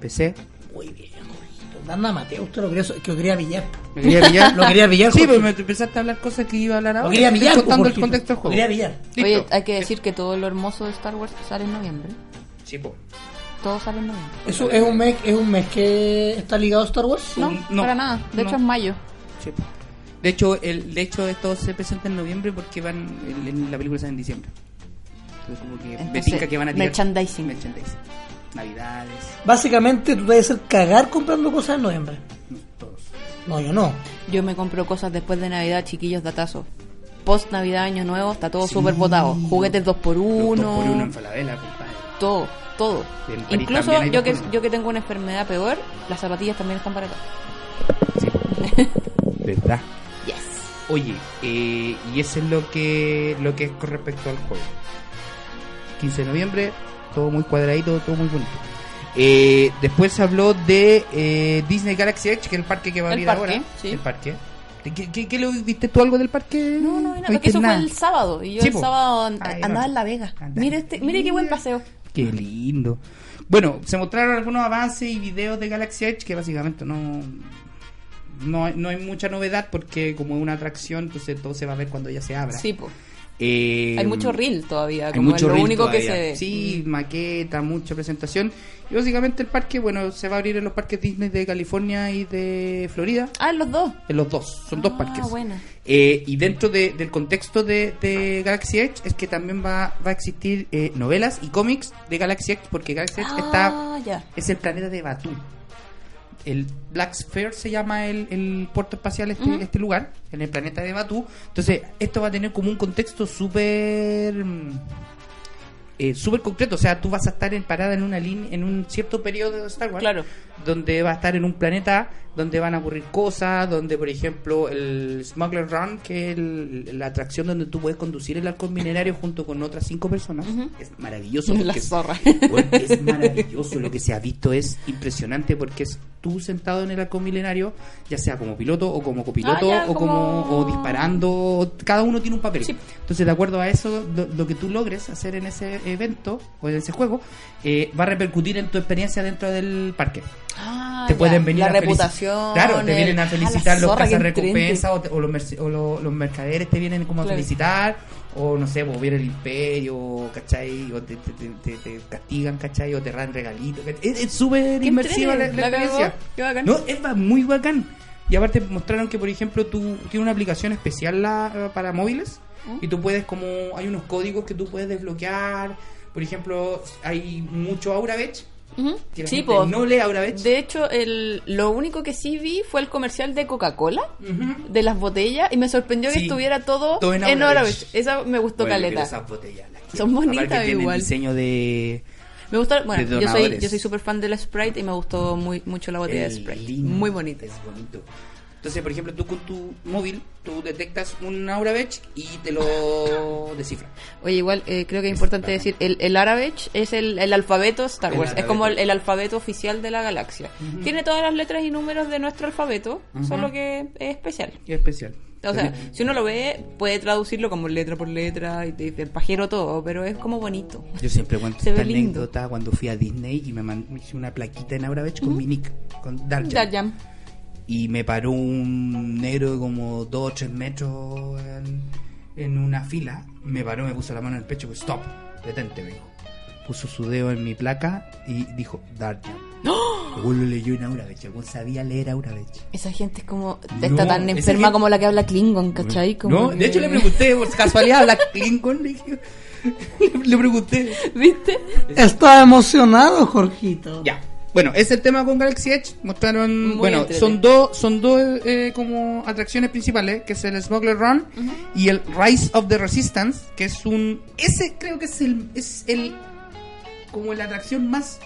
[SPEAKER 4] PC.
[SPEAKER 3] Muy bien, Jorgito. Anda, Mateo, usted lo quería, so- que lo quería pillar.
[SPEAKER 4] ¿Lo quería pillar?
[SPEAKER 3] Lo quería pillar,
[SPEAKER 4] Sí,
[SPEAKER 3] Jorge.
[SPEAKER 4] pero me empezaste a hablar cosas que iba a hablar ahora.
[SPEAKER 3] Lo quería
[SPEAKER 4] Estoy
[SPEAKER 3] pillar.
[SPEAKER 4] contando
[SPEAKER 3] po,
[SPEAKER 4] el
[SPEAKER 3] Jorgito.
[SPEAKER 4] contexto del juego.
[SPEAKER 3] Lo quería pillar.
[SPEAKER 5] Oye,
[SPEAKER 4] Listo.
[SPEAKER 5] hay que decir que todo lo hermoso de Star Wars sale en noviembre.
[SPEAKER 4] Sí, po.
[SPEAKER 5] Todo sale en noviembre.
[SPEAKER 3] Eso es un mes, es un mes que está ligado a Star Wars.
[SPEAKER 5] No,
[SPEAKER 4] no,
[SPEAKER 5] para nada. De
[SPEAKER 4] no.
[SPEAKER 5] hecho, es mayo.
[SPEAKER 4] Sí, po. De hecho, el, de hecho, esto se presenta en noviembre porque van el- en la película sale en diciembre. Entonces, como que me
[SPEAKER 5] Entonces,
[SPEAKER 4] tinca que van a tirar
[SPEAKER 5] merchandising.
[SPEAKER 4] merchandising. Navidades,
[SPEAKER 3] Básicamente tú debes ser cagar comprando cosas en noviembre.
[SPEAKER 4] no, todos.
[SPEAKER 3] No, yo no.
[SPEAKER 5] Yo me compro cosas después de Navidad, chiquillos, datazo. Post Navidad, Año Nuevo, está todo súper botado. Juguetes 2 por
[SPEAKER 4] Los
[SPEAKER 5] 1
[SPEAKER 4] dos por uno en Falabella, compadre.
[SPEAKER 5] Todo, todo.
[SPEAKER 4] En París
[SPEAKER 5] Incluso
[SPEAKER 4] también hay dos
[SPEAKER 5] yo que,
[SPEAKER 4] por uno.
[SPEAKER 5] yo que tengo una enfermedad peor, las zapatillas también están baratas.
[SPEAKER 4] ¿Verdad?
[SPEAKER 5] Yes.
[SPEAKER 4] Oye, eh, y eso es lo que, lo que es con respecto al juego. 15 de noviembre, todo muy cuadradito, todo muy bonito. Eh, después se habló de eh, Disney Galaxy Edge, que es el parque que va a abrir
[SPEAKER 5] El parque,
[SPEAKER 4] ahora.
[SPEAKER 5] sí.
[SPEAKER 4] El parque. ¿De ¿Qué, qué, qué lo viste tú algo del parque?
[SPEAKER 5] No, no, no,
[SPEAKER 4] viste
[SPEAKER 5] porque eso
[SPEAKER 4] nada?
[SPEAKER 5] fue el sábado y yo
[SPEAKER 4] Sí,
[SPEAKER 5] el
[SPEAKER 4] po.
[SPEAKER 5] sábado and-
[SPEAKER 4] Ahí
[SPEAKER 5] andaba
[SPEAKER 4] va.
[SPEAKER 5] en La Vega.
[SPEAKER 4] Andaba.
[SPEAKER 5] Mire, este, mire qué buen paseo.
[SPEAKER 4] Qué lindo. Bueno, se mostraron algunos avances y videos de Galaxy Edge que básicamente no, no, hay- no hay mucha novedad porque como es una atracción, entonces todo se va a ver cuando ya se abra.
[SPEAKER 5] Sí, po.
[SPEAKER 4] Eh,
[SPEAKER 5] Hay mucho reel todavía,
[SPEAKER 4] hay
[SPEAKER 5] como
[SPEAKER 4] mucho
[SPEAKER 5] es lo
[SPEAKER 4] reel
[SPEAKER 5] único que
[SPEAKER 4] todavía.
[SPEAKER 5] se Mm. ve.
[SPEAKER 4] Sí, maqueta, mucha presentación. Y básicamente el parque, bueno, se va a abrir en los parques Disney de California y de Florida.
[SPEAKER 5] Ah, los dos.
[SPEAKER 4] En los dos, son dos
[SPEAKER 5] Ah,
[SPEAKER 4] parques.
[SPEAKER 5] buena.
[SPEAKER 4] Eh, y dentro de- del contexto de, de Galaxy Edge es que también va, va a existir eh, novelas y cómics de Galaxy Edge, porque Galaxy Edge está,
[SPEAKER 5] Ah, ya.
[SPEAKER 4] es el planeta de Batu. El Black Sphere se llama el, el puerto espacial este,
[SPEAKER 5] Ujú.
[SPEAKER 4] este lugar, en el planeta de Batu. Entonces, esto va a tener como un contexto súper... mm, eh, súper concreto, o sea, tú vas a estar en parada en una línea, en un cierto periodo de Star Wars,
[SPEAKER 5] Claro.
[SPEAKER 4] donde va a estar en un planeta, donde van a ocurrir cosas, donde por ejemplo el Smuggler Run, que es el- la atracción donde tú puedes conducir el halcón minerario junto con otras cinco personas, es maravilloso.
[SPEAKER 5] La
[SPEAKER 4] porque es-
[SPEAKER 5] zorra.
[SPEAKER 4] Bueno, es maravilloso lo que se ha visto, es impresionante porque es tú sentado en el halcón milenario, ya sea como piloto o como copiloto
[SPEAKER 5] Ah, ya,
[SPEAKER 4] o como
[SPEAKER 5] como-
[SPEAKER 4] o disparando, cada uno tiene un papel.
[SPEAKER 5] Sí.
[SPEAKER 4] Entonces, de acuerdo a eso, lo, lo que tú logres hacer en ese evento o en ese juego eh, va a repercutir en tu experiencia dentro del parque.
[SPEAKER 5] Ah,
[SPEAKER 4] te
[SPEAKER 5] ya.
[SPEAKER 4] pueden venir
[SPEAKER 5] la
[SPEAKER 4] a felici-
[SPEAKER 5] reputación.
[SPEAKER 4] Claro, te
[SPEAKER 5] el-
[SPEAKER 4] vienen a
[SPEAKER 5] Ah, la
[SPEAKER 4] felicitar los
[SPEAKER 5] zorra, qué
[SPEAKER 4] casas
[SPEAKER 5] entrete.
[SPEAKER 4] recompensas o, te- o los, merce- o lo- los mercaderes te vienen como
[SPEAKER 5] Claro.
[SPEAKER 4] a felicitar o no sé, vos viene el imperio, ¿cachai? O te, te- te- te- te castigan, ¿cachai? O te dan regalitos. ¿cachai? Es es súper
[SPEAKER 5] Qué
[SPEAKER 4] inmersiva la,
[SPEAKER 5] entrete,
[SPEAKER 4] la
[SPEAKER 5] la cagó,
[SPEAKER 4] experiencia.
[SPEAKER 5] qué bacán.
[SPEAKER 4] No, es ba- muy bacán. Y aparte mostraron que, por ejemplo, tú tiene una aplicación especial la- para móviles
[SPEAKER 5] ¿Mm?
[SPEAKER 4] y tú puedes como hay unos códigos que tú puedes desbloquear. Por ejemplo, hay mucho Auravech
[SPEAKER 5] Ujú.
[SPEAKER 4] que la
[SPEAKER 5] Sí,
[SPEAKER 4] gente
[SPEAKER 5] po.
[SPEAKER 4] no lee Auravech.
[SPEAKER 5] De hecho, el, lo único que sí vi fue el comercial de Coca-Cola,
[SPEAKER 4] Ujú.
[SPEAKER 5] de las botellas, y me sorprendió que
[SPEAKER 4] Sí.
[SPEAKER 5] estuviera todo,
[SPEAKER 4] Todo en
[SPEAKER 5] en
[SPEAKER 4] Oravich.
[SPEAKER 5] Oravich. Esa me gustó
[SPEAKER 4] Oye,
[SPEAKER 5] caleta.
[SPEAKER 4] pero esas botellas las quiero.
[SPEAKER 5] Son bonitas
[SPEAKER 4] Aparte tienen
[SPEAKER 5] igual.
[SPEAKER 4] diseño de
[SPEAKER 5] Me gusta,
[SPEAKER 4] de
[SPEAKER 5] bueno, yo soy
[SPEAKER 4] donadores.
[SPEAKER 5] yo soy súper fan de la Sprite y me gustó muy mucho la botella de
[SPEAKER 4] el
[SPEAKER 5] Sprite.
[SPEAKER 4] lino.
[SPEAKER 5] Muy bonita.
[SPEAKER 4] Es bonito. Entonces, por ejemplo, tú con tu móvil tú detectas un Auravech y te lo descifra.
[SPEAKER 5] Oye, igual eh, creo que es importante decir, el, el Arabech es el, el alfabeto Star
[SPEAKER 4] El
[SPEAKER 5] Wars, es
[SPEAKER 4] Arabech.
[SPEAKER 5] como el, el alfabeto oficial de la galaxia. Tiene todas las letras y números de nuestro alfabeto, solo que es especial.
[SPEAKER 4] Y es especial.
[SPEAKER 5] O sea, si uno lo ve, puede traducirlo como letra por letra, y te- el pajero todo, pero es como bonito.
[SPEAKER 4] Yo siempre cuento
[SPEAKER 5] Se
[SPEAKER 4] esta
[SPEAKER 5] ve lindo.
[SPEAKER 4] anécdota cuando fui a Disney y me man- me hice una plaquita en Auravech con mi nick, con Dark Jam.
[SPEAKER 5] Dar Jam.
[SPEAKER 4] y me paró un negro de como 2 o 3 metros en, en una fila. Me paró, me puso la mano en el pecho, pues stop, detente, me dijo. Puso su dedo en mi placa y dijo, Dark Jam. Según lo leyó en Auravech, según sabía leer Auravech.
[SPEAKER 5] Esa gente es como,
[SPEAKER 4] No,
[SPEAKER 5] está tan
[SPEAKER 4] esa
[SPEAKER 5] enferma
[SPEAKER 4] gente-
[SPEAKER 5] como la que habla Klingon, ¿cachai? Como
[SPEAKER 4] No,
[SPEAKER 5] que-
[SPEAKER 4] de hecho le pregunté, por casualidad habla Klingon, le, dije- le pregunté.
[SPEAKER 5] ¿Viste?
[SPEAKER 3] Está emocionado, Jorgito.
[SPEAKER 4] Ya. Bueno, ese es el tema con Galaxy Edge. Mostraron,
[SPEAKER 5] Muy
[SPEAKER 4] bueno,
[SPEAKER 5] entrete.
[SPEAKER 4] son dos son dos eh, como atracciones principales, que es el Smuggler Run y el Rise of the Resistance, que es un ese creo que es el es el como la atracción más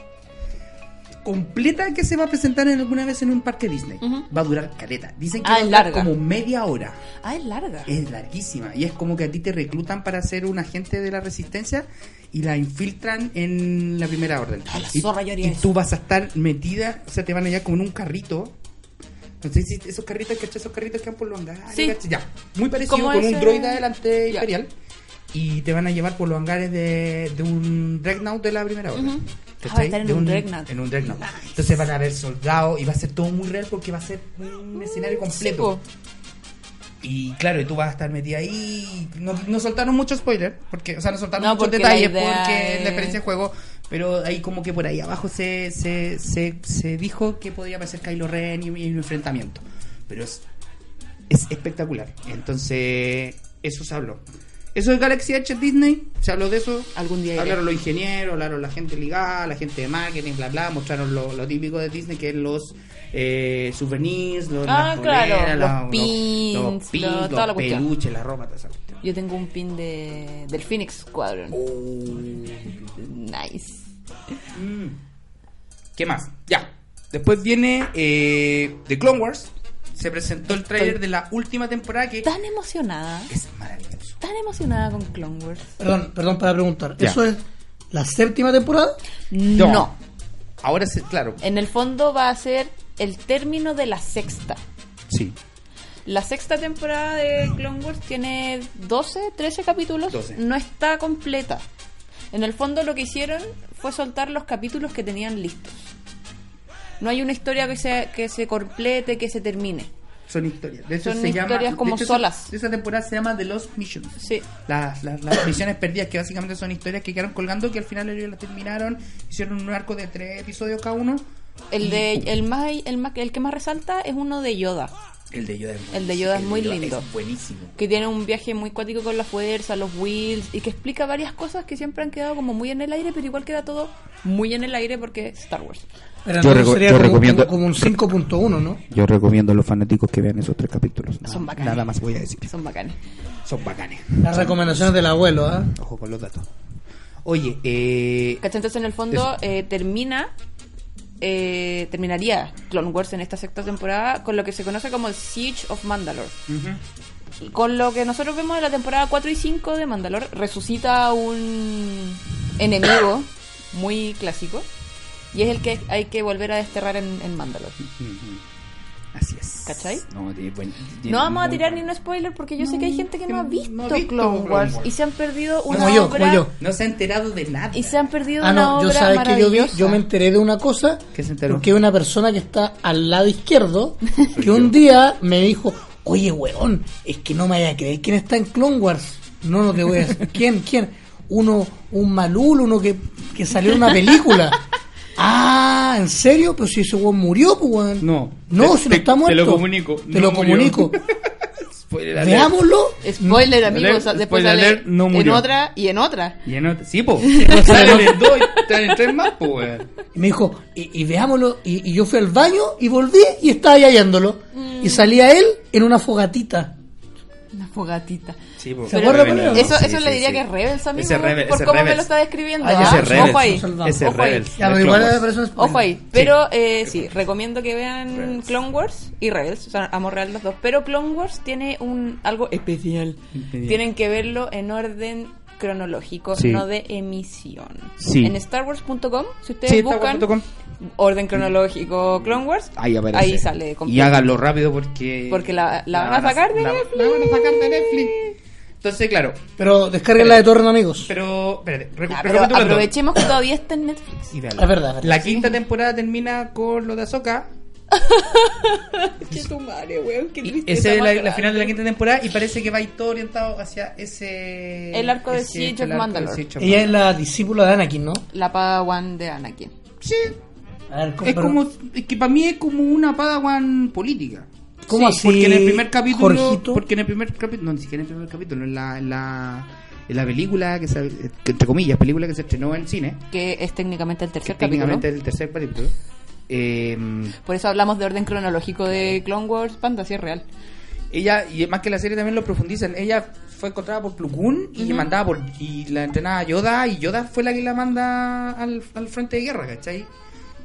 [SPEAKER 4] completa que se va a presentar en alguna vez en un parque Disney.
[SPEAKER 5] Ujú.
[SPEAKER 4] Va a durar caleta. Dicen que
[SPEAKER 5] Ah,
[SPEAKER 4] va a
[SPEAKER 5] es
[SPEAKER 4] durar
[SPEAKER 5] larga.
[SPEAKER 4] como media hora.
[SPEAKER 5] Ah, es larga.
[SPEAKER 4] Es larguísima y es como que a ti te reclutan para ser un agente de la resistencia y la infiltran en la primera orden.
[SPEAKER 5] Ah, la
[SPEAKER 4] y
[SPEAKER 5] zorra, yo haría
[SPEAKER 4] y
[SPEAKER 5] eso.
[SPEAKER 4] tú vas a estar metida, o sea, te van a llevar como en un carrito Entonces, sí, esos carritos, ¿cachai? Esos carritos que van por los hangares,
[SPEAKER 5] Sí.
[SPEAKER 4] ¿cachai? Ya, muy parecido
[SPEAKER 5] Como
[SPEAKER 4] con un
[SPEAKER 5] ese-
[SPEAKER 4] droid adelante imperial. Y te van a llevar por los hangares de, de un Dreadnought de la primera hora.
[SPEAKER 5] Ah, va a estar en
[SPEAKER 4] De
[SPEAKER 5] un Dreadnought.
[SPEAKER 4] En un Dreadnought. Entonces van a haber soldados y va a ser todo muy real porque va a ser un escenario completo. Y claro, y tú vas a estar metida ahí. No, no soltaron mucho spoiler, porque, o sea, no soltaron
[SPEAKER 5] No,
[SPEAKER 4] muchos
[SPEAKER 5] porque la
[SPEAKER 4] detalles
[SPEAKER 5] idea
[SPEAKER 4] porque
[SPEAKER 5] es-
[SPEAKER 4] la experiencia de juego. Pero ahí como que por ahí abajo se, se, se, se dijo que podría aparecer Kylo Ren y, y un enfrentamiento. Pero es, es espectacular. Entonces, eso se habló. Eso de Galaxy H Disney, se habló de eso.
[SPEAKER 5] Algún día iré.
[SPEAKER 4] Hablaron los ingenieros, hablaron la gente ligada, la gente de marketing, bla, bla. Mostraron lo, lo típico de Disney, que es los eh, souvenirs, los,
[SPEAKER 5] Ah,
[SPEAKER 4] las
[SPEAKER 5] claro,
[SPEAKER 4] poleras,
[SPEAKER 5] los
[SPEAKER 4] la-
[SPEAKER 5] pins,
[SPEAKER 4] los, los, pins,
[SPEAKER 5] lo-
[SPEAKER 4] los
[SPEAKER 5] toda la cuestión.
[SPEAKER 4] peluches, la ropa, toda esa cuestión.
[SPEAKER 5] Yo tengo un pin de, del Phoenix Squadron. Nice.
[SPEAKER 4] Mm. ¿Qué más? Ya. Después viene eh, The Clone Wars. Se presentó el tráiler de la última temporada que
[SPEAKER 5] Tan emocionada,
[SPEAKER 4] es maravilloso.
[SPEAKER 5] tan emocionada con Clone Wars.
[SPEAKER 3] Perdón, perdón para preguntar.
[SPEAKER 4] Ya.
[SPEAKER 3] ¿Eso es la séptima temporada?
[SPEAKER 5] No. Eh.
[SPEAKER 4] Ahora sí, claro.
[SPEAKER 5] En el fondo va a ser el término de la sexta.
[SPEAKER 4] Sí.
[SPEAKER 5] La sexta temporada de Clone Wars tiene 12, 13 capítulos.
[SPEAKER 4] 12.
[SPEAKER 5] No está completa. En el fondo lo que hicieron fue soltar los capítulos que tenían listos. No hay una historia que se, que se complete, que se termine.
[SPEAKER 4] Son historias. De hecho,
[SPEAKER 5] Son
[SPEAKER 4] se
[SPEAKER 5] historias
[SPEAKER 4] llama,
[SPEAKER 5] como
[SPEAKER 4] de hecho,
[SPEAKER 5] solas.
[SPEAKER 4] esa- Esa temporada se llama The Lost Missions.
[SPEAKER 5] Sí.
[SPEAKER 4] Las, las, las misiones perdidas, que básicamente son historias que quedaron colgando, que al final ellos las terminaron, hicieron un arco de tres episodios cada uno.
[SPEAKER 5] El, de, el, más, el, más, el que más resalta es uno de Yoda,
[SPEAKER 4] El de Yoda es,
[SPEAKER 5] El de Yoda es muy lindo.
[SPEAKER 4] buenísimo.
[SPEAKER 5] que tiene un viaje muy cuático con la fuerza, los wheels, y que explica varias cosas que siempre han quedado como muy en el aire, pero igual queda todo muy en el aire porque es Star Wars.
[SPEAKER 3] Pero
[SPEAKER 4] Yo
[SPEAKER 3] no,
[SPEAKER 4] reco-
[SPEAKER 3] sería
[SPEAKER 4] yo
[SPEAKER 3] como,
[SPEAKER 4] recomiendo-
[SPEAKER 3] como un 5.1, ¿no?
[SPEAKER 4] Yo recomiendo a los fanáticos que vean esos tres capítulos. Nada,
[SPEAKER 5] Son bacanes.
[SPEAKER 4] Ah, nada más voy a decir.
[SPEAKER 5] Son bacanes.
[SPEAKER 4] Son bacanes.
[SPEAKER 3] Las recomendaciones del abuelo, ¿ah?
[SPEAKER 4] Ojo con los datos. Oye, eh,
[SPEAKER 5] ¿Cachai? Entonces en el fondo eh, termina, eh, terminaría Clone Wars en esta sexta temporada con lo que se conoce como el Siege of Mandalore. Con lo que nosotros vemos en la temporada 4 y 5 de Mandalore, resucita un enemigo muy clásico y es el que hay que volver a desterrar en, en Mandalore.
[SPEAKER 4] así es.
[SPEAKER 5] ¿Cachai?
[SPEAKER 4] No, de- bueno, de-
[SPEAKER 5] No vamos a
[SPEAKER 4] muy
[SPEAKER 5] tirar ni
[SPEAKER 4] bueno.
[SPEAKER 5] un spoiler porque yo sé que hay gente que no ha visto,
[SPEAKER 4] no ha visto
[SPEAKER 5] Clone,
[SPEAKER 4] Clone
[SPEAKER 5] Wars,
[SPEAKER 4] Wars.
[SPEAKER 5] y se han perdido una
[SPEAKER 3] Como yo,
[SPEAKER 5] obra
[SPEAKER 3] como yo.
[SPEAKER 4] No se ha enterado de nada.
[SPEAKER 5] y se han perdido
[SPEAKER 3] Ah,
[SPEAKER 5] una
[SPEAKER 3] no, yo
[SPEAKER 5] obra
[SPEAKER 3] sabes que yo vi,
[SPEAKER 5] maravillosa.
[SPEAKER 3] yo me enteré de una cosa,
[SPEAKER 4] ¿Qué se enteró?
[SPEAKER 3] porque hay una persona que está al lado izquierdo, que
[SPEAKER 4] yo.
[SPEAKER 3] un día me dijo, oye, weón, es que no me vaya a creer quién está en Clone Wars. No, no te voy a decir. ¿Quién? ¿Quién? Uno, un malul, uno que, que salió en una película. Ah, ¿en serio? Pero si ese weón murió, pues, weón.
[SPEAKER 4] No.
[SPEAKER 3] No,
[SPEAKER 4] Te-
[SPEAKER 3] si no
[SPEAKER 4] te-
[SPEAKER 3] está
[SPEAKER 4] te
[SPEAKER 3] muerto.
[SPEAKER 4] lo comunico,
[SPEAKER 3] Te
[SPEAKER 4] no
[SPEAKER 3] lo
[SPEAKER 4] murió.
[SPEAKER 3] comunico.
[SPEAKER 4] Spoiler alert.
[SPEAKER 3] Veámoslo.
[SPEAKER 5] Spoiler, amigos.
[SPEAKER 4] Mm. Alert,
[SPEAKER 5] después
[SPEAKER 4] spoiler
[SPEAKER 5] sale
[SPEAKER 4] alert, no
[SPEAKER 5] en
[SPEAKER 4] murió.
[SPEAKER 5] otra y en otra.
[SPEAKER 4] Y en otra. Sí, po. Salen en dos y salen tres más, po, weón.
[SPEAKER 3] Y me dijo, y, y veámoslo. Y, y yo fui al baño y volví y estaba ahí hallándolo.
[SPEAKER 5] Mm.
[SPEAKER 3] Y salía él en una fogatita.
[SPEAKER 5] Una fogatita.
[SPEAKER 4] Sí, po.
[SPEAKER 3] ¿Se acuerda,
[SPEAKER 4] Rebel,
[SPEAKER 3] Pablo?
[SPEAKER 4] no,
[SPEAKER 5] Eso,
[SPEAKER 4] sí,
[SPEAKER 5] eso
[SPEAKER 4] sí,
[SPEAKER 5] le diría
[SPEAKER 4] sí.
[SPEAKER 5] que es Rebels, amigo.
[SPEAKER 4] Ese Rebel,
[SPEAKER 5] por
[SPEAKER 4] ese
[SPEAKER 5] cómo me
[SPEAKER 4] Rebels.
[SPEAKER 5] lo está describiendo.
[SPEAKER 3] Ah,
[SPEAKER 5] ¿ah?
[SPEAKER 4] Ese Rebels.
[SPEAKER 5] Ojo ahí.
[SPEAKER 3] Salvador.
[SPEAKER 4] Ese
[SPEAKER 5] Ojo ahí.
[SPEAKER 4] Rebels.
[SPEAKER 3] Ya,
[SPEAKER 4] de
[SPEAKER 3] pero
[SPEAKER 4] Clone
[SPEAKER 3] igual
[SPEAKER 4] Wars.
[SPEAKER 3] era por eso es-
[SPEAKER 5] Ojo ahí.
[SPEAKER 4] Sí.
[SPEAKER 5] Pero eh, sí, recomiendo que vean
[SPEAKER 4] Rebels.
[SPEAKER 5] Clone Wars y Rebels. Son amor real los dos. Pero Clone Wars tiene un algo especial.
[SPEAKER 4] Especial.
[SPEAKER 5] Tienen que verlo en orden cronológico,
[SPEAKER 4] Sí.
[SPEAKER 5] no de emisión.
[SPEAKER 4] Sí.
[SPEAKER 5] En starwars.com, si ustedes
[SPEAKER 4] Sí,
[SPEAKER 5] buscan
[SPEAKER 4] starwars.com.
[SPEAKER 5] orden cronológico Clone Wars,
[SPEAKER 4] Ahí aparece.
[SPEAKER 5] sale
[SPEAKER 4] Y
[SPEAKER 5] completo.
[SPEAKER 4] háganlo rápido porque.
[SPEAKER 5] Porque la- la van a sacar de
[SPEAKER 4] la-
[SPEAKER 5] Netflix.
[SPEAKER 4] La van a sacar de Netflix. Entonces, claro.
[SPEAKER 3] Pero descárguenla de torno, amigos.
[SPEAKER 4] Pero. Espérate, recu-
[SPEAKER 5] Ah, pero
[SPEAKER 4] recapitulando.
[SPEAKER 5] aprovechemos que todavía está en Netflix.
[SPEAKER 4] Y véanla.
[SPEAKER 3] Es verdad, es verdad.
[SPEAKER 4] La quinta temporada termina con lo de Ahsoka.
[SPEAKER 5] Che tu madre, weón, qué
[SPEAKER 4] Y
[SPEAKER 5] tristeza
[SPEAKER 4] Ese es
[SPEAKER 5] más
[SPEAKER 4] la, la
[SPEAKER 5] grande.
[SPEAKER 4] final de la quinta temporada y parece que va a ir todo orientado hacia ese.
[SPEAKER 5] El arco de
[SPEAKER 4] ese-
[SPEAKER 5] Siege
[SPEAKER 4] el
[SPEAKER 5] of
[SPEAKER 4] arco de
[SPEAKER 5] Mandalore.
[SPEAKER 4] Siege of
[SPEAKER 3] Ella es la discípula de Anakin, ¿no?
[SPEAKER 5] La Padawan de Anakin.
[SPEAKER 4] Sí,
[SPEAKER 3] A ver,
[SPEAKER 4] es
[SPEAKER 3] pero-
[SPEAKER 4] como. Es que para mí es como una Padawan política.
[SPEAKER 3] ¿Cómo
[SPEAKER 4] Sí,
[SPEAKER 3] así,
[SPEAKER 4] Porque en el primer capítulo.
[SPEAKER 3] Jorgito?
[SPEAKER 4] Porque en el primer capítulo. No, ni siquiera en el primer capítulo. En la, en la, en la película, que se- que entre comillas, película que se estrenó en cine.
[SPEAKER 5] Que es técnicamente el
[SPEAKER 4] Que
[SPEAKER 5] tercer capítulo.
[SPEAKER 4] técnicamente es el tercer capítulo. Eh,
[SPEAKER 5] Por eso hablamos de orden cronológico de Clone Wars, Panda, sí es real.
[SPEAKER 4] ella y más que la serie también lo profundizan ella fue encontrada por Plukun y
[SPEAKER 5] Ujú.
[SPEAKER 4] mandada por y la entrenaba a Yoda y Yoda fue la que la manda al, al frente de guerra ¿cachai?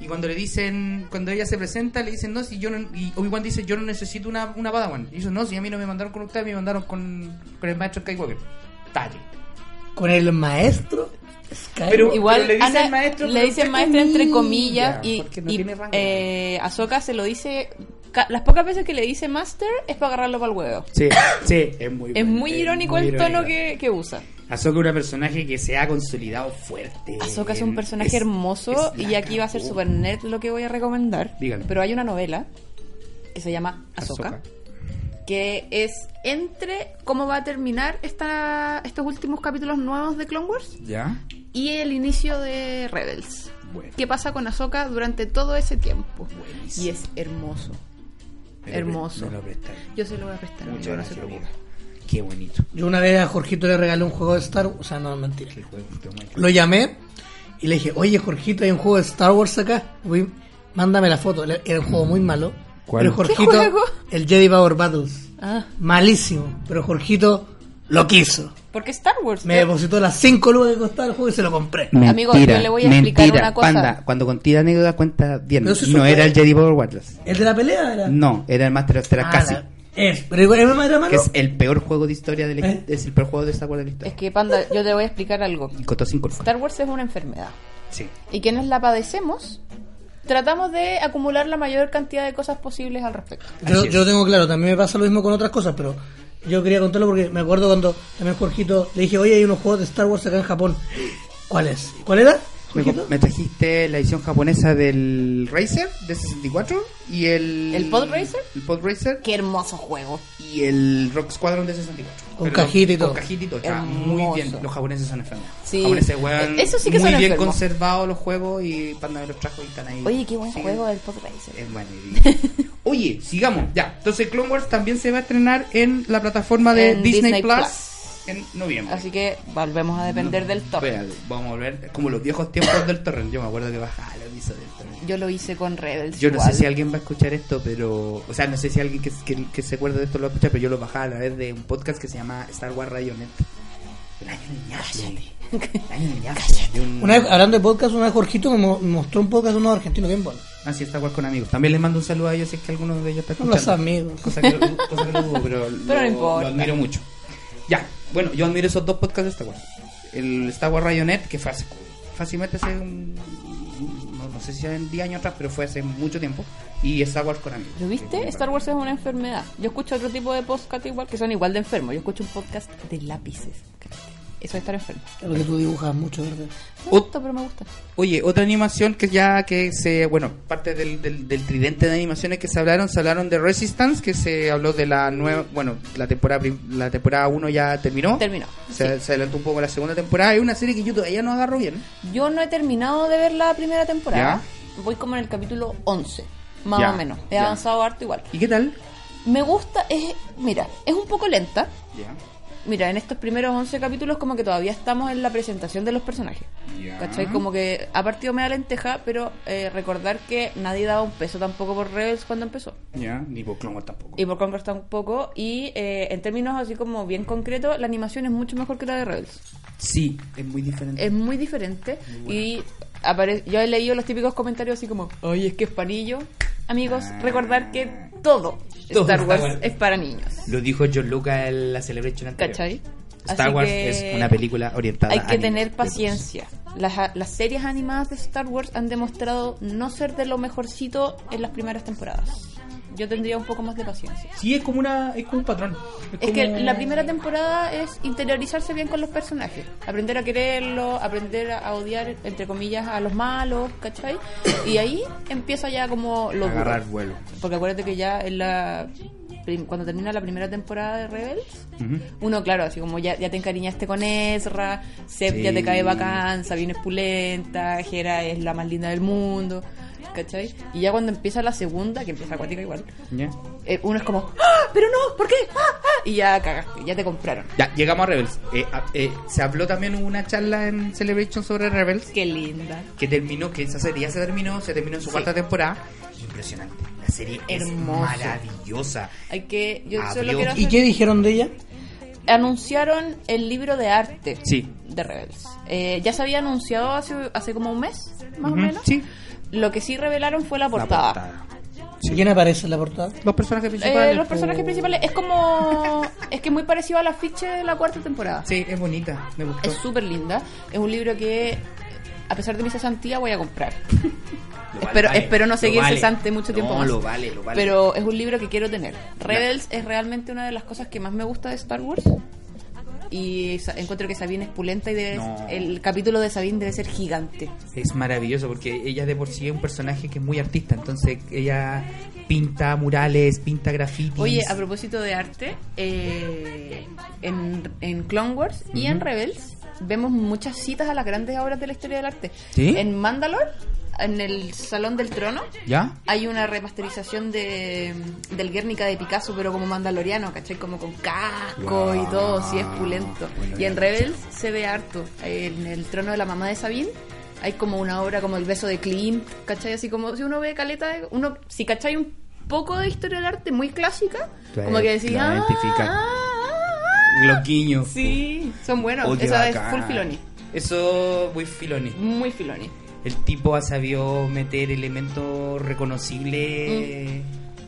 [SPEAKER 4] y cuando le dicen cuando ella se presenta le dicen no si yo no y Obi-Wan dice yo no necesito una, una Padawan y eso no si a mí no me mandaron con usted me mandaron con, con el maestro Skywalker talle
[SPEAKER 3] Con el maestro. Skywalker.
[SPEAKER 4] Pero-
[SPEAKER 5] Igual
[SPEAKER 4] le dice
[SPEAKER 5] Ana-
[SPEAKER 4] el maestro,
[SPEAKER 5] le
[SPEAKER 4] pero
[SPEAKER 5] dice el
[SPEAKER 4] entre
[SPEAKER 5] maestro entre
[SPEAKER 4] comillas,
[SPEAKER 5] comillas y, eh,
[SPEAKER 4] porque no
[SPEAKER 5] y,
[SPEAKER 4] tiene rango.
[SPEAKER 5] eh, Ahsoka se lo dice ca- las pocas veces que le dice Master es para agarrarlo para el huevo.
[SPEAKER 4] Sí, sí, es muy
[SPEAKER 5] Es
[SPEAKER 4] bueno,
[SPEAKER 5] muy irónico
[SPEAKER 4] muy
[SPEAKER 5] el tono
[SPEAKER 4] irónico.
[SPEAKER 5] que, que usa.
[SPEAKER 4] Ahsoka es un personaje que se ha consolidado fuerte.
[SPEAKER 5] Ahsoka es un personaje
[SPEAKER 4] Es-
[SPEAKER 5] hermoso
[SPEAKER 4] es la
[SPEAKER 5] y aquí va a ser
[SPEAKER 4] cagó.
[SPEAKER 5] super nerd lo que voy a recomendar.
[SPEAKER 4] Dígalo.
[SPEAKER 5] Pero hay una novela que se llama
[SPEAKER 4] Ahsoka.
[SPEAKER 5] Ahsoka, que es entre cómo va a terminar esta, estos últimos capítulos nuevos de Clone Wars
[SPEAKER 4] ¿Ya?
[SPEAKER 5] y el inicio de Rebels.
[SPEAKER 4] Bueno.
[SPEAKER 5] ¿Qué pasa con Ahsoka durante todo ese tiempo?
[SPEAKER 4] Buenísimo.
[SPEAKER 5] Y es hermoso.
[SPEAKER 4] Me lo
[SPEAKER 5] hermoso.
[SPEAKER 4] pre- me lo prestaron.
[SPEAKER 5] Yo se lo voy a prestar.
[SPEAKER 4] Muchas
[SPEAKER 5] amigo, no se
[SPEAKER 4] gracias,
[SPEAKER 5] preocupe.
[SPEAKER 4] amigo. Qué bonito.
[SPEAKER 3] Yo una vez a Jorgito le regalé un juego de Star Wars, o sea, no, mentira.
[SPEAKER 4] El juego está muy-
[SPEAKER 3] Lo llamé y le dije, oye Jorgito, hay un juego de Star Wars acá, Voy- mándame la foto. Le- Era un juego muy malo.
[SPEAKER 4] ¿Cuál?
[SPEAKER 3] Pero Jorgito,
[SPEAKER 5] ¿Qué juego?
[SPEAKER 3] el Jedi Power Battles.
[SPEAKER 5] Ah,
[SPEAKER 3] Malísimo, pero Jorgito lo quiso.
[SPEAKER 5] porque Star Wars.
[SPEAKER 3] Me depositó las 5 lucas que costaba el juego y se lo compré.
[SPEAKER 5] Amigo, yo le voy a explicar una cosa.
[SPEAKER 4] Panda, cuando contiene anécdota cuenta bien.
[SPEAKER 3] Pero eso es
[SPEAKER 4] No
[SPEAKER 3] un
[SPEAKER 4] era el
[SPEAKER 3] juego.
[SPEAKER 4] Jedi Power Watlas.
[SPEAKER 3] ¿El de la pelea era?
[SPEAKER 4] No, era el Master of Terra
[SPEAKER 3] Ah,
[SPEAKER 4] casi.
[SPEAKER 3] la- Es, pero igual era malo.
[SPEAKER 4] Que es el peor juego de historia del
[SPEAKER 3] ¿Eh?
[SPEAKER 4] es el peor juego de esta cuadra de la
[SPEAKER 5] Es
[SPEAKER 4] historia.
[SPEAKER 5] que, Panda, yo te voy a explicar algo.
[SPEAKER 4] Y costó cinco lucas.
[SPEAKER 5] Star Wars es una enfermedad.
[SPEAKER 4] Sí.
[SPEAKER 5] y quienes la padecemos, tratamos de acumular la mayor cantidad de cosas posibles al respecto.
[SPEAKER 3] Yo,
[SPEAKER 4] Así es.
[SPEAKER 3] yo tengo claro, también me pasa lo mismo con otras cosas, pero yo quería contarlo porque me acuerdo cuando también Jorgito le dije, oye, hay unos juegos de Star Wars acá en Japón. ¿Cuál es? ¿Cuál era?
[SPEAKER 4] Me,
[SPEAKER 3] Jorgito?
[SPEAKER 4] me trajiste la edición japonesa del Racer de 64 y el
[SPEAKER 5] ¿El Pod Racer?
[SPEAKER 4] El Pod Racer
[SPEAKER 5] Qué hermoso juego.
[SPEAKER 4] y el Rock Squadron de 64.
[SPEAKER 3] Con cajita y todo.
[SPEAKER 4] Con cajita y todo. Está muy
[SPEAKER 5] Hermoso.
[SPEAKER 4] bien. Los japoneses son enfermos.
[SPEAKER 5] Sí. Eh,
[SPEAKER 4] Los japoneses, weón,
[SPEAKER 5] Eso sí que
[SPEAKER 4] muy
[SPEAKER 5] son
[SPEAKER 4] bien
[SPEAKER 5] enfermos.
[SPEAKER 4] conservados los juegos y Panda me los trajo y están ahí.
[SPEAKER 5] Oye, qué buen
[SPEAKER 4] Sí.
[SPEAKER 5] juego el Pod Racer.
[SPEAKER 4] Es maravilloso. Oye, sigamos. Ya. Entonces Clone Wars también se va a estrenar en la plataforma Ah, de
[SPEAKER 5] En
[SPEAKER 4] Disney,
[SPEAKER 5] Disney
[SPEAKER 4] Plus,
[SPEAKER 5] Plus.
[SPEAKER 4] en noviembre.
[SPEAKER 5] Así que volvemos a depender del top.
[SPEAKER 4] Espérate, vamos a volver como los viejos tiempos del torrent. Yo me acuerdo que bajaba la misa del torrent.
[SPEAKER 5] Yo lo hice con Rebels.
[SPEAKER 4] Yo no
[SPEAKER 5] igual.
[SPEAKER 4] sé si alguien va a escuchar esto, pero. O sea, no sé si alguien que, que, que se acuerda de esto lo va a escuchar, pero yo lo bajaba a la vez de un podcast que se llama Star Wars Radio Net. El año niñaje. El año niñaje. De un-
[SPEAKER 3] Una vez, hablando de podcast, una vez Jorgito me mo- mostró un podcast de unos argentinos bien buenos.
[SPEAKER 4] Ah, sí, Star Wars con amigos. También les mando un saludo a ellos si es que alguno de ellos está escuchando.
[SPEAKER 3] Los amigos.
[SPEAKER 4] Cosa que, cosa que no dudo, pero,
[SPEAKER 5] Pero
[SPEAKER 4] lo,
[SPEAKER 5] no importa.
[SPEAKER 4] lo admiro mucho. Ya, bueno, yo admiro esos dos podcasts de Star Wars. El Star Wars Radio Net, que fue hace- fácilmente hace un- no, no sé si eran 10 años atrás, pero fue hace mucho tiempo. Y Star Wars con amigos.
[SPEAKER 5] ¿Lo viste? Star Wars es una enfermedad. Yo escucho otro tipo de podcast igual que son igual de enfermos. Yo escucho un podcast de lápices. Eso es estar enfermo.
[SPEAKER 3] Lo que tú dibujas mucho, ¿verdad?
[SPEAKER 5] Me
[SPEAKER 4] Ut-
[SPEAKER 5] gusta, pero me gusta.
[SPEAKER 4] Oye, otra animación que ya que se, bueno, parte del, del, del tridente de animaciones que se hablaron, se hablaron de Resistance, que se habló de la nueva, bueno, la temporada prim- la temporada 1 ya terminó.
[SPEAKER 5] Terminó,
[SPEAKER 4] Se, se adelantó un poco la segunda temporada, es una serie que yo todavía no agarro bien.
[SPEAKER 5] Yo no he terminado de ver la primera temporada. Voy como en el capítulo 11, más
[SPEAKER 4] Ya,
[SPEAKER 5] o menos. He
[SPEAKER 4] ya.
[SPEAKER 5] avanzado harto igual.
[SPEAKER 4] ¿Y qué tal?
[SPEAKER 5] Me gusta, es, mira, es un poco lenta.
[SPEAKER 4] Ya.
[SPEAKER 5] Mira, en estos primeros 11 capítulos como que todavía estamos en la presentación de los personajes.
[SPEAKER 4] Ya.
[SPEAKER 5] ¿Cachai? Como que ha partido media lenteja, pero eh, recordar que nadie daba un peso tampoco por Rebels cuando empezó.
[SPEAKER 4] Ya, ni por Clone Wars tampoco.
[SPEAKER 5] Y por Conquest tampoco. Y eh, en términos así como bien concretos, la animación es mucho mejor que la de Rebels.
[SPEAKER 4] Sí, es muy diferente.
[SPEAKER 5] Es muy diferente. Y apare- yo he leído los típicos comentarios así como, oye, es que es para niños". Amigos, recordar que todo,
[SPEAKER 4] Ah. Todo
[SPEAKER 5] Star
[SPEAKER 4] Star
[SPEAKER 5] Wars
[SPEAKER 4] Wars.
[SPEAKER 5] es para niños.
[SPEAKER 4] Lo dijo John Lucas en la Celebration anterior.
[SPEAKER 5] ¿Cachai?
[SPEAKER 4] Star
[SPEAKER 5] Así
[SPEAKER 4] Wars
[SPEAKER 5] que
[SPEAKER 4] es una película orientada
[SPEAKER 5] Hay
[SPEAKER 4] a
[SPEAKER 5] que
[SPEAKER 4] niños.
[SPEAKER 5] tener paciencia. Las, las series animadas de Star Wars han demostrado no ser de lo mejorcito en las primeras temporadas. Yo tendría un poco más de paciencia.
[SPEAKER 4] Sí, es como, una, es como un patrón.
[SPEAKER 5] Es que
[SPEAKER 4] como-
[SPEAKER 5] la primera temporada es interiorizarse bien con los personajes, aprender a quererlos, aprender a odiar, entre comillas, a los malos, ¿cachai? Y ahí empieza ya como lo duro.
[SPEAKER 4] Agarrar vuelo.
[SPEAKER 5] Porque acuérdate que ya en la prim- cuando termina la primera temporada de Rebels,
[SPEAKER 4] Ujú.
[SPEAKER 5] uno, claro, así como ya, ya te encariñaste con Ezra, Seb
[SPEAKER 4] Sí.
[SPEAKER 5] ya te cae bacán, Sabine es pulenta, Hera es la más linda del mundo, ¿cachai? Y ya cuando empieza la segunda, que empieza acuática igual,
[SPEAKER 4] Ya.
[SPEAKER 5] eh, uno es como, ¡ah! ¡Pero no! ¿Por qué? ¡Ah! ¡Ah! Y ya cagaste, ya te compraron.
[SPEAKER 4] Ya, llegamos a Rebels. Eh, a- eh, se habló también hubo una charla en Celebration sobre Rebels
[SPEAKER 5] ¡Qué linda!
[SPEAKER 4] que terminó, que esa serie ya se terminó, se terminó en su cuarta temporada. Impresionante. La serie
[SPEAKER 5] Hermoso.
[SPEAKER 4] es maravillosa.
[SPEAKER 5] Hay que. Yo solo
[SPEAKER 4] Abrió.
[SPEAKER 5] quiero.
[SPEAKER 3] ¿Y
[SPEAKER 5] hacer-
[SPEAKER 3] qué dijeron de ella?
[SPEAKER 5] Anunciaron el libro de arte
[SPEAKER 4] Sí.
[SPEAKER 5] de Rebels. Eh, ya se había anunciado hace, hace como un mes, más o
[SPEAKER 4] Ujú,
[SPEAKER 5] menos.
[SPEAKER 4] Sí.
[SPEAKER 5] Lo que sí revelaron fue la
[SPEAKER 4] La
[SPEAKER 5] portada.
[SPEAKER 3] ¿Quién aparece en la portada?
[SPEAKER 4] Los personajes
[SPEAKER 5] Eh,
[SPEAKER 4] principales.
[SPEAKER 5] los
[SPEAKER 4] po.
[SPEAKER 5] personajes principales es como. es que es muy parecido a la ficha de la cuarta temporada.
[SPEAKER 4] Sí, es bonita. Me gustó.
[SPEAKER 5] Es súper linda. Es un libro que a pesar de mi cesantía, voy a comprar.
[SPEAKER 4] Lo vale,
[SPEAKER 5] espero,
[SPEAKER 4] vale,
[SPEAKER 5] espero no
[SPEAKER 4] lo
[SPEAKER 5] seguir
[SPEAKER 4] vale.
[SPEAKER 5] cesante mucho tiempo
[SPEAKER 4] No,
[SPEAKER 5] más.
[SPEAKER 4] lo vale, lo vale.
[SPEAKER 5] Pero es un libro que quiero tener. Rebels es realmente una de las cosas que más me gusta de Star Wars. Y sa- encuentro que Sabine es pulenta y debe-
[SPEAKER 4] No.
[SPEAKER 5] el capítulo de Sabine debe ser gigante.
[SPEAKER 4] Es maravilloso porque ella de por sí es un personaje que es muy artista, entonces ella pinta murales, pinta grafitis.
[SPEAKER 5] Oye, a propósito de arte, eh, en, en Clone Wars y en Rebels vemos muchas citas a las grandes obras de la historia del arte.
[SPEAKER 4] ¿Sí?
[SPEAKER 5] En Mandalore, en el Salón del Trono,
[SPEAKER 4] ¿Ya?
[SPEAKER 5] hay una remasterización de, del Guernica de Picasso, pero como mandaloriano, ¿cachai? Como con casco
[SPEAKER 4] Wow.
[SPEAKER 5] y todo, sí es pulento.
[SPEAKER 4] Bueno,
[SPEAKER 5] y en
[SPEAKER 4] ya.
[SPEAKER 5] Rebels se ve harto. En el trono de la mamá de Sabine hay como una obra como El beso de Klimt, ¿cachai? Así como si uno ve caleta, de- uno, si cachai un poco de historia del arte muy clásica,
[SPEAKER 4] Tú
[SPEAKER 5] como que decís,
[SPEAKER 4] la
[SPEAKER 5] ah,
[SPEAKER 4] identificas.
[SPEAKER 5] ah, ah, ah".
[SPEAKER 4] Los guiños.
[SPEAKER 5] Sí, son buenos.
[SPEAKER 4] Oye,
[SPEAKER 5] Esa es
[SPEAKER 4] bacán.
[SPEAKER 5] full Filoni,
[SPEAKER 4] Eso, muy filoni.
[SPEAKER 5] muy Filoni.
[SPEAKER 4] El tipo ha sabido meter elementos reconocibles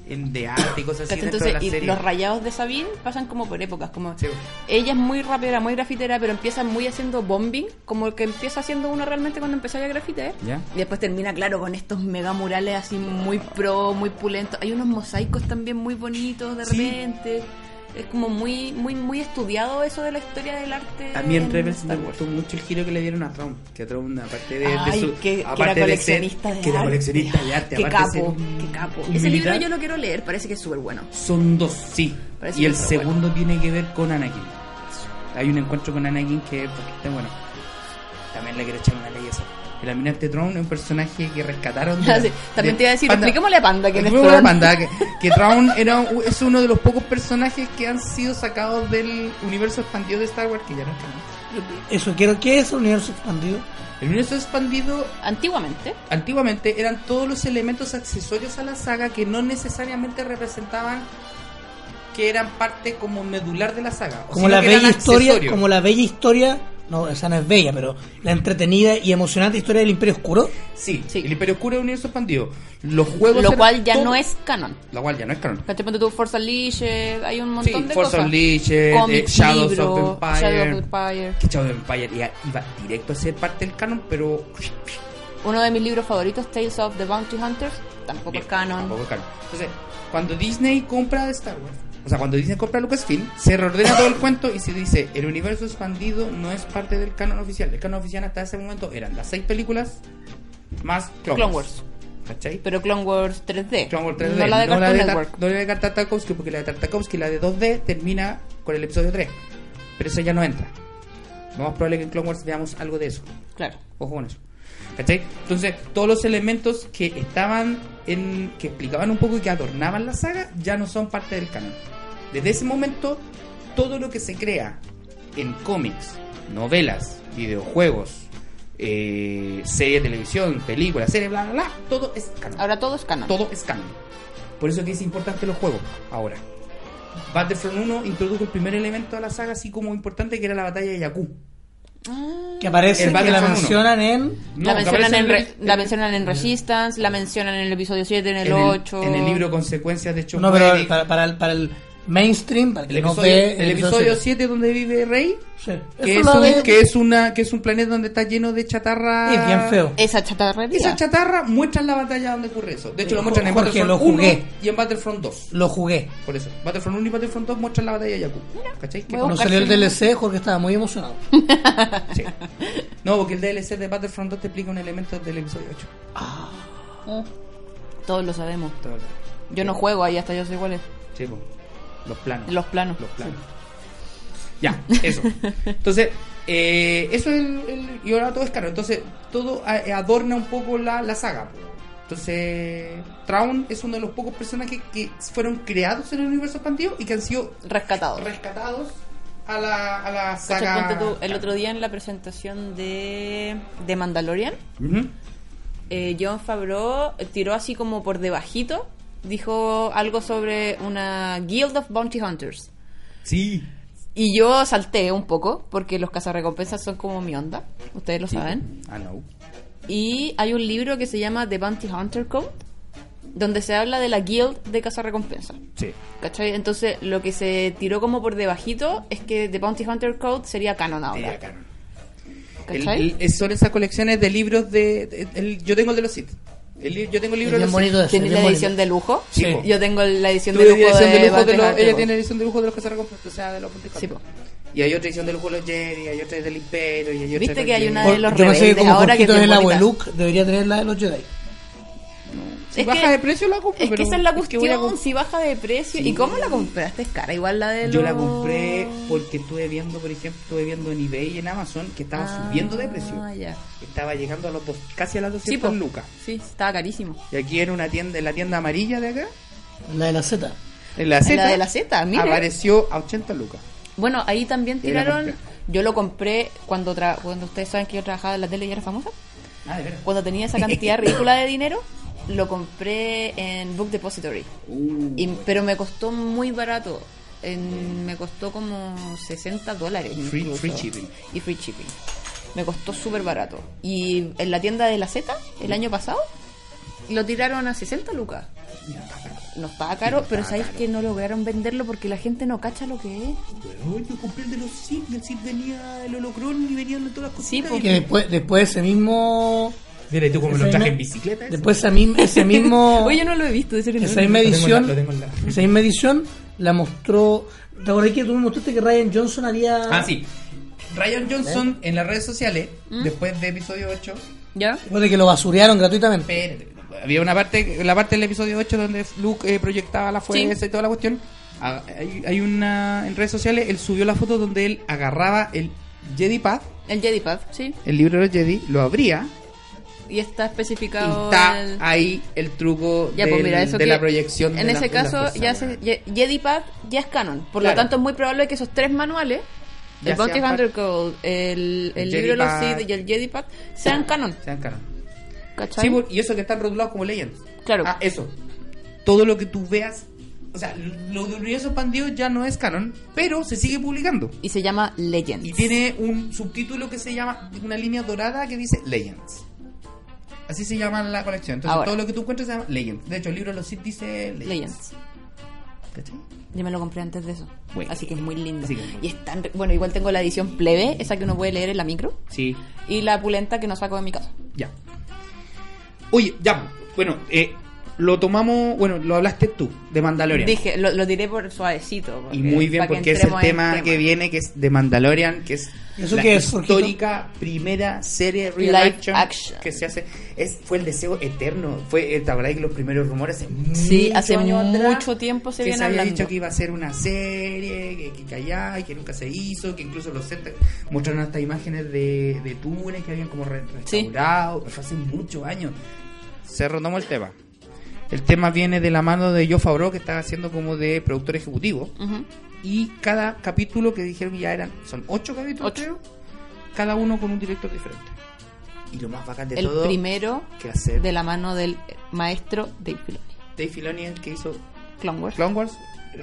[SPEAKER 4] en de arte y cosas así
[SPEAKER 5] ¿Cachai?
[SPEAKER 4] dentro de
[SPEAKER 5] Mm. Este, Entonces,
[SPEAKER 4] la
[SPEAKER 5] y
[SPEAKER 4] serie.
[SPEAKER 5] los rayados de Sabine pasan como por épocas, como
[SPEAKER 4] Sí.
[SPEAKER 5] ella es muy rapera, muy grafitera, pero empieza muy haciendo bombing, como el que empieza haciendo uno realmente cuando empezaba a grafitear.
[SPEAKER 4] Ya.
[SPEAKER 5] Y después termina, claro, con estos mega murales así muy pro, muy pulentos. Hay unos mosaicos también muy bonitos de
[SPEAKER 4] Sí.
[SPEAKER 5] repente. Es como muy, muy, muy estudiado eso de la historia del arte.
[SPEAKER 4] También
[SPEAKER 5] en
[SPEAKER 4] Rebels me
[SPEAKER 5] Mm, Star Wars.
[SPEAKER 4] gustó mucho el giro que le dieron a Tron. Que a Tron, aparte de, de
[SPEAKER 5] Ay,
[SPEAKER 4] su.
[SPEAKER 5] que, que
[SPEAKER 4] aparte
[SPEAKER 5] era
[SPEAKER 4] de ser-
[SPEAKER 5] coleccionista de,
[SPEAKER 4] que era
[SPEAKER 5] arte.
[SPEAKER 4] coleccionista de arte.
[SPEAKER 5] Qué
[SPEAKER 4] aparte de
[SPEAKER 5] capo,
[SPEAKER 4] ser un-
[SPEAKER 5] qué capo.
[SPEAKER 4] un
[SPEAKER 5] Ese libro
[SPEAKER 4] militar.
[SPEAKER 5] yo lo quiero leer, parece que es súper bueno.
[SPEAKER 4] Son dos, sí.
[SPEAKER 5] Parece
[SPEAKER 4] y
[SPEAKER 5] que
[SPEAKER 4] el
[SPEAKER 5] es
[SPEAKER 4] segundo tiene que ver con Anakin. Hay un encuentro con Anakin que es bastante bueno. También le quiero echar una ley a eso. El almirante Tron es un personaje que rescataron. de-
[SPEAKER 5] Ah, Sí, también
[SPEAKER 4] de-
[SPEAKER 5] te iba a decir,
[SPEAKER 4] Panda-
[SPEAKER 5] expliquémosle a Panda que no es
[SPEAKER 4] Expliquémosle a
[SPEAKER 5] Tron.
[SPEAKER 4] Panda que, que Tron era, un- es uno de los pocos personajes que han sido sacados del universo expandido de Star Wars, que ya no está. ¿no?
[SPEAKER 3] Eso quiero. ¿Qué es el universo expandido?
[SPEAKER 4] El universo expandido
[SPEAKER 5] Antiguamente,
[SPEAKER 4] antiguamente eran todos los elementos accesorios a la saga que no necesariamente representaban que eran parte como medular de la saga. o
[SPEAKER 3] Como
[SPEAKER 4] sino
[SPEAKER 3] la
[SPEAKER 4] que
[SPEAKER 3] bella
[SPEAKER 4] eran
[SPEAKER 3] historia,
[SPEAKER 4] accesorios.
[SPEAKER 3] como la bella historia, no, esa no es bella, pero la entretenida y emocionante historia del Imperio Oscuro.
[SPEAKER 4] Sí,
[SPEAKER 5] Sí.
[SPEAKER 4] el Imperio Oscuro es un universo expandido. Los juegos
[SPEAKER 5] lo
[SPEAKER 4] eran
[SPEAKER 5] cual ya
[SPEAKER 4] todo-
[SPEAKER 5] no es canon.
[SPEAKER 4] Lo cual ya no es canon.
[SPEAKER 5] ¿Cachai? Ponte tú Force Unleashed, hay un montón
[SPEAKER 4] Sí,
[SPEAKER 5] de
[SPEAKER 4] Force
[SPEAKER 5] cosas.
[SPEAKER 4] Unleashed, eh,
[SPEAKER 5] Cómics,
[SPEAKER 4] Shadows
[SPEAKER 5] libro,
[SPEAKER 4] of Empire.
[SPEAKER 5] Shadow of Empire.
[SPEAKER 4] Que Shadow of Empire ya iba directo a ser parte del canon, pero
[SPEAKER 5] Uno de mis libros favoritos, Tales of the Bounty Hunters, tampoco
[SPEAKER 4] Bien,
[SPEAKER 5] es canon.
[SPEAKER 4] tampoco es canon. Entonces, cuando Disney compra Star Wars, o sea, cuando Disney compra Lucasfilm, se reordena todo el cuento y se dice, el universo expandido no es parte del canon oficial. El canon oficial hasta ese momento eran las seis películas más Clone,
[SPEAKER 5] Clone
[SPEAKER 4] Wars.
[SPEAKER 5] Wars.
[SPEAKER 4] ¿Cachai?
[SPEAKER 5] Pero Clone Wars 3D.
[SPEAKER 4] Clone Wars 3D,
[SPEAKER 5] No la de Cartoon
[SPEAKER 4] Tar-
[SPEAKER 5] Network.
[SPEAKER 4] no la de Tartakovsky, porque la de Tartakovsky, la de 2D, termina con el episodio 3. Pero eso ya no entra. Lo más probable es que en Clone Wars veamos algo de eso.
[SPEAKER 5] Claro.
[SPEAKER 4] Ojo con eso. ¿Cachai? Entonces, todos los elementos que estaban en. que explicaban un poco y que adornaban la saga ya no son parte del canon. Desde ese momento, todo lo que se crea en cómics, novelas, videojuegos, eh, serie de televisión, películas, serie, bla, bla, bla, todo es canon.
[SPEAKER 5] Ahora todo es canon.
[SPEAKER 4] Todo es canon. Por eso que es importante los juegos ahora. Battlefront 1 introdujo el primer elemento a la saga así como importante que era la batalla de Jakku.
[SPEAKER 3] Que aparece,
[SPEAKER 4] El
[SPEAKER 3] que la
[SPEAKER 4] Battlefront uno.
[SPEAKER 3] mencionan en.
[SPEAKER 4] No,
[SPEAKER 5] la,
[SPEAKER 4] que
[SPEAKER 5] mencionan
[SPEAKER 4] aparece
[SPEAKER 5] en
[SPEAKER 4] en el-
[SPEAKER 5] Re- la mencionan en Resistance, la mencionan en el episodio 7, en el,
[SPEAKER 4] en
[SPEAKER 5] 8.
[SPEAKER 4] en el libro Consecuencias de Chuck
[SPEAKER 3] No, pero
[SPEAKER 4] Wendig.
[SPEAKER 3] para, para el, para el mainstream, para el
[SPEAKER 4] el
[SPEAKER 3] que no
[SPEAKER 4] episodio,
[SPEAKER 3] ve.
[SPEAKER 4] el episodio 7 donde vive Rey,
[SPEAKER 3] Sí.
[SPEAKER 4] que
[SPEAKER 3] Eso
[SPEAKER 4] es,
[SPEAKER 3] lo
[SPEAKER 4] un,
[SPEAKER 3] ve-
[SPEAKER 4] que Ah. es una que es un planeta donde está lleno de chatarra.
[SPEAKER 3] es bien feo.
[SPEAKER 4] Eh.
[SPEAKER 5] Esa chatarrería.
[SPEAKER 4] Esa chatarra muestran la batalla donde ocurre eso. De hecho,
[SPEAKER 3] Eh,
[SPEAKER 4] lo muestran en
[SPEAKER 3] Jorge,
[SPEAKER 4] Battlefront
[SPEAKER 3] lo jugué.
[SPEAKER 4] 1 y en Battlefront 2.
[SPEAKER 3] Lo jugué.
[SPEAKER 4] Por eso, Battlefront 1 y Battlefront 2 muestran la batalla de Jakku. ¿Cachai? Que-
[SPEAKER 5] Voy a
[SPEAKER 3] Cuando
[SPEAKER 5] buscar Ah,
[SPEAKER 3] salió el
[SPEAKER 5] si no-
[SPEAKER 3] DLC, Jorge estaba muy emocionado.
[SPEAKER 4] sí. No, porque el DLC de Battlefront 2 te explica un elemento del episodio 8.
[SPEAKER 5] Mm. Todos lo sabemos.
[SPEAKER 4] Todo el-
[SPEAKER 5] Yo no juego ahí, hasta yo sé cuál es.
[SPEAKER 4] Sí, po. los planos.
[SPEAKER 5] Los planos.
[SPEAKER 4] Los planos. Ya, eso. Entonces, eh, eso es el, el- Y ahora todo es caro. Entonces, todo a- adorna un poco la, la saga. po. Entonces, Traun es uno de los pocos personajes que fueron creados en el universo expandido y que han sido
[SPEAKER 5] Rescatados.
[SPEAKER 4] rescatados a la, a la
[SPEAKER 5] Cacha,
[SPEAKER 4] saga.
[SPEAKER 5] ponte tú, el otro día en la presentación de, de Mandalorian,
[SPEAKER 4] Ujú.
[SPEAKER 5] eh, John Favreau tiró así como por debajito, dijo algo sobre una Guild of Bounty Hunters.
[SPEAKER 4] Sí.
[SPEAKER 5] Y yo salté un poco, porque los cazarrecompensas son como mi onda, ustedes lo saben.
[SPEAKER 4] Ah, no.
[SPEAKER 5] Y hay un libro que se llama The Bounty Hunter Code, donde se habla de la Guild de cazarrecompensas.
[SPEAKER 4] Sí.
[SPEAKER 5] ¿Cachai? Entonces, lo que se tiró como por debajito es que The Bounty Hunter Code sería canon ahora.
[SPEAKER 4] Sería canon.
[SPEAKER 5] ¿Cachai?
[SPEAKER 4] El- el- son esas colecciones de libros de. de- el- yo tengo el de los Sith. El li- yo tengo el libro
[SPEAKER 3] Es bien
[SPEAKER 4] de los
[SPEAKER 3] bonito
[SPEAKER 4] Sith.
[SPEAKER 3] ese,
[SPEAKER 5] ¿Tienes
[SPEAKER 3] bien
[SPEAKER 5] la
[SPEAKER 3] bonito.
[SPEAKER 5] edición de lujo?
[SPEAKER 4] Sí,
[SPEAKER 2] Sí.
[SPEAKER 4] po.
[SPEAKER 5] Yo tengo la edición
[SPEAKER 4] Tuve
[SPEAKER 5] de lujo
[SPEAKER 4] edición
[SPEAKER 5] de,
[SPEAKER 4] de lujo de los-
[SPEAKER 5] Valdejarte,
[SPEAKER 4] Ella
[SPEAKER 5] po.
[SPEAKER 4] tiene edición de lujo de los cazarrecompensas, o sea, de los
[SPEAKER 5] Sí,
[SPEAKER 4] multicolores.
[SPEAKER 5] po.
[SPEAKER 4] Y hay otra edición de lujo de los Jedi, hay otra del Imperio, y hay otra
[SPEAKER 5] ¿Viste
[SPEAKER 4] de los
[SPEAKER 5] que hay
[SPEAKER 4] Jedi.
[SPEAKER 5] una
[SPEAKER 3] Por-
[SPEAKER 5] de los
[SPEAKER 3] yo pensé que
[SPEAKER 5] rebeldes
[SPEAKER 3] como
[SPEAKER 5] ahora que
[SPEAKER 3] Jorquito
[SPEAKER 5] es bien
[SPEAKER 3] del
[SPEAKER 5] bonita.
[SPEAKER 3] abueluc debería tener la de los Jedi.
[SPEAKER 4] Si
[SPEAKER 5] Es
[SPEAKER 4] baja
[SPEAKER 5] que-
[SPEAKER 4] de precio la compro,
[SPEAKER 5] Es que
[SPEAKER 4] pero
[SPEAKER 5] esa es la
[SPEAKER 4] que
[SPEAKER 5] cuestión,
[SPEAKER 4] voy a comp-
[SPEAKER 5] si baja de precio. ¿Y cómo la compraste? Es cara, igual la de los...
[SPEAKER 4] Yo la compré porque estuve viendo, por ejemplo, estuve viendo en eBay y en Amazon que estaba
[SPEAKER 5] Ah,
[SPEAKER 4] subiendo de precio.
[SPEAKER 5] ya.
[SPEAKER 4] Estaba llegando a los dos, casi a las
[SPEAKER 5] Sí,
[SPEAKER 4] 200
[SPEAKER 5] pues.
[SPEAKER 4] lucas.
[SPEAKER 5] Sí, estaba carísimo.
[SPEAKER 4] Y aquí en una tienda, en la tienda amarilla de acá,
[SPEAKER 3] La de la Z.
[SPEAKER 4] en la
[SPEAKER 5] En
[SPEAKER 4] Z,
[SPEAKER 5] la de la Z, mira.
[SPEAKER 4] apareció a 80 lucas.
[SPEAKER 5] Bueno, ahí también
[SPEAKER 4] Yo la
[SPEAKER 5] tiraron...
[SPEAKER 4] compré.
[SPEAKER 5] Yo lo compré cuando tra- cuando ustedes saben que yo trabajaba en la tele y era famosa.
[SPEAKER 4] Ah, de verdad.
[SPEAKER 5] Cuando tenía esa cantidad ridícula de dinero, lo compré en Book Depository.
[SPEAKER 4] Uh.
[SPEAKER 5] Y- pero me costó muy barato. En- me costó como 60 dólares.
[SPEAKER 4] Free-
[SPEAKER 5] incluso.
[SPEAKER 4] free shipping.
[SPEAKER 5] Y free shipping. Me costó súper barato. Y en la tienda de la Z, el año pasado, lo tiraron a 60 lucas. No estaba caro, pero sabéis que no lograron venderlo porque la gente no cacha lo que es.
[SPEAKER 4] yo compré el de los Sith y el Sith venía el holocron y venían todas las cosas.
[SPEAKER 5] Sí,
[SPEAKER 3] Que después, después ese mismo.
[SPEAKER 4] Mira, y tú como
[SPEAKER 3] ese
[SPEAKER 4] lo traje
[SPEAKER 3] mismo-
[SPEAKER 4] en bicicleta. eso?
[SPEAKER 3] Después ese mismo. Ese mismo
[SPEAKER 5] Oye, no lo he visto. de serio, no
[SPEAKER 3] esa
[SPEAKER 5] lo he
[SPEAKER 3] misma
[SPEAKER 5] visto.
[SPEAKER 4] tengo en
[SPEAKER 3] edición.
[SPEAKER 4] la- lo tengo en la-
[SPEAKER 3] Esa misma edición la mostró. ¿Te acordás que tú me mostraste que Ryan Johnson haría.
[SPEAKER 4] Ah, sí. Ryan Johnson en las redes sociales,
[SPEAKER 5] ¿Mm?
[SPEAKER 4] después de episodio 8,
[SPEAKER 5] ¿Ya?
[SPEAKER 3] Recuerde que lo basurearon gratuitamente.
[SPEAKER 4] espérate, había una parte, la parte del episodio 8 donde Luke eh, proyectaba la fuerza
[SPEAKER 5] Sí.
[SPEAKER 4] y toda la cuestión. Ah, Hay, hay una en redes sociales, él subió la foto donde él agarraba el Jedi Path,
[SPEAKER 5] El Jedipad, sí.
[SPEAKER 4] el libro de los Jedi, lo abría
[SPEAKER 5] Y está
[SPEAKER 4] y
[SPEAKER 5] especificado.
[SPEAKER 4] está
[SPEAKER 5] el-
[SPEAKER 4] ahí el truco
[SPEAKER 5] Ya,
[SPEAKER 4] del-
[SPEAKER 5] pues mira, eso
[SPEAKER 4] de
[SPEAKER 5] que-
[SPEAKER 4] la proyección.
[SPEAKER 5] En
[SPEAKER 4] de
[SPEAKER 5] ese
[SPEAKER 4] la- de la
[SPEAKER 5] caso,
[SPEAKER 4] fuerza,
[SPEAKER 5] ya
[SPEAKER 4] weón.
[SPEAKER 5] se, Ye- Jedipad ya es canon. Por lo
[SPEAKER 4] Claro.
[SPEAKER 5] tanto, es muy probable que esos tres manuales,
[SPEAKER 4] Ya
[SPEAKER 5] el Bounty
[SPEAKER 4] sean
[SPEAKER 5] Hunter Code, el, el
[SPEAKER 4] El
[SPEAKER 5] libro de los
[SPEAKER 4] Jedipad.
[SPEAKER 5] Sith y el Jedipad, sean canon.
[SPEAKER 4] Sean caras.
[SPEAKER 5] ¿Cachai?
[SPEAKER 4] Sí, por- y eso que están rotulados como Legends.
[SPEAKER 5] Claro.
[SPEAKER 4] Ah, eso. Todo lo que tú veas. O sea, lo de universo expandido ya no es canon, pero se sigue publicando.
[SPEAKER 5] y se llama Legends.
[SPEAKER 4] Y tiene un subtítulo que se llama, una línea dorada que dice Legends. Así se llama la colección. Entonces
[SPEAKER 5] Ahora.
[SPEAKER 4] todo lo que tú encuentras se llama Legends. De hecho, el libro de los Sith dice Legends.
[SPEAKER 5] Legends.
[SPEAKER 4] ¿Cachai?
[SPEAKER 5] Yo me lo compré antes de eso.
[SPEAKER 4] Bueno.
[SPEAKER 5] Así que es muy lindo.
[SPEAKER 4] Así que es muy
[SPEAKER 5] Y es tan re- Bueno, igual tengo la edición plebe, esa que uno puede leer en la micro.
[SPEAKER 4] Sí.
[SPEAKER 5] Y la pulenta que no saco de mi casa.
[SPEAKER 4] Ya. Oye, ya. Bueno, eh, lo tomamos, bueno, lo hablaste tú, de Mandalorian.
[SPEAKER 5] Dije, lo, lo diré por suavecito.
[SPEAKER 4] Y muy bien,
[SPEAKER 5] para que
[SPEAKER 4] porque es el
[SPEAKER 5] entremos en
[SPEAKER 4] tema, que viene, que es de Mandalorian, que es
[SPEAKER 3] ¿Eso
[SPEAKER 4] la
[SPEAKER 3] qué es, Jorgito?
[SPEAKER 4] histórica primera serie real
[SPEAKER 5] Live
[SPEAKER 4] action,
[SPEAKER 5] action.
[SPEAKER 4] que se hace. Es, fue el deseo eterno. Fue, eh, ¿Te acordás que los primeros rumores hace
[SPEAKER 5] Sí, hace
[SPEAKER 4] mucho año atrás,
[SPEAKER 5] mucho tiempo se
[SPEAKER 4] que
[SPEAKER 5] viene
[SPEAKER 4] se había
[SPEAKER 5] hablando.
[SPEAKER 4] dicho que iba a ser una serie, que, que callá, y que nunca se hizo, que incluso los set mostraron hasta imágenes de, de túneles que habían como re-
[SPEAKER 5] Sí.
[SPEAKER 4] restaurado. Fue hace muchos años. Se retomó el tema. El tema viene de la mano de Joe Favreau, que está haciendo como de productor ejecutivo.
[SPEAKER 5] Ujú.
[SPEAKER 4] Y cada capítulo que dijeron que ya eran, son ocho capítulos,
[SPEAKER 5] Ocho.
[SPEAKER 4] creo, cada uno con un director diferente. Y lo más bacán de
[SPEAKER 5] El
[SPEAKER 4] todo,
[SPEAKER 5] primero
[SPEAKER 4] que hacer
[SPEAKER 5] de la mano del maestro Dave Filoni.
[SPEAKER 4] Dave Filoni, el que hizo
[SPEAKER 5] Clone Wars.
[SPEAKER 4] Clone Wars,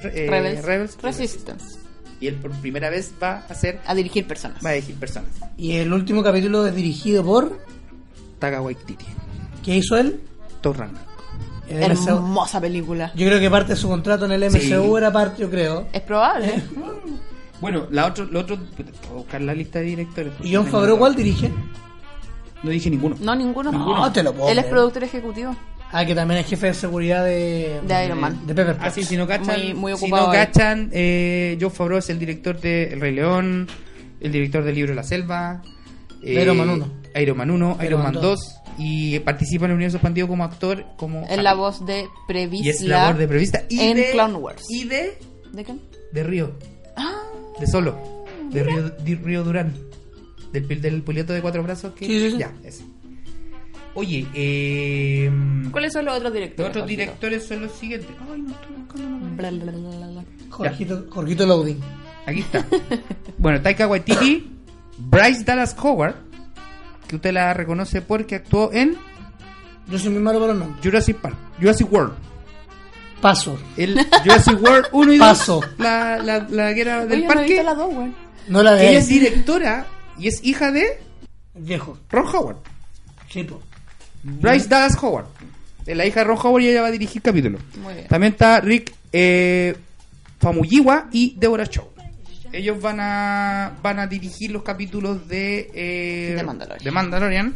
[SPEAKER 4] re- eh,
[SPEAKER 5] Rebels,
[SPEAKER 4] Rebels,
[SPEAKER 5] Resistance.
[SPEAKER 4] y él por primera vez va a hacer,
[SPEAKER 5] A dirigir personas.
[SPEAKER 4] va a elegir personas.
[SPEAKER 3] Y el último capítulo es dirigido por.
[SPEAKER 4] Taga Waititi,
[SPEAKER 3] ¿Qué hizo él?
[SPEAKER 4] Torran.
[SPEAKER 3] El MCU.
[SPEAKER 5] Hermosa película.
[SPEAKER 3] Yo creo que parte de su contrato en el MCU
[SPEAKER 4] Sí.
[SPEAKER 3] era parte, yo creo.
[SPEAKER 5] Es probable. ¿eh?
[SPEAKER 4] Bueno, la otro, lo otro, puedo buscar la lista de directores.
[SPEAKER 3] ¿Y John Favreau cuál dirige?
[SPEAKER 4] No dije ninguno.
[SPEAKER 5] No, ninguno.
[SPEAKER 3] No, te lo puedo
[SPEAKER 5] Él es
[SPEAKER 3] creer.
[SPEAKER 5] productor ejecutivo
[SPEAKER 3] Ah, que también es jefe de seguridad de.
[SPEAKER 5] de Iron Man.
[SPEAKER 3] de Pepper
[SPEAKER 4] Ah, sí,
[SPEAKER 3] Potts.
[SPEAKER 4] si no cachan,
[SPEAKER 5] Muy- muy
[SPEAKER 4] si
[SPEAKER 5] ocupado
[SPEAKER 4] no
[SPEAKER 5] ahí.
[SPEAKER 4] cachan eh, Joe Favreau es el director de El Rey León, el director del libro La Selva, eh,
[SPEAKER 3] Iron Man 1.
[SPEAKER 4] Iron Man 1, Iron,
[SPEAKER 3] Iron
[SPEAKER 4] Man
[SPEAKER 3] Man
[SPEAKER 4] 2, y participa en el universo expandido como actor, como
[SPEAKER 5] Es la voz de Previsla.
[SPEAKER 4] y es labor de prevista y
[SPEAKER 5] en
[SPEAKER 4] de,
[SPEAKER 5] Clone Wars. Ah,
[SPEAKER 4] y de
[SPEAKER 5] ¿De qué?
[SPEAKER 4] de Río, de Solo, de Río, de Río Durán, del, pil- del piloto de cuatro brazos que
[SPEAKER 3] Sí, sí, sí.
[SPEAKER 4] ya ese. Oye, eh,
[SPEAKER 5] ¿Cuáles son los otros
[SPEAKER 4] los
[SPEAKER 5] directores?
[SPEAKER 4] otros
[SPEAKER 5] Jorgito?
[SPEAKER 4] directores son los siguientes. Ay, no estoy buscando la
[SPEAKER 5] Bla, bla, bla, bla, bla.
[SPEAKER 3] Jorgito, Jorgito Loading.
[SPEAKER 4] Aquí está. Bueno, Taika Waititi, Bryce Dallas Howard, que usted la reconoce porque actuó en
[SPEAKER 3] Yo soy muy malo para los nombres.
[SPEAKER 4] Jurassic Park, Jurassic World.
[SPEAKER 3] Paso.
[SPEAKER 4] El Jurassic World 1 y 2.
[SPEAKER 3] Paso.
[SPEAKER 4] La, la, la que era del
[SPEAKER 5] Oye, no he
[SPEAKER 4] parque.
[SPEAKER 5] visto las dos, güey.
[SPEAKER 3] No la
[SPEAKER 4] Ella
[SPEAKER 3] veáis.
[SPEAKER 4] es directora y es hija de
[SPEAKER 3] Viejo.
[SPEAKER 4] Ron Howard.
[SPEAKER 3] Chipo.
[SPEAKER 4] Bryce Dallas Howard. Es la hija de Ron Howard y ella va a dirigir capítulos.
[SPEAKER 5] Muy bien.
[SPEAKER 4] También está Rick eh, Famuyiwa y Deborah Chow. Ellos van a van a dirigir los capítulos de eh,
[SPEAKER 5] De Mandalorian.
[SPEAKER 4] de Mandalorian,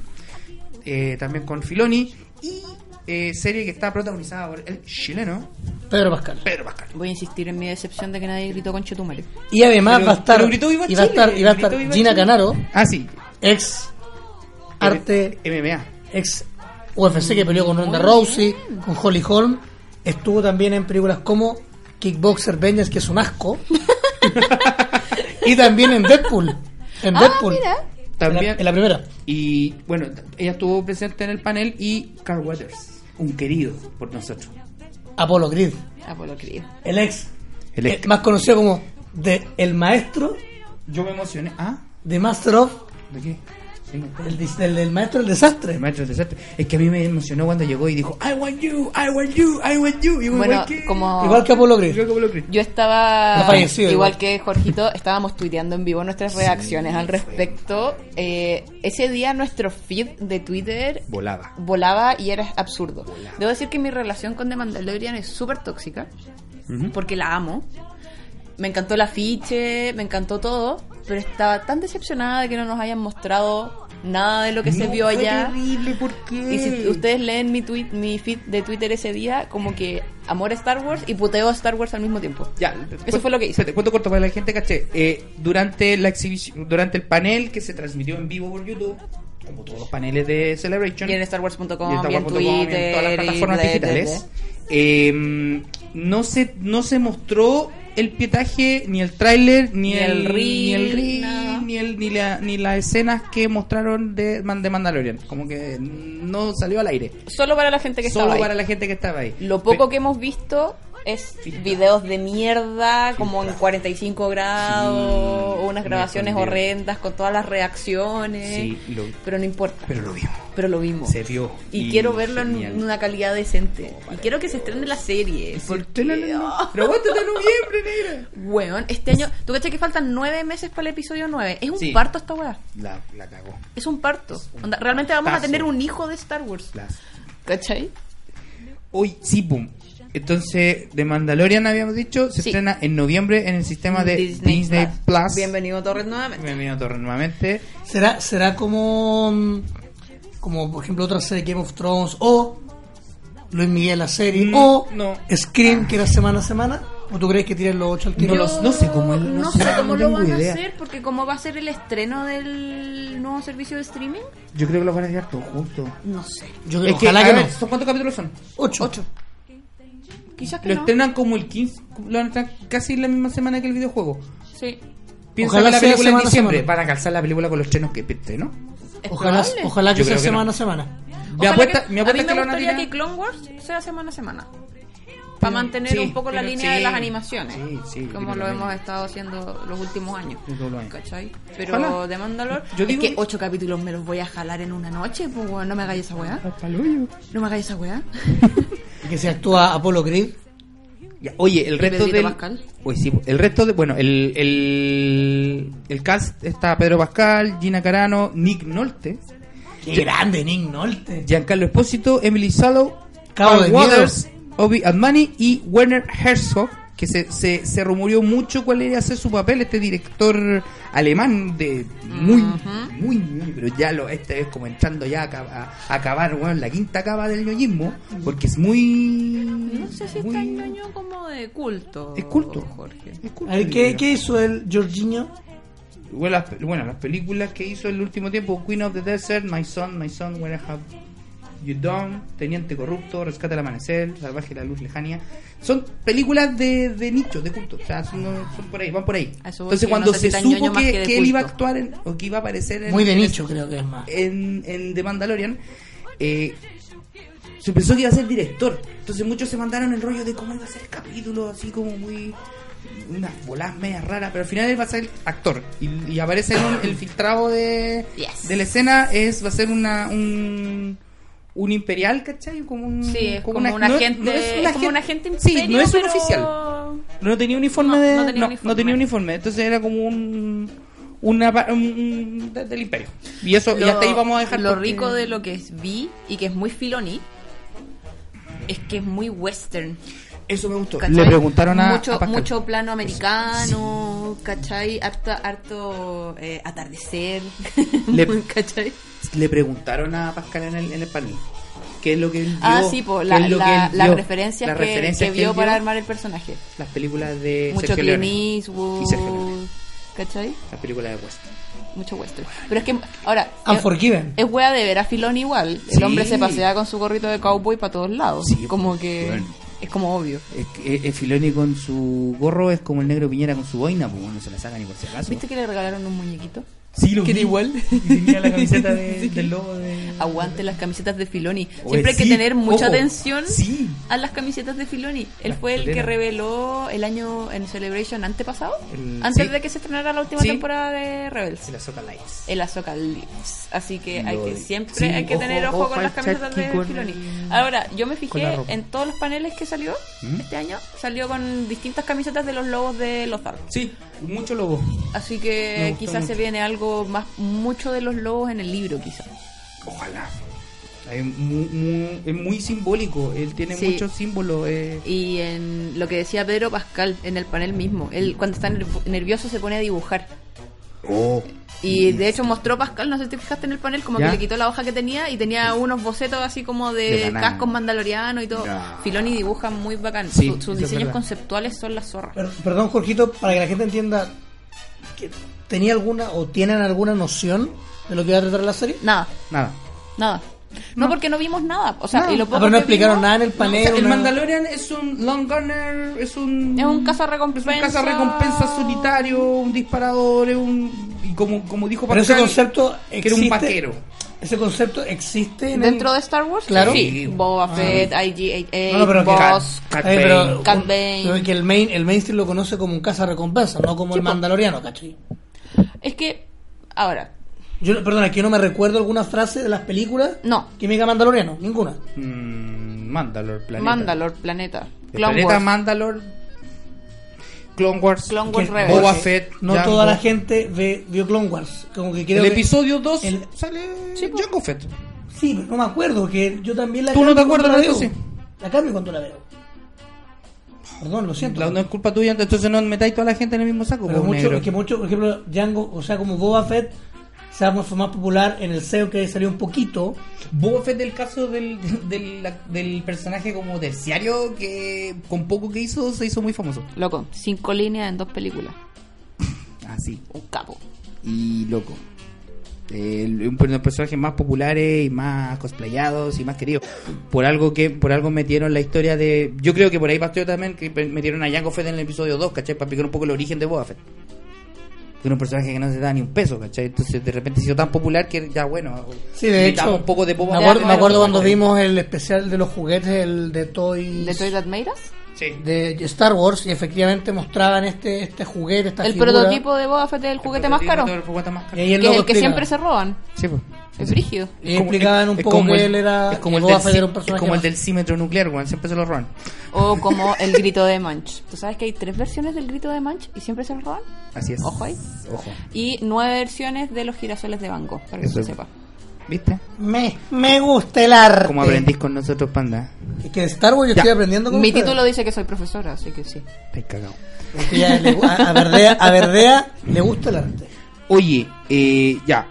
[SPEAKER 4] eh, también con Filoni y eh, serie que está protagonizada por el chileno
[SPEAKER 3] Pedro Pascal.
[SPEAKER 4] Pedro Pascal.
[SPEAKER 5] Voy a insistir en mi decepción de que nadie gritó con Chetumare.
[SPEAKER 3] Y además
[SPEAKER 4] Pero-
[SPEAKER 3] va a estar.
[SPEAKER 4] pero gritó Viva
[SPEAKER 3] y va a
[SPEAKER 4] Chile,
[SPEAKER 3] estar, y va a
[SPEAKER 4] gritó
[SPEAKER 3] estar
[SPEAKER 4] Viva
[SPEAKER 3] Gina
[SPEAKER 4] Chile.
[SPEAKER 3] Canaro,
[SPEAKER 4] Ah, sí.
[SPEAKER 3] ex arte,
[SPEAKER 4] MMA.
[SPEAKER 3] ex UFC que peleó con Ronda Rousey, con Holly Holm. Estuvo también en películas como Kickboxer Vengeance, que es un asco. y también en Deadpool. En
[SPEAKER 5] Ah,
[SPEAKER 3] Deadpool.
[SPEAKER 5] mira.
[SPEAKER 3] En, la,
[SPEAKER 4] También
[SPEAKER 3] en la primera.
[SPEAKER 4] y bueno, t- ella estuvo presente en el panel y Carl Weathers, un querido por nosotros.
[SPEAKER 3] Apollo Creed.
[SPEAKER 5] Apolo Creed.
[SPEAKER 3] El ex.
[SPEAKER 4] El ex.
[SPEAKER 3] eh, más conocido como de El Maestro,
[SPEAKER 4] Yo me emocioné. Ah,
[SPEAKER 3] de Master of.
[SPEAKER 4] ¿de qué? Sí,
[SPEAKER 3] El, dis- el- el Maestro del Desastre.
[SPEAKER 4] El maestro del desastre. Es que a mí me emocionó cuando llegó y dijo, I want you, I want you, I want you. Y yo,
[SPEAKER 5] Bueno,
[SPEAKER 4] igual que-
[SPEAKER 5] como
[SPEAKER 3] Igual que Apollo Creed.
[SPEAKER 4] Igual que Apolo Creed.
[SPEAKER 5] yo estaba,
[SPEAKER 3] Ha fallecido,
[SPEAKER 5] igual
[SPEAKER 3] igual.
[SPEAKER 5] que Jorgito, estábamos tuiteando en vivo nuestras reacciones al respecto. Eh, ese día nuestro feed de Twitter
[SPEAKER 4] Volaba.
[SPEAKER 5] volaba y era absurdo. Debo decir que mi relación con The Mandalorian es súper tóxica, porque la amo. Me encantó el afiche, me encantó todo, pero estaba tan decepcionada de que no nos hayan mostrado nada de lo que se vio allá.
[SPEAKER 4] Terrible, ¿por qué?
[SPEAKER 5] Y si ustedes leen mi tweet, mi feed de Twitter ese día, como que amor a Star Wars y puteo a Star Wars al mismo tiempo.
[SPEAKER 4] Ya, cu-
[SPEAKER 5] fue lo que hice.
[SPEAKER 4] espérate, Cuento corto para la gente, caché. Eh, durante la exhibición, durante el panel que se transmitió en vivo por YouTube, como todos los paneles de Celebration,
[SPEAKER 5] Y en StarWars.com,
[SPEAKER 4] y
[SPEAKER 5] y
[SPEAKER 4] en
[SPEAKER 5] en,
[SPEAKER 4] Twitter,
[SPEAKER 5] Twitter,
[SPEAKER 4] todas las
[SPEAKER 5] y
[SPEAKER 4] plataformas
[SPEAKER 5] bla, bla, bla.
[SPEAKER 4] digitales. Eh, no se no se mostró el pietaje ni el tráiler ni,
[SPEAKER 5] Ni
[SPEAKER 4] el
[SPEAKER 5] el
[SPEAKER 4] ni el
[SPEAKER 5] reel,
[SPEAKER 4] reel,
[SPEAKER 5] nada.
[SPEAKER 4] ni el- ni la- ni las escenas que mostraron de, Man- de Mandalorian como que no salió al aire
[SPEAKER 5] Solo para la gente que
[SPEAKER 4] solo
[SPEAKER 5] estaba ahí.
[SPEAKER 4] para la gente que estaba ahí
[SPEAKER 5] Lo poco
[SPEAKER 4] Pe-
[SPEAKER 5] que hemos visto es
[SPEAKER 4] Filtrado.
[SPEAKER 5] videos de mierda, como en
[SPEAKER 4] Filtrado.
[SPEAKER 5] 45 grados,
[SPEAKER 4] Sí,
[SPEAKER 5] o unas
[SPEAKER 4] me
[SPEAKER 5] grabaciones
[SPEAKER 4] escondieron.
[SPEAKER 5] horrendas con todas las reacciones.
[SPEAKER 4] Sí, lo-
[SPEAKER 5] Pero no importa.
[SPEAKER 4] pero lo vimos
[SPEAKER 5] Pero lo vimos.
[SPEAKER 4] se vio
[SPEAKER 5] Y, quiero verlo
[SPEAKER 4] genial. Oh,
[SPEAKER 5] en una calidad decente. Y quiero que se estrene la serie.
[SPEAKER 4] ¿Por
[SPEAKER 5] porque-
[SPEAKER 4] qué no, no, no? Pero aguántate a noviembre, negra.
[SPEAKER 5] Weón, este año. ¿Tú cachas que faltan nueve meses para el episodio 9? Es un
[SPEAKER 4] Sí.
[SPEAKER 5] parto esta weá.
[SPEAKER 4] La, la cagó.
[SPEAKER 5] Es un parto. Onda, realmente vamos a
[SPEAKER 4] partazo.
[SPEAKER 5] tener un hijo de Star Wars.
[SPEAKER 4] La...
[SPEAKER 5] ¿Cachai?
[SPEAKER 4] Hoy, sí, pum. Entonces, de Mandalorian habíamos dicho, se
[SPEAKER 5] Sí.
[SPEAKER 4] estrena en noviembre en el sistema de Disney, Plus.
[SPEAKER 5] Bienvenido, Torres, nuevamente.
[SPEAKER 4] Bienvenido a Torre nuevamente.
[SPEAKER 3] ¿Será, será como, mm, como por ejemplo otra serie Game of Thrones o Luis Miguel la serie
[SPEAKER 4] Mm,
[SPEAKER 3] o
[SPEAKER 4] no.
[SPEAKER 3] Scream que era semana a semana? ¿O tú crees que tiren los ocho al tiro?
[SPEAKER 4] No lo los- no sé cómo el- no
[SPEAKER 5] no
[SPEAKER 4] sé,
[SPEAKER 5] sé cómo
[SPEAKER 4] no
[SPEAKER 5] lo
[SPEAKER 4] tengo
[SPEAKER 5] van
[SPEAKER 4] idea.
[SPEAKER 5] a hacer, porque como va a ser el estreno del nuevo servicio de streaming,
[SPEAKER 4] Yo creo que los van a dejar todos juntos.
[SPEAKER 5] no sé.
[SPEAKER 3] Yo creo,
[SPEAKER 4] Es que,
[SPEAKER 3] ojalá
[SPEAKER 4] a
[SPEAKER 3] que, no.
[SPEAKER 4] ver, ¿son ¿cuántos capítulos son?
[SPEAKER 3] Ocho.
[SPEAKER 5] Quizás que
[SPEAKER 4] Lo
[SPEAKER 5] no.
[SPEAKER 4] estrenan como el 15, lo van a estrenar casi la misma semana que el videojuego.
[SPEAKER 5] Sí.
[SPEAKER 4] Piensa
[SPEAKER 3] Ojalá
[SPEAKER 4] que
[SPEAKER 3] sea
[SPEAKER 4] la película en
[SPEAKER 3] semana a
[SPEAKER 4] diciembre.
[SPEAKER 3] semana.
[SPEAKER 4] Van a calzar la película con los chenos que pete, ¿no?
[SPEAKER 5] Es
[SPEAKER 3] Ojalá,
[SPEAKER 5] probable.
[SPEAKER 3] ojalá que
[SPEAKER 4] Yo
[SPEAKER 3] sea
[SPEAKER 4] creo que
[SPEAKER 3] semana
[SPEAKER 4] no.
[SPEAKER 3] a semana.
[SPEAKER 4] Mi
[SPEAKER 5] Ojalá
[SPEAKER 4] apuesta,
[SPEAKER 5] que-
[SPEAKER 4] mi
[SPEAKER 5] a mí
[SPEAKER 4] apuesta
[SPEAKER 5] me
[SPEAKER 4] que lo van a
[SPEAKER 5] gustaría
[SPEAKER 4] tirar-
[SPEAKER 5] que Clone Wars sea semana a semana. Para mantener
[SPEAKER 4] sí,
[SPEAKER 5] un poco la
[SPEAKER 4] pero-
[SPEAKER 5] línea
[SPEAKER 4] sí,
[SPEAKER 5] de las animaciones.
[SPEAKER 4] sí, sí,
[SPEAKER 5] como
[SPEAKER 4] opino
[SPEAKER 5] lo
[SPEAKER 4] lo
[SPEAKER 5] hemos
[SPEAKER 4] mismo.
[SPEAKER 5] estado haciendo los últimos años.
[SPEAKER 4] Los últimos años.
[SPEAKER 5] ¿Cachai? Pero
[SPEAKER 4] Ojalá.
[SPEAKER 5] de Mandalor.
[SPEAKER 4] Yo digo-
[SPEAKER 5] Es que ocho capítulos me los voy a jalar en una noche. Pues weón, no me hagáis esa weá. No me hagáis esa weá.
[SPEAKER 3] Y que se actúa Apolo Creed.
[SPEAKER 4] Ya, oye, el resto
[SPEAKER 5] Pedrito
[SPEAKER 4] del...
[SPEAKER 5] Pascal?
[SPEAKER 4] Uy, sí, el resto de... Bueno, el, el, el cast está Pedro Pascal, Gina Carano, Nick Nolte,
[SPEAKER 3] Qué grande, Nick Nolte.
[SPEAKER 4] Giancarlo Espósito, Emily Salo,
[SPEAKER 3] Cabo
[SPEAKER 4] Carl
[SPEAKER 3] de
[SPEAKER 4] Waters, Obi Admani y Werner Herzog, que se, se, se rumoreó mucho cuál iba a ser su papel, este director alemán de muy, muy, muy, pero ya lo, este es como entrando ya a, ca- a- a acabar, bueno, la quinta cava del ñoñismo, porque es muy...
[SPEAKER 5] No sé si
[SPEAKER 4] Mm, muy-
[SPEAKER 5] está el ñoño como de culto.
[SPEAKER 4] Es culto.
[SPEAKER 5] Oh, Jorge.
[SPEAKER 4] es culto,
[SPEAKER 3] A ver, ¿qué,
[SPEAKER 4] yo creo.
[SPEAKER 3] qué hizo el Jorginho?
[SPEAKER 4] Bueno las, bueno, las películas que hizo en el último tiempo, Queen of the Desert, My Son, My Son, Where I Have You Done, Teniente Corrupto, Rescate al Amanecer, Salvaje la Luz Lejana, son películas de, de nicho, de culto, o sea, son, son por ahí, van por ahí.
[SPEAKER 5] A eso voy,
[SPEAKER 4] Entonces
[SPEAKER 5] que
[SPEAKER 4] cuando
[SPEAKER 5] no
[SPEAKER 4] se
[SPEAKER 5] necesitan ñoño
[SPEAKER 4] supo
[SPEAKER 5] más
[SPEAKER 4] que,
[SPEAKER 5] que de
[SPEAKER 4] que él iba a
[SPEAKER 5] culto.
[SPEAKER 4] actuar en- o que iba a aparecer en,
[SPEAKER 3] Muy de
[SPEAKER 4] en
[SPEAKER 3] nicho, creo que es más.
[SPEAKER 4] eh, en, en The Mandalorian, eh, se pensó que iba a ser director. Entonces muchos se mandaron el rollo de cómo iba a ser el capítulo, así como muy. unas bolas medias raras, pero al final él va a ser actor. Y, y aparece en un- el filtrado de,
[SPEAKER 5] Yes.
[SPEAKER 4] de la escena, es va a ser una, un. Un imperial, ¿cachai? Como un,
[SPEAKER 5] Sí, es como,
[SPEAKER 4] una-
[SPEAKER 5] un
[SPEAKER 4] no-
[SPEAKER 5] agente.
[SPEAKER 4] no
[SPEAKER 5] es
[SPEAKER 4] es un
[SPEAKER 5] como un
[SPEAKER 4] agente-
[SPEAKER 5] agente
[SPEAKER 4] Sí, no
[SPEAKER 5] imperio,
[SPEAKER 4] es un
[SPEAKER 5] pero-
[SPEAKER 4] oficial. No tenía uniforme
[SPEAKER 5] No,
[SPEAKER 4] de-
[SPEAKER 5] no tenía
[SPEAKER 4] no,
[SPEAKER 5] uniforme.
[SPEAKER 4] no tenía uniforme. Entonces era como un. Una, pa- un- un- de- del imperio. Y eso, y hasta ahí vamos a dejar.
[SPEAKER 5] lo
[SPEAKER 4] porque-
[SPEAKER 5] rico de lo que es vi y que es muy Filoni es que es muy western.
[SPEAKER 3] Eso me gustó.
[SPEAKER 5] ¿cachai?
[SPEAKER 4] Le preguntaron a-
[SPEAKER 5] Mucho,
[SPEAKER 4] a Pascal.
[SPEAKER 5] mucho plano americano, ¿cachai? Harto, harto eh, atardecer,
[SPEAKER 4] Le-
[SPEAKER 5] ¿cachai?
[SPEAKER 4] Le preguntaron a Pascal en el, en el panel qué es lo que él vio.
[SPEAKER 5] Ah, sí, po,
[SPEAKER 4] qué
[SPEAKER 5] la,
[SPEAKER 4] es lo que
[SPEAKER 5] la-
[SPEAKER 4] él
[SPEAKER 5] las
[SPEAKER 4] vio,
[SPEAKER 5] referencias
[SPEAKER 4] las
[SPEAKER 5] que,
[SPEAKER 4] referencias
[SPEAKER 5] que
[SPEAKER 4] él
[SPEAKER 5] vio para armar el personaje.
[SPEAKER 4] las películas de
[SPEAKER 5] Mucho
[SPEAKER 4] Sergio
[SPEAKER 5] Clint
[SPEAKER 4] Leone, y Sergio
[SPEAKER 5] Eastwood,
[SPEAKER 4] Leone,
[SPEAKER 5] ¿cachai?
[SPEAKER 4] las películas de West.
[SPEAKER 5] Mucho western. Pero es que, ahora, es,
[SPEAKER 3] Unforgiven.
[SPEAKER 5] es wea de ver a Filón igual. El
[SPEAKER 4] Sí.
[SPEAKER 5] hombre se pasea con su gorrito de cowboy para todos lados.
[SPEAKER 4] Sí,
[SPEAKER 5] como que
[SPEAKER 4] bueno.
[SPEAKER 5] es como obvio.
[SPEAKER 4] Es que- eh, eh, Filoni con su gorro es como el negro Piñera con su boina, pues no se la saca ni por si acaso.
[SPEAKER 5] ¿Viste que le regalaron un muñequito?
[SPEAKER 4] Sí, lo
[SPEAKER 5] que era
[SPEAKER 4] vi.
[SPEAKER 5] igual.
[SPEAKER 4] Y tenía la camiseta de- del lobo de...
[SPEAKER 5] Aguante las camisetas de Filoni.
[SPEAKER 4] Oye,
[SPEAKER 5] Siempre hay que
[SPEAKER 4] sí,
[SPEAKER 5] tener mucha
[SPEAKER 4] ojo,
[SPEAKER 5] atención
[SPEAKER 4] sí.
[SPEAKER 5] a las camisetas de Filoni. Él
[SPEAKER 4] Las
[SPEAKER 5] fue el que
[SPEAKER 4] coleras.
[SPEAKER 5] reveló el año en Celebration antepasado,
[SPEAKER 4] El-
[SPEAKER 5] antes
[SPEAKER 4] sí.
[SPEAKER 5] de que Eh. se estrenara la última
[SPEAKER 4] Sí.
[SPEAKER 5] temporada de Rebels.
[SPEAKER 4] Se la soca Lights.
[SPEAKER 5] el Azoka Lips. Así que
[SPEAKER 4] Lo
[SPEAKER 5] hay
[SPEAKER 4] de-
[SPEAKER 5] que siempre
[SPEAKER 4] sí,
[SPEAKER 5] hay que
[SPEAKER 4] ojo,
[SPEAKER 5] tener ojo,
[SPEAKER 4] ojo
[SPEAKER 5] con las
[SPEAKER 4] al
[SPEAKER 5] camisetas
[SPEAKER 4] chat y
[SPEAKER 5] de
[SPEAKER 4] con
[SPEAKER 5] Filoni.
[SPEAKER 4] el-
[SPEAKER 5] Ahora, yo me
[SPEAKER 4] con la
[SPEAKER 5] fijé
[SPEAKER 4] ropa.
[SPEAKER 5] en todos los paneles que salió
[SPEAKER 4] ¿Mm?
[SPEAKER 5] este año, salió con distintas camisetas de los lobos de los Dark.
[SPEAKER 4] Sí, mucho lobo.
[SPEAKER 5] Así
[SPEAKER 4] Me
[SPEAKER 5] que
[SPEAKER 4] gustó
[SPEAKER 5] quizás se
[SPEAKER 4] mucho.
[SPEAKER 5] viene algo más, mucho de los lobos en el libro, quizás.
[SPEAKER 4] Ojalá. Es muy, muy- es muy simbólico, él tiene
[SPEAKER 5] Sí.
[SPEAKER 4] muchos símbolos. eh.
[SPEAKER 5] Y en lo que decía Pedro Pascal en el panel mismo, él cuando está nerv- nervioso se pone a dibujar. Y de hecho mostró Pascal, no sé si te fijaste en el panel, como
[SPEAKER 4] ¿Ya?
[SPEAKER 5] que le quitó la hoja que tenía y tenía unos bocetos así como de,
[SPEAKER 4] De banana.
[SPEAKER 5] cascos mandalorianos y todo. Filoni dibuja muy bacán.
[SPEAKER 4] Sí,
[SPEAKER 5] Su-
[SPEAKER 4] eso
[SPEAKER 5] sus
[SPEAKER 4] es
[SPEAKER 5] diseños
[SPEAKER 4] verdad.
[SPEAKER 5] conceptuales son las zorras.
[SPEAKER 3] Per- perdón, Jorgito, para que la gente entienda, que ¿tenía alguna o tienen alguna noción de lo que va a tratar la serie?
[SPEAKER 5] Nada,
[SPEAKER 4] Nada.
[SPEAKER 5] nada. No, porque no vimos nada. O sea,
[SPEAKER 4] No.
[SPEAKER 5] y lo
[SPEAKER 4] Ah,
[SPEAKER 5] poco
[SPEAKER 3] pero no
[SPEAKER 5] que
[SPEAKER 3] explicaron
[SPEAKER 5] vimos-
[SPEAKER 3] nada en el
[SPEAKER 4] O sea,
[SPEAKER 3] panel.
[SPEAKER 4] el
[SPEAKER 3] una-
[SPEAKER 4] Mandalorian es un long gunner, es un...
[SPEAKER 5] Es un cazarrecompensa.
[SPEAKER 4] Es un cazarrecompensa solitario, un disparador, es un... Y como, como dijo
[SPEAKER 3] Pero ese
[SPEAKER 4] Pascal,
[SPEAKER 3] concepto existe.
[SPEAKER 4] que era un vaquero.
[SPEAKER 3] Ese concepto existe en
[SPEAKER 5] Dentro
[SPEAKER 3] el-
[SPEAKER 5] de Star Wars,
[SPEAKER 3] Claro. Ah.
[SPEAKER 5] sí. Boba Fett, IG-88,
[SPEAKER 3] No, no, pero que-
[SPEAKER 5] Boss.
[SPEAKER 4] Cat
[SPEAKER 3] Eh, pero
[SPEAKER 4] Bane.
[SPEAKER 3] un-
[SPEAKER 5] Cat Bane.
[SPEAKER 3] pero que el main, el mainstream lo conoce como un caza recompensa, no como el
[SPEAKER 5] Sí, po.
[SPEAKER 3] mandaloriano, ¿cachai?
[SPEAKER 5] Es que, ahora,
[SPEAKER 3] Yo, no- perdona, que no me recuerdo alguna frase de las películas
[SPEAKER 5] No.
[SPEAKER 3] que me diga mandaloriano, ninguna.
[SPEAKER 4] Mm, Mandalor, planeta.
[SPEAKER 5] Mandalor, planeta.
[SPEAKER 4] El
[SPEAKER 5] Clone
[SPEAKER 4] planeta
[SPEAKER 5] Wars.
[SPEAKER 4] Mandalor. Clone Wars.
[SPEAKER 5] Clone Wars
[SPEAKER 3] Que-
[SPEAKER 5] Rebels.
[SPEAKER 4] Boba Fett,
[SPEAKER 3] No
[SPEAKER 4] Jango.
[SPEAKER 3] toda la gente ve, vio Clone Wars. Como que creo
[SPEAKER 4] Eh, El
[SPEAKER 3] que-
[SPEAKER 4] episodio 2
[SPEAKER 3] el-
[SPEAKER 4] sale
[SPEAKER 5] Sí, pues. po.
[SPEAKER 4] Jango Fett.
[SPEAKER 3] Sí, pero no me acuerdo, que yo también la
[SPEAKER 4] ¿Tú no
[SPEAKER 3] cambio
[SPEAKER 4] te acuerdas
[SPEAKER 3] cuando
[SPEAKER 4] de
[SPEAKER 3] la
[SPEAKER 4] eso?
[SPEAKER 3] veo. La cambio cuando la veo. Perdón, lo siento.
[SPEAKER 4] La, no es culpa tuya, entonces no metáis toda la gente en el mismo saco.
[SPEAKER 3] pero
[SPEAKER 4] po,
[SPEAKER 3] mucho,
[SPEAKER 4] negro.
[SPEAKER 3] es que mucho, por ejemplo, Django, o sea, como Boba Fett, se ha- fue más popular en el SEO que salió un poquito.
[SPEAKER 4] Boba Fett del caso del, del, del personaje como terciario que con poco que hizo se hizo muy famoso.
[SPEAKER 5] Loco, cinco líneas en dos películas.
[SPEAKER 4] Así.
[SPEAKER 5] Un capo.
[SPEAKER 4] Y loco. El- un- uno de los personajes más populares y más cosplayados y más queridos. Por algo que por algo metieron la historia de. Yo creo que por ahí partió también que pe- metieron a Jango Fett en el episodio 2, ¿cachai? Para explicar un poco el origen de Boba Fett. Que era un personaje que no se da ni un peso, ¿cachai? Entonces de repente se hizo tan popular que ya bueno.
[SPEAKER 3] Sí, de
[SPEAKER 4] metamos
[SPEAKER 3] hecho,
[SPEAKER 4] un poco de Boba
[SPEAKER 3] me
[SPEAKER 4] Fett
[SPEAKER 3] acuerdo,
[SPEAKER 4] en
[SPEAKER 3] me
[SPEAKER 4] el
[SPEAKER 3] acuerdo
[SPEAKER 4] personaje.
[SPEAKER 3] cuando vimos el especial de los juguetes, el de Toys,
[SPEAKER 5] ¿De Toy That Made Us?
[SPEAKER 4] Sí.
[SPEAKER 3] de Star Wars, y efectivamente mostraban este, este juguete, esta
[SPEAKER 5] El
[SPEAKER 3] figura.
[SPEAKER 5] prototipo de Boba Fett es el juguete más caro.
[SPEAKER 4] El juguete más
[SPEAKER 3] Y
[SPEAKER 4] caro.
[SPEAKER 3] ahí el
[SPEAKER 5] Que es el que
[SPEAKER 3] loco explica.
[SPEAKER 5] siempre se roban.
[SPEAKER 4] Sí, pues.
[SPEAKER 5] Es brígido.
[SPEAKER 3] Y explicaban un poco que él era.
[SPEAKER 4] es como el
[SPEAKER 3] Boba
[SPEAKER 4] del,
[SPEAKER 3] Fett era
[SPEAKER 4] ci-
[SPEAKER 3] un personaje
[SPEAKER 4] es como el
[SPEAKER 3] más.
[SPEAKER 4] del címetro nuclear, weón, siempre se lo roban.
[SPEAKER 5] O como el grito de Manch. ¿Tú sabes que hay tres versiones del grito de Manch y siempre se los roban?
[SPEAKER 4] Así es.
[SPEAKER 5] Ojo ahí.
[SPEAKER 4] Ojo.
[SPEAKER 5] Y nueve versiones de los girasoles de Banco, para que
[SPEAKER 4] Eso
[SPEAKER 5] se
[SPEAKER 4] es-
[SPEAKER 5] sepa.
[SPEAKER 4] ¿Viste?
[SPEAKER 3] Me, me gusta el arte.
[SPEAKER 4] Como aprendís con nosotros, panda.
[SPEAKER 3] Es que de Star Wars yo
[SPEAKER 4] Ya.
[SPEAKER 3] estoy aprendiendo con
[SPEAKER 5] Mi
[SPEAKER 3] ustedes.
[SPEAKER 5] título dice que soy profesora, así que sí.
[SPEAKER 4] Estáis cagado.
[SPEAKER 3] Es que ya le- a, a Verdea, a Verdea le gusta el arte.
[SPEAKER 4] Oye, eh, ya.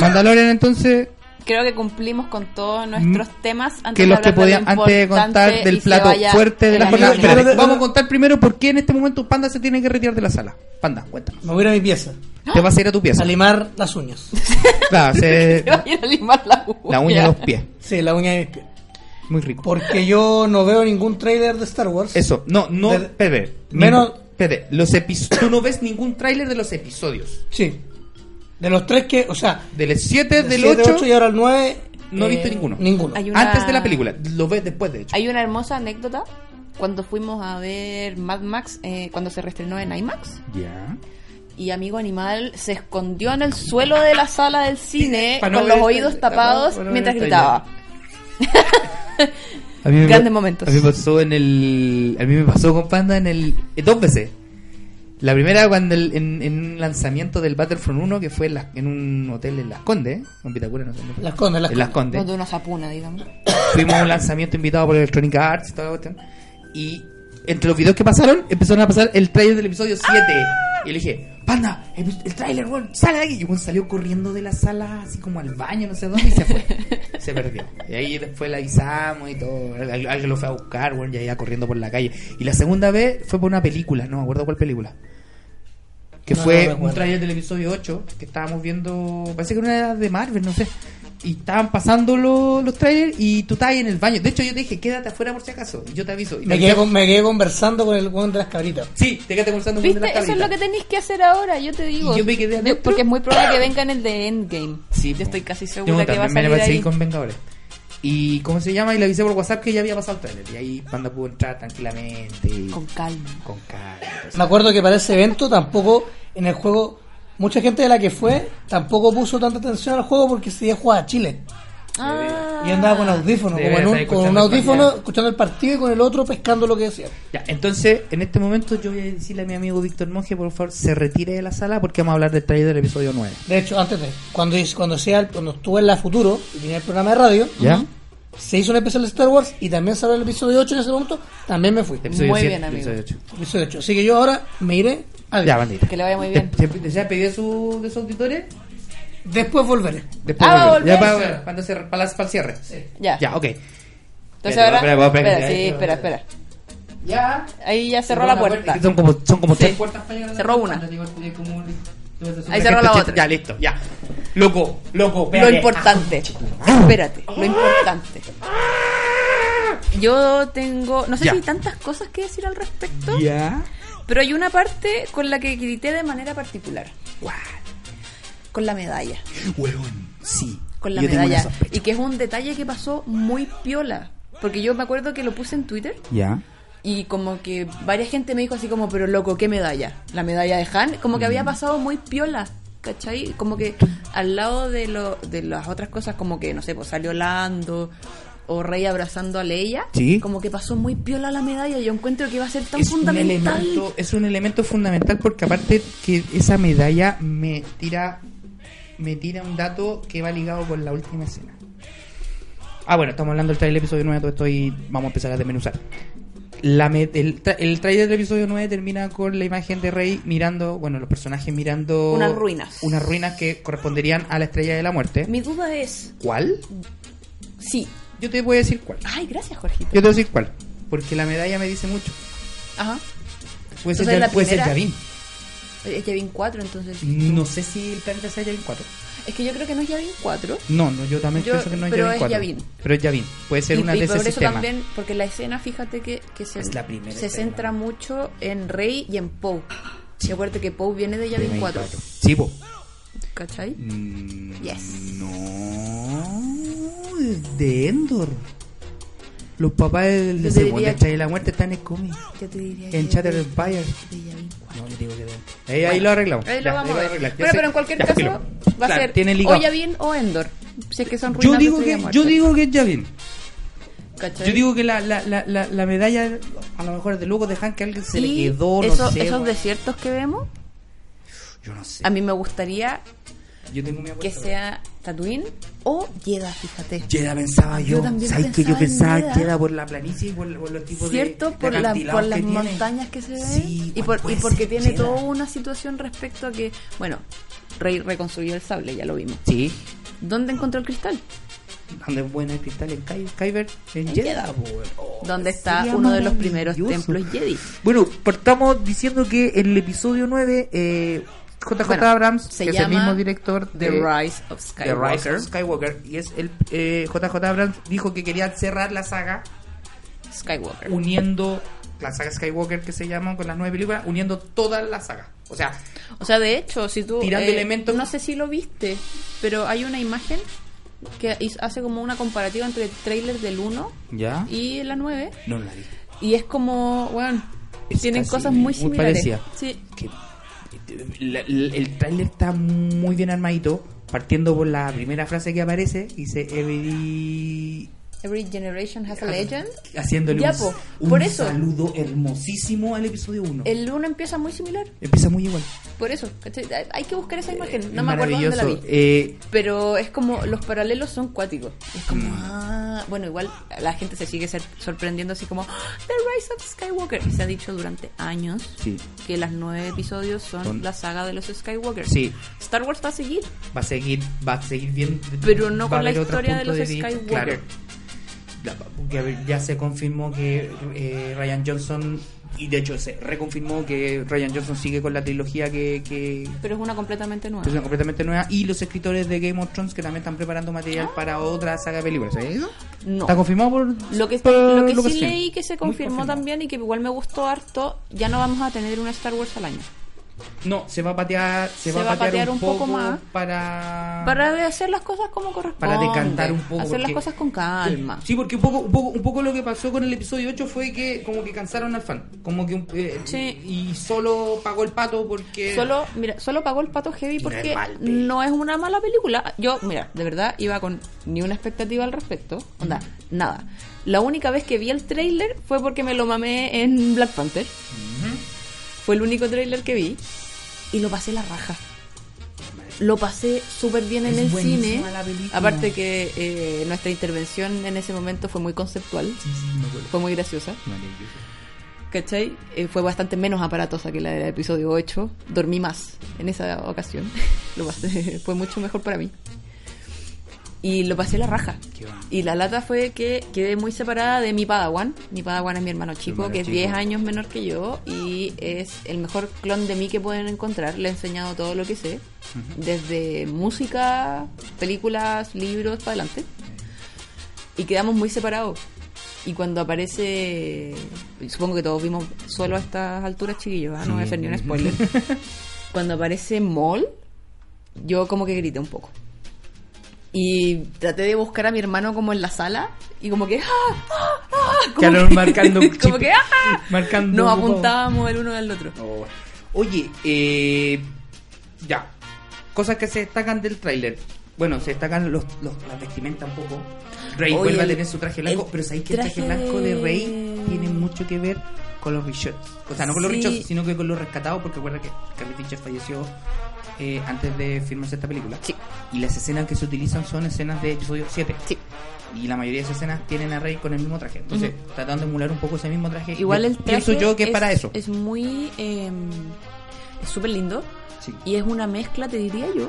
[SPEAKER 4] Mandalorian, entonces,
[SPEAKER 5] Creo que cumplimos con todos nuestros temas antes
[SPEAKER 4] Mm, que los que
[SPEAKER 5] hablar de lo
[SPEAKER 4] podían, antes de contar
[SPEAKER 5] importante y
[SPEAKER 4] del
[SPEAKER 5] se
[SPEAKER 4] plato
[SPEAKER 5] vaya
[SPEAKER 4] fuerte de
[SPEAKER 5] el
[SPEAKER 4] la
[SPEAKER 5] avión.
[SPEAKER 4] jornada.
[SPEAKER 3] Pero-
[SPEAKER 4] Espérate,
[SPEAKER 3] pero-
[SPEAKER 4] Vamos a contar primero por qué en este momento Panda se tiene que retirar de la sala. Panda, cuéntanos.
[SPEAKER 3] Me voy a ir a mi pieza
[SPEAKER 5] ¡Ah!
[SPEAKER 4] Te vas a ir a tu pieza.
[SPEAKER 3] a limar las uñas.
[SPEAKER 4] Claro, se-
[SPEAKER 5] Te vayan a limar la uña.
[SPEAKER 4] la uña de los pies.
[SPEAKER 3] Sí, la uña de mis pies.
[SPEAKER 4] Muy rico.
[SPEAKER 3] Porque yo no veo ningún trailer de Star Wars.
[SPEAKER 4] Eso, no, no,
[SPEAKER 3] Del-
[SPEAKER 4] Pepe.
[SPEAKER 3] Menos-
[SPEAKER 4] ningún- Pepe, los epi- tú no ves ningún tráiler de los episodios.
[SPEAKER 3] Sí. De los tres que, o sea,
[SPEAKER 4] Del 7,
[SPEAKER 3] del
[SPEAKER 4] del
[SPEAKER 3] 7,
[SPEAKER 4] 8,
[SPEAKER 3] 8 y ahora el 9.
[SPEAKER 4] no he visto ninguno.
[SPEAKER 3] Ninguno.
[SPEAKER 5] Hay un-
[SPEAKER 4] antes
[SPEAKER 5] Una-
[SPEAKER 4] de la película. Lo ves después, de hecho.
[SPEAKER 5] Hay una hermosa anécdota cuando fuimos a ver Mad Max eh, cuando se reestrenó en IMAX.
[SPEAKER 4] Ya.
[SPEAKER 5] Y Amigo Animal se escondió en el suelo de la sala del cine
[SPEAKER 4] Para no
[SPEAKER 5] con
[SPEAKER 4] ver
[SPEAKER 5] los
[SPEAKER 4] esta-
[SPEAKER 5] oídos tapados
[SPEAKER 4] para no ver
[SPEAKER 5] mientras
[SPEAKER 4] esta
[SPEAKER 5] gritaba.
[SPEAKER 4] A mí me-
[SPEAKER 5] Grandes momentos.
[SPEAKER 4] A mí me pasó en el. A mí me pasó con Panda en el. eh, dos veces. La primera cuando el- en, en un lanzamiento del Battlefront 1 que fue en, la- en un hotel en Las Condes, ¿eh? en Vitacura, no sé. dónde fue.
[SPEAKER 3] Las condes, las
[SPEAKER 4] en Las
[SPEAKER 3] condes.
[SPEAKER 4] Condes.
[SPEAKER 5] Donde uno sapuna, digamos.
[SPEAKER 4] Fuimos a un lanzamiento invitado por Electronic Arts y toda la cuestión. Y entre los videos que pasaron, empezaron a pasar el trailer del episodio 7.
[SPEAKER 3] ¡Ah!
[SPEAKER 4] Y le dije, panda, el, el trailer, weón, sale de aquí. Y weón salió corriendo de la sala, así como al baño, no sé dónde, y se fue. se perdió. Y ahí después la avisamos y todo. Al- al- Alguien lo fue a buscar, weón, ya iba corriendo por la calle. Y la segunda vez fue por una película, no me acuerdo cuál película. Que
[SPEAKER 3] No, no me
[SPEAKER 4] fue un
[SPEAKER 3] acuerdo.
[SPEAKER 4] trailer del episodio 8, que estábamos viendo, parece que era una de Marvel, no sé. Y estaban pasando lo- los trailers y tú estabas ahí en el baño. De hecho, yo te dije, quédate afuera por si acaso. Y yo te aviso. Y te
[SPEAKER 3] Me
[SPEAKER 4] avisé-
[SPEAKER 3] quedé, con- me quedé conversando con el weón de las cabritas.
[SPEAKER 4] Sí, te quedaste conversando con
[SPEAKER 5] ¿Viste?
[SPEAKER 4] una
[SPEAKER 5] Eso es lo que tenéis que hacer ahora, yo te digo.
[SPEAKER 4] Y yo me quedé
[SPEAKER 5] De-
[SPEAKER 4] adentro.
[SPEAKER 5] Porque es muy probable que vengan el de Endgame.
[SPEAKER 4] Sí,
[SPEAKER 5] yo estoy casi
[SPEAKER 4] Yo
[SPEAKER 5] segura que va a
[SPEAKER 4] también me la
[SPEAKER 5] salir
[SPEAKER 4] pasé
[SPEAKER 5] ahí.
[SPEAKER 4] con Vengadores. Y cómo se llama, y le avisé por WhatsApp que ya había pasado el trailer. Y ahí Panda pudo entrar tranquilamente. y-
[SPEAKER 5] Con calma.
[SPEAKER 4] con calma. entonces.
[SPEAKER 3] Me acuerdo que para ese evento tampoco en el juego, mucha gente de la que fue tampoco puso tanta atención al juego porque se iba a jugar a Chile.
[SPEAKER 4] Ah.
[SPEAKER 3] Y andaba con audífonos, como
[SPEAKER 4] Debería
[SPEAKER 3] en un-
[SPEAKER 4] estar
[SPEAKER 3] con un
[SPEAKER 4] escuchando el
[SPEAKER 3] audífono
[SPEAKER 4] partido.
[SPEAKER 3] escuchando el partido y con el otro pescando lo que decía.
[SPEAKER 4] Ya, entonces, en este momento yo voy a decirle a mi amigo Víctor Monge, por favor, se retire de la sala porque vamos a hablar del trailer del episodio 9.
[SPEAKER 3] De hecho, antes de, cuando, hice- cuando, hacía el- cuando estuve en la Futuro y tenía el programa de radio,
[SPEAKER 4] ¿Ya?
[SPEAKER 3] ujú, se hizo un especial de Star Wars y también salió el episodio 8 en ese momento, también me fui.
[SPEAKER 4] Episodio
[SPEAKER 5] Muy
[SPEAKER 4] 7,
[SPEAKER 5] bien, amigo.
[SPEAKER 4] episodio 8.
[SPEAKER 3] Episodio 8. Así que yo ahora me iré a
[SPEAKER 4] Ya, bandita.
[SPEAKER 5] Que le vaya muy bien.
[SPEAKER 4] ¿Te, te, te pedí de, su, de sus auditores?
[SPEAKER 3] Después volveré.
[SPEAKER 4] Después
[SPEAKER 5] Ah, va a
[SPEAKER 4] volver. Ya
[SPEAKER 5] volver.
[SPEAKER 4] para, para, para, cerrar- para, las- para el cierre.
[SPEAKER 5] Ya.
[SPEAKER 4] Ya, ok.
[SPEAKER 5] Entonces
[SPEAKER 4] Espera,
[SPEAKER 5] ahora.
[SPEAKER 4] espera, espera, espera,
[SPEAKER 5] Espera, sí,
[SPEAKER 4] espera.
[SPEAKER 5] espera, espera.
[SPEAKER 4] Ya.
[SPEAKER 5] Ahí ya cerró la puerta.
[SPEAKER 4] Son como, son como
[SPEAKER 5] Sí.
[SPEAKER 4] tres puertas para llegar a la
[SPEAKER 5] Cerró
[SPEAKER 4] puerta.
[SPEAKER 5] una.
[SPEAKER 4] Digo, eh, como un-
[SPEAKER 5] Ahí cerró la otra.
[SPEAKER 4] Ya, listo, ya. Loco, loco,
[SPEAKER 5] Lo
[SPEAKER 4] espérate.
[SPEAKER 5] importante. Espérate, lo importante. Yo tengo. No sé
[SPEAKER 4] Ya.
[SPEAKER 5] si hay tantas cosas que decir al respecto.
[SPEAKER 4] Ya.
[SPEAKER 5] Pero hay una parte con la que grité de manera particular. Con la medalla.
[SPEAKER 4] Huevón, sí.
[SPEAKER 5] Con la
[SPEAKER 4] Yo tengo una
[SPEAKER 5] medalla.
[SPEAKER 4] sospecha.
[SPEAKER 5] Y que es un detalle que pasó muy piola. Porque yo me acuerdo que lo puse en Twitter
[SPEAKER 4] Ya.
[SPEAKER 5] y como que varias gente me dijo así como, pero loco, ¿qué medalla? La medalla de Han. Como que
[SPEAKER 4] Mm.
[SPEAKER 5] había pasado muy piola. ¿Cachai? Como que al lado de, lo, de las otras cosas, como que, no sé, pues salió Lando o Rey abrazando a Leia.
[SPEAKER 4] Sí.
[SPEAKER 5] Como que pasó muy piola la medalla. Yo encuentro que va a ser tan
[SPEAKER 4] es
[SPEAKER 5] fundamental.
[SPEAKER 4] Un elemento, es un elemento fundamental porque aparte que esa medalla me tira me tira un dato que va ligado con la última escena. Ah, bueno, estamos hablando del trailer del episodio 9, todo esto y vamos a empezar a desmenuzar. La me- el, tra- el trailer del episodio 9 termina con la imagen de Rey mirando, bueno, los personajes mirando...
[SPEAKER 5] Unas ruinas.
[SPEAKER 4] Unas ruinas que corresponderían a la estrella de la muerte.
[SPEAKER 5] Mi duda es,
[SPEAKER 4] ¿Cuál?
[SPEAKER 5] sí.
[SPEAKER 4] Yo te voy a decir cuál.
[SPEAKER 5] Ay, gracias, Jorgito.
[SPEAKER 4] Yo te voy a decir cuál. Porque la medalla me dice mucho.
[SPEAKER 5] Ajá.
[SPEAKER 4] Puede ser,
[SPEAKER 5] Entonces,
[SPEAKER 4] Ya-
[SPEAKER 5] la
[SPEAKER 4] puede ser
[SPEAKER 5] primera-
[SPEAKER 4] Yavin.
[SPEAKER 5] Es Yavin 4, entonces.
[SPEAKER 4] No sé si el planeta sea Yavin 4.
[SPEAKER 5] Es que yo creo que no es Yavin 4.
[SPEAKER 4] No, no, yo también
[SPEAKER 5] Yo-
[SPEAKER 4] pienso que no es
[SPEAKER 5] pero
[SPEAKER 4] Yavin
[SPEAKER 5] es
[SPEAKER 4] 4.
[SPEAKER 5] Yavin.
[SPEAKER 4] Pero es Yavin. Puede ser
[SPEAKER 5] y,
[SPEAKER 4] una
[SPEAKER 5] y
[SPEAKER 4] de
[SPEAKER 5] por
[SPEAKER 4] ese
[SPEAKER 5] eso
[SPEAKER 4] sistema.
[SPEAKER 5] también, porque la escena, fíjate que, que se,
[SPEAKER 4] Es la primera
[SPEAKER 5] se
[SPEAKER 4] escena.
[SPEAKER 5] centra mucho en Rey y en Poe. Y acuérdate que Poe viene de
[SPEAKER 4] Yavin
[SPEAKER 5] Yavin 4.
[SPEAKER 4] Sí, po.
[SPEAKER 5] ¿Cachai?
[SPEAKER 4] Mm,
[SPEAKER 5] Yes.
[SPEAKER 4] No. es De Endor. Los papás del
[SPEAKER 5] Yo
[SPEAKER 4] de
[SPEAKER 5] te
[SPEAKER 4] segundo
[SPEAKER 5] diría-
[SPEAKER 4] Estrella de la Muerte están en Comi.
[SPEAKER 5] Yo te diría
[SPEAKER 4] En
[SPEAKER 5] que
[SPEAKER 4] Shattered
[SPEAKER 5] de-
[SPEAKER 4] Empire.
[SPEAKER 5] de Yavin 4.
[SPEAKER 4] No, yo digo que de Endor. Ahí, ahí lo arreglamos.
[SPEAKER 5] Ahí lo
[SPEAKER 4] Ya,
[SPEAKER 5] vamos
[SPEAKER 4] ahí
[SPEAKER 5] a ver.
[SPEAKER 4] arreglar. Ya
[SPEAKER 5] Bueno,
[SPEAKER 4] sé.
[SPEAKER 5] pero en cualquier
[SPEAKER 4] Ya,
[SPEAKER 5] caso,
[SPEAKER 4] filo.
[SPEAKER 5] va
[SPEAKER 4] Claro,
[SPEAKER 5] a ser
[SPEAKER 4] tiene
[SPEAKER 5] o
[SPEAKER 4] ligado.
[SPEAKER 5] Yavin o Endor. Si es que son
[SPEAKER 4] Yo
[SPEAKER 5] ruinas
[SPEAKER 4] digo,
[SPEAKER 5] de
[SPEAKER 4] que,
[SPEAKER 5] Estrella de
[SPEAKER 4] yo
[SPEAKER 5] Muerte.
[SPEAKER 4] digo que es Yavin.
[SPEAKER 5] ¿Cachai?
[SPEAKER 4] Yo digo que la, la, la, la, la medalla, a lo mejor de luego de Han, que alguien se le
[SPEAKER 5] Y
[SPEAKER 4] quedó, no
[SPEAKER 5] esos-
[SPEAKER 4] sé.
[SPEAKER 5] esos
[SPEAKER 4] weón.
[SPEAKER 5] desiertos que vemos,
[SPEAKER 4] Yo no sé.
[SPEAKER 5] a mí me gustaría
[SPEAKER 4] Yo tengo mi
[SPEAKER 5] que
[SPEAKER 4] apuesta.
[SPEAKER 5] sea Tatooine o Yeda, fíjate.
[SPEAKER 4] Jedi pensaba
[SPEAKER 5] Yo
[SPEAKER 4] yo.
[SPEAKER 5] también
[SPEAKER 4] ¿Sabes que yo
[SPEAKER 5] pensaba
[SPEAKER 4] pensaba
[SPEAKER 5] en
[SPEAKER 4] que
[SPEAKER 5] Jedi.
[SPEAKER 4] era por la planicie y por, por los tipos de-
[SPEAKER 5] ¿Cierto?
[SPEAKER 4] de
[SPEAKER 5] por, la-
[SPEAKER 4] acantilados
[SPEAKER 5] por las
[SPEAKER 4] que tiene?
[SPEAKER 5] montañas que se ven.
[SPEAKER 4] Sí,
[SPEAKER 5] y,
[SPEAKER 4] bueno,
[SPEAKER 5] por- y
[SPEAKER 4] puede
[SPEAKER 5] porque
[SPEAKER 4] ser
[SPEAKER 5] tiene
[SPEAKER 4] Jedi.
[SPEAKER 5] toda una situación respecto a que, bueno, Rey reconstruyó el sable, ya lo vimos.
[SPEAKER 4] Sí.
[SPEAKER 5] ¿Dónde encontró el cristal?
[SPEAKER 4] ¿Dónde es buena el cristal en Ky- Kyber? En
[SPEAKER 5] En
[SPEAKER 4] Jedi.
[SPEAKER 5] Jedi.
[SPEAKER 4] po, weón. Oh,
[SPEAKER 5] ¿Dónde está
[SPEAKER 4] sería
[SPEAKER 5] uno de los primeros
[SPEAKER 4] maravilloso.
[SPEAKER 5] templos Jedi?
[SPEAKER 4] Bueno, partamos diciendo que en el episodio 9, eh, JJ
[SPEAKER 5] Bueno,
[SPEAKER 4] Abrams,
[SPEAKER 5] se
[SPEAKER 4] que es el
[SPEAKER 5] llama
[SPEAKER 4] mismo director de
[SPEAKER 5] The Rise of
[SPEAKER 4] The Rise
[SPEAKER 5] Skywalker.
[SPEAKER 4] of Skywalker, y es el eh, JJ Abrams dijo que quería cerrar la saga
[SPEAKER 5] Skywalker.
[SPEAKER 4] uniendo la saga Skywalker que se llama con las nueve películas, uniendo todas las sagas. O sea,
[SPEAKER 5] O sea, de hecho, si tú. eh,
[SPEAKER 4] Tirando elementos-
[SPEAKER 5] No sé si lo viste, pero hay una imagen que hiz- hace como una comparativa entre el trailer del 1
[SPEAKER 4] ¿ya?
[SPEAKER 5] y la 9.
[SPEAKER 4] No la vi.
[SPEAKER 5] Y es como, bueno,
[SPEAKER 4] Es
[SPEAKER 5] tienen
[SPEAKER 4] casi
[SPEAKER 5] cosas muy
[SPEAKER 4] muy
[SPEAKER 5] similares.
[SPEAKER 4] parecida.
[SPEAKER 5] Sí.
[SPEAKER 4] Que, la- la- el tráiler está muy bien armadito, partiendo por la primera frase que aparece, dice Every
[SPEAKER 5] Every Generation Has a Legend.
[SPEAKER 4] Haciéndole
[SPEAKER 5] Ya,
[SPEAKER 4] un,
[SPEAKER 5] po,
[SPEAKER 4] un
[SPEAKER 5] por eso.
[SPEAKER 4] saludo hermosísimo al episodio 1.
[SPEAKER 5] El 1 empieza muy similar.
[SPEAKER 4] Empieza muy igual.
[SPEAKER 5] Por eso, ¿cachai? Hay- hay que buscar esa
[SPEAKER 4] Eh, Es
[SPEAKER 5] imagen. No me acuerdo dónde la vi.
[SPEAKER 4] Eh,
[SPEAKER 5] Pero es como, los paralelos son cuáticos. Es como,
[SPEAKER 4] Mm.
[SPEAKER 5] ah, bueno, igual la gente se sigue ser- sorprendiendo así como, "Ah, The Rise of Skywalker. Se ha dicho durante años
[SPEAKER 4] sí,
[SPEAKER 5] que las nueve episodios son,
[SPEAKER 4] Son-
[SPEAKER 5] la saga de los Skywalker.
[SPEAKER 4] sí,
[SPEAKER 5] Star Wars va a seguir.
[SPEAKER 4] va a seguir, va a seguir bien.
[SPEAKER 5] Pero no
[SPEAKER 4] va
[SPEAKER 5] con
[SPEAKER 4] a
[SPEAKER 5] la
[SPEAKER 4] haber otro
[SPEAKER 5] historia de
[SPEAKER 4] punto
[SPEAKER 5] los
[SPEAKER 4] vista,
[SPEAKER 5] Skywalker.
[SPEAKER 4] Claro. La- porque a ver, ya se confirmó que eh, Ryan Johnson, y de hecho se reconfirmó que Ryan Johnson sigue con la trilogía que, que,
[SPEAKER 5] Pero es una completamente nueva.
[SPEAKER 4] Persona completamente nueva. Y los escritores de Game of Thrones que también están preparando material para otra saga de películas. ¿Sabes eso?
[SPEAKER 5] No.
[SPEAKER 4] ¿Está confirmado por.?
[SPEAKER 5] Lo que,
[SPEAKER 4] por
[SPEAKER 5] lo que sí
[SPEAKER 4] Lucasfilm?
[SPEAKER 5] leí que se
[SPEAKER 4] Muy
[SPEAKER 5] confirmó
[SPEAKER 4] confirmado.
[SPEAKER 5] también y que igual me gustó harto, ya no vamos a tener una Star Wars al año.
[SPEAKER 4] No, se va a patear, se va a patear un, poco, más. Para.
[SPEAKER 5] Para hacer las cosas como corresponde.
[SPEAKER 4] Para decantar un poco.
[SPEAKER 5] Hacer las
[SPEAKER 4] porque-
[SPEAKER 5] cosas con calma.
[SPEAKER 4] Sí, porque un poco, un, poco, un poco lo que pasó con el episodio 8 fue que como que cansaron al fan. Como que un- eh,
[SPEAKER 5] Sí.
[SPEAKER 4] Y solo pagó el pato porque...
[SPEAKER 5] Solo, mira, solo pagó el pato heavy porque
[SPEAKER 4] Normal, pe.
[SPEAKER 5] no es una mala película. Yo, mira, de verdad iba con ni una expectativa al respecto. Onda, nada. La única vez que vi el tráiler fue porque me lo mamé en Black Panther. Fue el único tráiler que vi. Y lo pasé la raja. Lo pasé súper bien en
[SPEAKER 4] Es
[SPEAKER 5] el
[SPEAKER 4] buenísima
[SPEAKER 5] cine.
[SPEAKER 4] la película.
[SPEAKER 5] Aparte que eh, nuestra intervención en ese momento fue muy conceptual.
[SPEAKER 4] Sí, sí, me acuerdo.
[SPEAKER 5] Fue muy graciosa.
[SPEAKER 4] Maravilloso.
[SPEAKER 5] ¿Cachai? Eh, fue bastante menos aparatosa que la del episodio 8. Dormí más en esa ocasión. Lo pasé- fue mucho mejor para mí. Y lo pasé la raja.
[SPEAKER 4] Qué bueno.
[SPEAKER 5] Y la lata fue que quedé muy separada de mi Padawan. Mi Padawan es mi hermano chico,
[SPEAKER 4] hermano
[SPEAKER 5] que es
[SPEAKER 4] chico.
[SPEAKER 5] 10 años menor que yo y es el mejor clon de mí que pueden encontrar. Le he enseñado todo lo que sé, desde música, películas, libros, para adelante. Y quedamos muy separados. Y cuando aparece, supongo que todos vimos solo a estas alturas, chiquillos, ¿ah? no voy a hacer ni un spoiler. cuando aparece Mol, yo como que grité un poco. Y traté de buscar a mi hermano como en la sala y como que... ¡Ah! ¡Ah! ¡Ah! Como
[SPEAKER 4] Claro, marcando un
[SPEAKER 5] como
[SPEAKER 4] chip.
[SPEAKER 5] que ¡Ah!
[SPEAKER 4] Marcando
[SPEAKER 5] Nos
[SPEAKER 4] un poco.
[SPEAKER 5] apuntábamos el uno del otro.
[SPEAKER 4] Oh. Oye, eh, ya. Cosas que se destacan del tráiler. Bueno, se destacan los, los, las vestimentas un poco. Rey
[SPEAKER 5] Oye,
[SPEAKER 4] vuelve a
[SPEAKER 5] el-
[SPEAKER 4] tener su traje blanco,
[SPEAKER 5] el
[SPEAKER 4] pero sabéis que el traje
[SPEAKER 5] traje
[SPEAKER 4] blanco de
[SPEAKER 5] de-
[SPEAKER 4] Rey tiene mucho que ver con los Richots. O sea, no con los
[SPEAKER 5] Sí.
[SPEAKER 4] Richots, sino que con los rescatados, porque recuerda que Carrie Fisher falleció eh, antes de filmarse esta película.
[SPEAKER 5] Sí.
[SPEAKER 4] Y las escenas que se utilizan son escenas de episodio 7.
[SPEAKER 5] Sí.
[SPEAKER 4] Y la mayoría de esas escenas tienen a Rey con el mismo traje. Entonces, tratando de emular un poco ese mismo traje.
[SPEAKER 5] Igual
[SPEAKER 4] Yo
[SPEAKER 5] el traje
[SPEAKER 4] Pienso yo que
[SPEAKER 5] es,
[SPEAKER 4] para eso.
[SPEAKER 5] es muy... eh, es súper lindo
[SPEAKER 4] Sí.
[SPEAKER 5] y es una mezcla, te diría yo,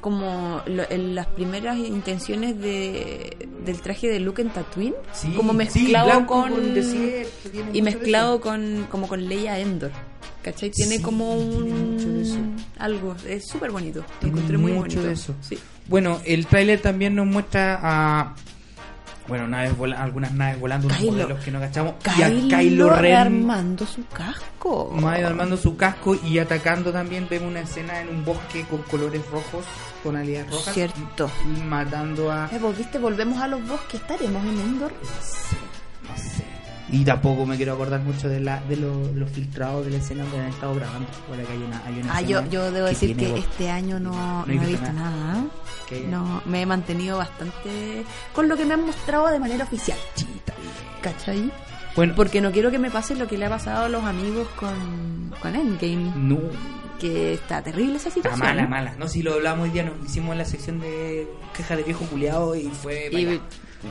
[SPEAKER 5] como lo- en las primeras intenciones de, del traje de Luke en Tatooine,
[SPEAKER 4] Sí,
[SPEAKER 5] como
[SPEAKER 4] sí,
[SPEAKER 5] mezclado
[SPEAKER 4] blanco
[SPEAKER 5] con...
[SPEAKER 4] con desierto, tiene mucho
[SPEAKER 5] y
[SPEAKER 4] de
[SPEAKER 5] mezclado
[SPEAKER 4] eso.
[SPEAKER 5] con como con Leia Endor. ¿Cachai? Tiene
[SPEAKER 4] Sí,
[SPEAKER 5] como
[SPEAKER 4] tiene mucho de eso.
[SPEAKER 5] un... algo, es súper bonito. Lo
[SPEAKER 4] Tiene
[SPEAKER 5] encontré muy
[SPEAKER 4] mucho
[SPEAKER 5] bonito.
[SPEAKER 4] de eso.
[SPEAKER 5] Sí.
[SPEAKER 4] Bueno, el tráiler también nos muestra a bueno, naves vola- algunas naves volando, unos
[SPEAKER 5] Kylo.
[SPEAKER 4] modelos que no cachamos
[SPEAKER 5] Kylo,
[SPEAKER 4] y a Kylo Ren
[SPEAKER 5] armando su casco.
[SPEAKER 4] Maeve armando su casco y atacando también vemos una escena en un bosque con colores rojos, tonalidades rojas,
[SPEAKER 5] Cierto.
[SPEAKER 4] y matando a
[SPEAKER 5] Eh, vos, viste, volvemos a los bosques, estaremos en Endor.
[SPEAKER 4] no sé. Y tampoco me quiero acordar mucho de, la, de lo- los filtrados de la escena donde han estado grabando. Ahora que hay una, hay una
[SPEAKER 5] Ah, yo,
[SPEAKER 4] escena
[SPEAKER 5] yo debo decir
[SPEAKER 4] tiene
[SPEAKER 5] que
[SPEAKER 4] bosque.
[SPEAKER 5] este año no,
[SPEAKER 4] No he
[SPEAKER 5] no he
[SPEAKER 4] visto
[SPEAKER 5] visto nada.
[SPEAKER 4] Que-
[SPEAKER 5] No, me he mantenido bastante con lo que me han mostrado de manera oficial. ¿Cachai?
[SPEAKER 4] Bueno,
[SPEAKER 5] Porque no quiero que me pase lo que le ha pasado a los amigos con, con Endgame.
[SPEAKER 4] no,
[SPEAKER 5] que está terrible esa
[SPEAKER 4] Está
[SPEAKER 5] situación.
[SPEAKER 4] mala, mala. No, si lo hablamos hoy día, nos hicimos la sección de caja de viejo culiado y fue.
[SPEAKER 5] Y- Ah,
[SPEAKER 4] vaya.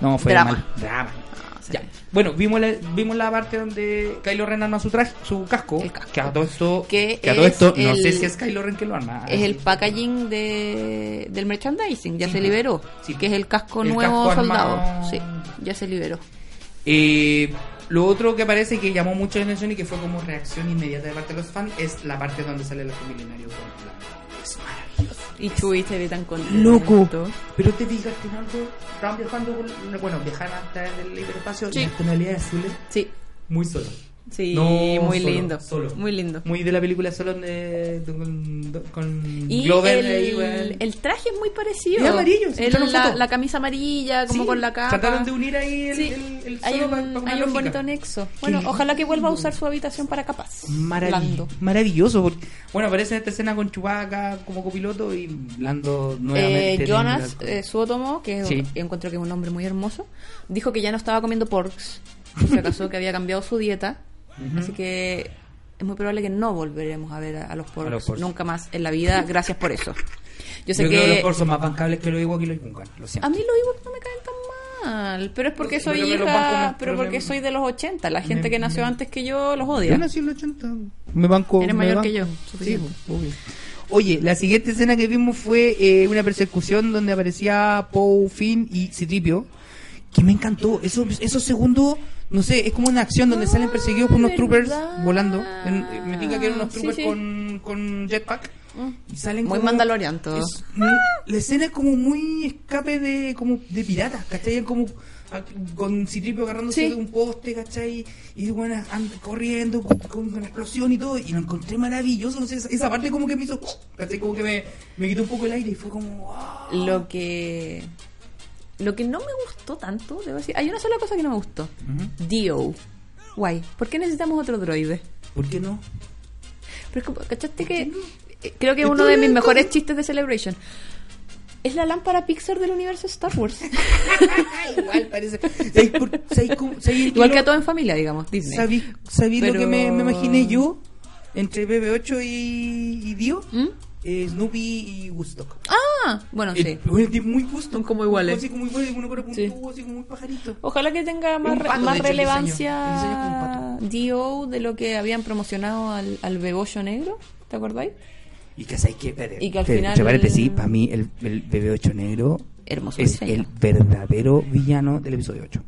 [SPEAKER 4] no, fue
[SPEAKER 5] drama.
[SPEAKER 4] mal. Drama.
[SPEAKER 5] No, sí.
[SPEAKER 4] Ya. Bueno, vimos la, vimos la parte donde Kylo Ren arma su traje, su casco.
[SPEAKER 5] El casco.
[SPEAKER 4] Que a todo esto.
[SPEAKER 5] Que
[SPEAKER 4] a todo
[SPEAKER 5] es
[SPEAKER 4] esto. No
[SPEAKER 5] el-
[SPEAKER 4] sé si es Kylo Ren que lo arma.
[SPEAKER 5] Es el packaging de, del merchandising, ya
[SPEAKER 4] Sí. pues.
[SPEAKER 5] se liberó.
[SPEAKER 4] Sí.
[SPEAKER 5] Que es el casco
[SPEAKER 4] El
[SPEAKER 5] nuevo
[SPEAKER 4] casco
[SPEAKER 5] soldado.
[SPEAKER 4] armado.
[SPEAKER 5] Sí, ya se liberó.
[SPEAKER 4] Eh, lo otro que parece que llamó mucho la atención y que fue como reacción inmediata de parte de los fans es la parte donde sale el milenario con la- Es maravilloso.
[SPEAKER 5] Y Chuy se ve tan contento.
[SPEAKER 4] Pero te digas que no están viajando, por- bueno, viajan hasta el hiperespacio
[SPEAKER 5] Sí.
[SPEAKER 4] y las tonalidades azules
[SPEAKER 5] Sí,
[SPEAKER 4] muy solas.
[SPEAKER 5] Sí,
[SPEAKER 4] No,
[SPEAKER 5] muy
[SPEAKER 4] solo,
[SPEAKER 5] lindo.
[SPEAKER 4] solo.
[SPEAKER 5] Muy lindo.
[SPEAKER 4] Muy de la película solo eh, de, con, con
[SPEAKER 5] Y
[SPEAKER 4] Glover
[SPEAKER 5] el,
[SPEAKER 4] ahí, weón.
[SPEAKER 5] el traje es muy parecido.
[SPEAKER 4] Es amarillo, sí,
[SPEAKER 5] El-
[SPEAKER 4] echaron
[SPEAKER 5] la,
[SPEAKER 4] foto.
[SPEAKER 5] la camisa amarilla, como
[SPEAKER 4] Sí,
[SPEAKER 5] con la capa.
[SPEAKER 4] Trataron de unir ahí el,
[SPEAKER 5] Sí,
[SPEAKER 4] el- el
[SPEAKER 5] hay
[SPEAKER 4] solo
[SPEAKER 5] un,
[SPEAKER 4] pa- pa una
[SPEAKER 5] hay un
[SPEAKER 4] lógica.
[SPEAKER 5] bonito nexo. Bueno, ojalá que vuelva a usar su habitación para capas.
[SPEAKER 4] Maravi-
[SPEAKER 5] Lando.
[SPEAKER 4] Maravilloso. porque- bueno, aparece en esta escena con Chubaca como copiloto y Lando nuevamente.
[SPEAKER 5] Eh,
[SPEAKER 4] dentro
[SPEAKER 5] Jonas
[SPEAKER 4] del-
[SPEAKER 5] eh, Suotomo, que es-
[SPEAKER 4] Sí.
[SPEAKER 5] encuentro que es un hombre muy hermoso, dijo que ya no estaba comiendo porks, y se acaso que había cambiado su dieta, así que es muy probable que no volveremos a ver a, a los porks
[SPEAKER 4] los porks.
[SPEAKER 5] nunca más en la vida, gracias por eso. Yo
[SPEAKER 4] Yo,
[SPEAKER 5] sé
[SPEAKER 4] creo que los
[SPEAKER 5] que
[SPEAKER 4] por son más bancables que los Ewok y los Yungan, lo siento.
[SPEAKER 5] a mí los Ewoks no me caen tan mal, pero es porque
[SPEAKER 4] Yo
[SPEAKER 5] soy
[SPEAKER 4] creo que los banco
[SPEAKER 5] hija,
[SPEAKER 4] más,
[SPEAKER 5] pero
[SPEAKER 4] pero
[SPEAKER 5] porque
[SPEAKER 4] me-
[SPEAKER 5] soy de los 80, la gente
[SPEAKER 4] me-
[SPEAKER 5] que nació
[SPEAKER 4] me-
[SPEAKER 5] antes que yo los odia.
[SPEAKER 4] nací en los 80. Me banco.
[SPEAKER 5] Eres
[SPEAKER 4] me
[SPEAKER 5] mayor
[SPEAKER 4] banco.
[SPEAKER 5] que yo,
[SPEAKER 4] Sí,
[SPEAKER 5] suficiente.
[SPEAKER 4] obvio. Oye, la siguiente escena que vimos fue eh, una persecución donde aparecía Poe, Finn y Citripio. Que me encantó. Esos, esos segundos, no sé, es como una acción donde salen perseguidos por unos
[SPEAKER 5] Ah,
[SPEAKER 4] troopers
[SPEAKER 5] ¿verdad?
[SPEAKER 4] volando. En- eh, me diga que eran unos
[SPEAKER 5] Sí,
[SPEAKER 4] troopers
[SPEAKER 5] sí. Mm.
[SPEAKER 4] Con, con jetpack. Y salen
[SPEAKER 5] Muy
[SPEAKER 4] como-
[SPEAKER 5] Mandalorian todo.
[SPEAKER 4] es muy- la escena es como muy escape de como de piratas, ¿cachai? Como a- con Citripio agarrándose
[SPEAKER 5] Sí.
[SPEAKER 4] de un poste, ¿cachai? Y bueno, and- corriendo con, con una explosión y todo. Y lo encontré maravilloso. No sé, esa, esa parte como que me hizo, ¿cachai? Como que me, me quitó un poco el aire y fue como, "Ah, ¡wow!
[SPEAKER 5] Lo que. Lo que no me gustó tanto, debo decir. Hay una sola cosa que no me gustó: Dio. Guay. ¿Por qué necesitamos otro droide?
[SPEAKER 4] ¿Por qué no?
[SPEAKER 5] Pero es como, ¿cachaste que.? eh, Creo que
[SPEAKER 4] Estoy
[SPEAKER 5] es uno de mis
[SPEAKER 4] lento.
[SPEAKER 5] mejores chistes de Celebration. Es la lámpara Pixar del universo Star Wars.
[SPEAKER 4] Igual parece. ¿Sabéis por- sabéis cómo- sabéis
[SPEAKER 5] Igual
[SPEAKER 4] lo-
[SPEAKER 5] que a todo en familia, digamos, Disney.
[SPEAKER 4] ¿Sabéis sabéis
[SPEAKER 5] Pero-
[SPEAKER 4] lo que me, me imaginé yo entre BB8 y, y Dio?
[SPEAKER 5] ¿Mm?
[SPEAKER 4] Eh, Snoopy y Woodstock.
[SPEAKER 5] Ah, bueno,
[SPEAKER 4] El-
[SPEAKER 5] sí.
[SPEAKER 4] bueno, tiene Eh, muy gusto.
[SPEAKER 5] Son como iguales.
[SPEAKER 4] Así como iguales, uno pero
[SPEAKER 5] Sí.
[SPEAKER 4] puntudo, así como muy pajarito.
[SPEAKER 5] Ojalá que tenga más,
[SPEAKER 4] un
[SPEAKER 5] re-
[SPEAKER 4] pato,
[SPEAKER 5] más
[SPEAKER 4] de hecho, el diseño. El diseño es como
[SPEAKER 5] relevancia
[SPEAKER 4] un
[SPEAKER 5] Dio de lo que habían promocionado al, al bebollo negro. ¿Te acordáis?
[SPEAKER 4] Y que sabes que, espérate,
[SPEAKER 5] Y que al
[SPEAKER 4] espérate,
[SPEAKER 5] final-
[SPEAKER 4] entre paréntesis, sí, para mí el, el BB8 negro
[SPEAKER 5] Hermoso
[SPEAKER 4] es
[SPEAKER 5] diseño.
[SPEAKER 4] el verdadero villano del episodio 8.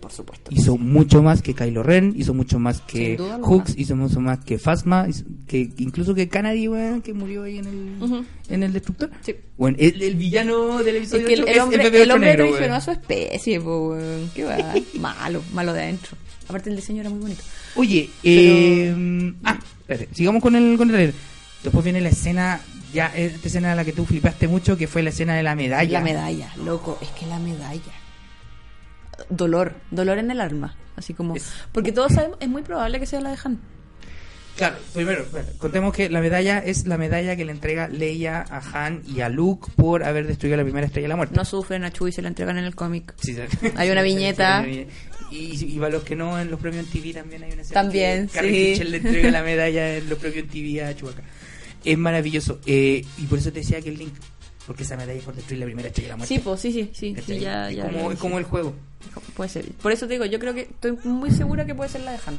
[SPEAKER 5] Por supuesto.
[SPEAKER 4] Hizo mucho más que Kylo Ren, hizo mucho más que
[SPEAKER 5] Sin duda alguna.
[SPEAKER 4] Hooks, hizo mucho más que Phasma, hizo- que que incluso que Canary, weón, que murió ahí en el,
[SPEAKER 5] Ujú.
[SPEAKER 4] en el destructor.
[SPEAKER 5] Sí.
[SPEAKER 4] Bueno, el, el villano del
[SPEAKER 5] Es
[SPEAKER 4] episodio
[SPEAKER 5] que el,
[SPEAKER 4] 8
[SPEAKER 5] el hombre,
[SPEAKER 4] es el BB8
[SPEAKER 5] el hombre
[SPEAKER 4] negro,
[SPEAKER 5] traicionó
[SPEAKER 4] weón.
[SPEAKER 5] a su especie, po, weón. Qué va. Malo, malo de adentro. Aparte el diseño era muy bonito.
[SPEAKER 4] Oye,
[SPEAKER 5] Pero-
[SPEAKER 4] eh, ah, espérate, sigamos con el, con el trailer. Después viene la escena, ya eh, esta escena a la que tú flipaste mucho, que fue la escena de la medalla.
[SPEAKER 5] La medalla, loco. Es que la medalla. Dolor, dolor en el alma. Así como...
[SPEAKER 4] Es-
[SPEAKER 5] Porque todos sabemos, es muy probable que sea la de Han.
[SPEAKER 4] Claro, primero, bueno, contemos que la medalla es la medalla que le entrega Leia a Han y a Luke por haber destruido la primera estrella de la muerte.
[SPEAKER 5] No sufren a Chewie, se la entregan en el cómic.
[SPEAKER 4] Sí, sí.
[SPEAKER 5] Hay una viñeta.
[SPEAKER 4] Y, y para los que no, en los premios TV también hay una escena
[SPEAKER 5] También,
[SPEAKER 4] que Carrie
[SPEAKER 5] sí.
[SPEAKER 4] Fisher le entrega la medalla en los premios TV a Chewbacca. Es maravilloso. eh, y por eso te decía que el link, porque esa medalla es por destruir la primera estrella de la muerte.
[SPEAKER 5] Sí, pues, sí, sí, sí, sí,
[SPEAKER 4] ¿Cachai?
[SPEAKER 5] ya,
[SPEAKER 4] es,
[SPEAKER 5] ya.
[SPEAKER 4] como, es como el juego.
[SPEAKER 5] Puede ser. Por eso te digo, yo creo que estoy muy segura que puede ser la de Han.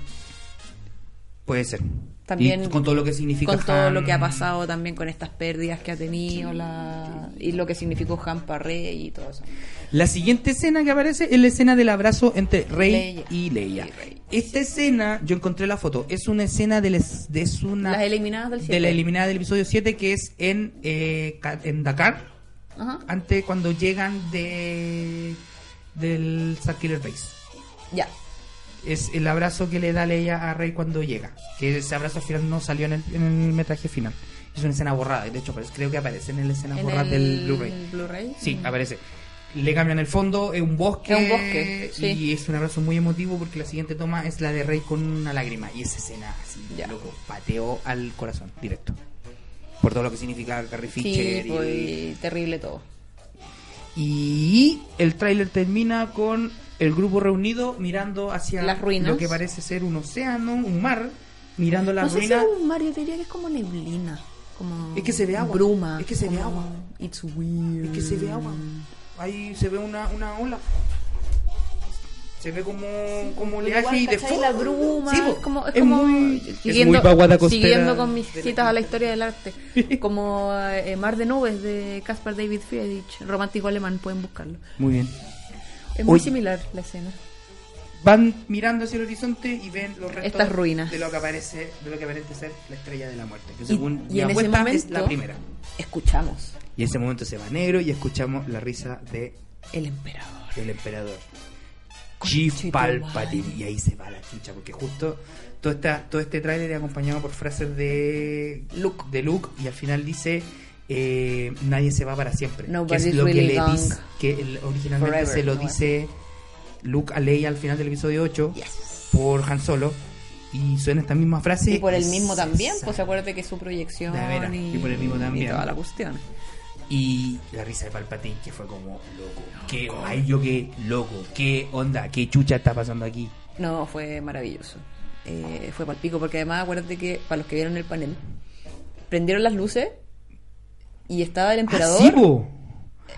[SPEAKER 4] Puede ser.
[SPEAKER 5] También
[SPEAKER 4] Y con todo lo que significa.
[SPEAKER 5] Con todo
[SPEAKER 4] Han.
[SPEAKER 5] lo que ha pasado también con estas pérdidas que ha tenido la... y lo que significó Han para Rey y todo eso.
[SPEAKER 4] La siguiente escena que aparece es la escena del abrazo entre Rey
[SPEAKER 5] Leia.
[SPEAKER 4] y Leia.
[SPEAKER 5] Y Rey.
[SPEAKER 4] Esta escena, yo encontré la foto, es una escena de, les- de- es una-
[SPEAKER 5] Las eliminadas del
[SPEAKER 4] de la
[SPEAKER 5] siete.
[SPEAKER 4] eliminada del episodio 7 que es en, eh, Ca- en Dakar,
[SPEAKER 5] Ajá.
[SPEAKER 4] antes cuando llegan de del Star Killer Base.
[SPEAKER 5] Ya.
[SPEAKER 4] Es el abrazo que le da Leia a Rey cuando llega. Que ese abrazo al final no salió en el, en el metraje final. Es una escena borrada. De hecho, parece- creo que aparece en la escena
[SPEAKER 5] En
[SPEAKER 4] borrada
[SPEAKER 5] el
[SPEAKER 4] del Blu-ray.
[SPEAKER 5] Blu-ray.
[SPEAKER 4] Sí, aparece. Le cambian el fondo, es un bosque.
[SPEAKER 5] Es un bosque, sí.
[SPEAKER 4] Y es un abrazo muy emotivo porque la siguiente toma es la de Rey con una lágrima. Y esa escena, así,
[SPEAKER 5] Ya.
[SPEAKER 4] loco, pateó al corazón, directo. Por todo lo que significa Carrie
[SPEAKER 5] Sí,
[SPEAKER 4] Fisher.
[SPEAKER 5] pues,
[SPEAKER 4] y,
[SPEAKER 5] y terrible todo.
[SPEAKER 4] y el tráiler termina con el grupo reunido mirando hacia
[SPEAKER 5] Las ruinas.
[SPEAKER 4] lo que parece ser un océano, un mar, mirando las
[SPEAKER 5] no sé
[SPEAKER 4] ruinas.
[SPEAKER 5] si es un mar, yo te diría que es como neblina. Como
[SPEAKER 4] Es que se ve agua.
[SPEAKER 5] Bruma.
[SPEAKER 4] Es que se ve
[SPEAKER 5] como
[SPEAKER 4] agua.
[SPEAKER 5] It's weird.
[SPEAKER 4] Es que se ve agua. Ahí se ve una, una ola. Se ve como, como oleaje y de
[SPEAKER 5] ¿cachai? la bruma,
[SPEAKER 4] Sí, po.
[SPEAKER 5] es como, es
[SPEAKER 4] Es
[SPEAKER 5] como
[SPEAKER 4] muy-
[SPEAKER 5] siguiendo,
[SPEAKER 4] es muy vaguada costera.
[SPEAKER 5] siguiendo con mis citas a la historia del arte, como eh, Mar de Nubes de Caspar David Friedrich, romántico alemán, pueden buscarlo.
[SPEAKER 4] Muy bien.
[SPEAKER 5] Es muy
[SPEAKER 4] Oye.
[SPEAKER 5] similar la escena.
[SPEAKER 4] Van mirando hacia el horizonte y ven los restos
[SPEAKER 5] Estas ruinas.
[SPEAKER 4] de lo que aparece, de lo que aparente ser la estrella de la muerte, que
[SPEAKER 5] Y-
[SPEAKER 4] según
[SPEAKER 5] y
[SPEAKER 4] mi
[SPEAKER 5] en ese
[SPEAKER 4] apuesta es
[SPEAKER 5] momento-
[SPEAKER 4] la primera.
[SPEAKER 5] Escuchamos
[SPEAKER 4] Y ese momento se va negro y escuchamos la risa de
[SPEAKER 5] el emperador.
[SPEAKER 4] del emperador. Chief Palpatine. Y ahí se va la chucha, porque justo todo, esta, todo este tráiler es acompañado por frases de Luke. de Luke y al final dice... eh, nadie se va para siempre. Que es
[SPEAKER 5] Nobody's
[SPEAKER 4] lo
[SPEAKER 5] really
[SPEAKER 4] que le
[SPEAKER 5] gone
[SPEAKER 4] dice, que el- originalmente
[SPEAKER 5] forever,
[SPEAKER 4] se lo
[SPEAKER 5] ¿no?
[SPEAKER 4] dice Luke a Leia al final del episodio 8 por Han Solo y suena esta misma frase
[SPEAKER 5] y por el
[SPEAKER 4] y
[SPEAKER 5] mismo
[SPEAKER 4] se
[SPEAKER 5] también,
[SPEAKER 4] sa-
[SPEAKER 5] pues acuérdate que su proyección.
[SPEAKER 4] De veras, y por el mismo también.
[SPEAKER 5] Y toda la cuestión.
[SPEAKER 4] Y la risa de Palpatine, que fue como, loco, qué ay, yo qué loco, qué onda, qué chucha está pasando aquí.
[SPEAKER 5] No, fue maravilloso. Eh, fue palpico, porque además acuérdate que para los que vieron el panel, prendieron las luces y estaba el emperador.
[SPEAKER 4] Ah, sí, po.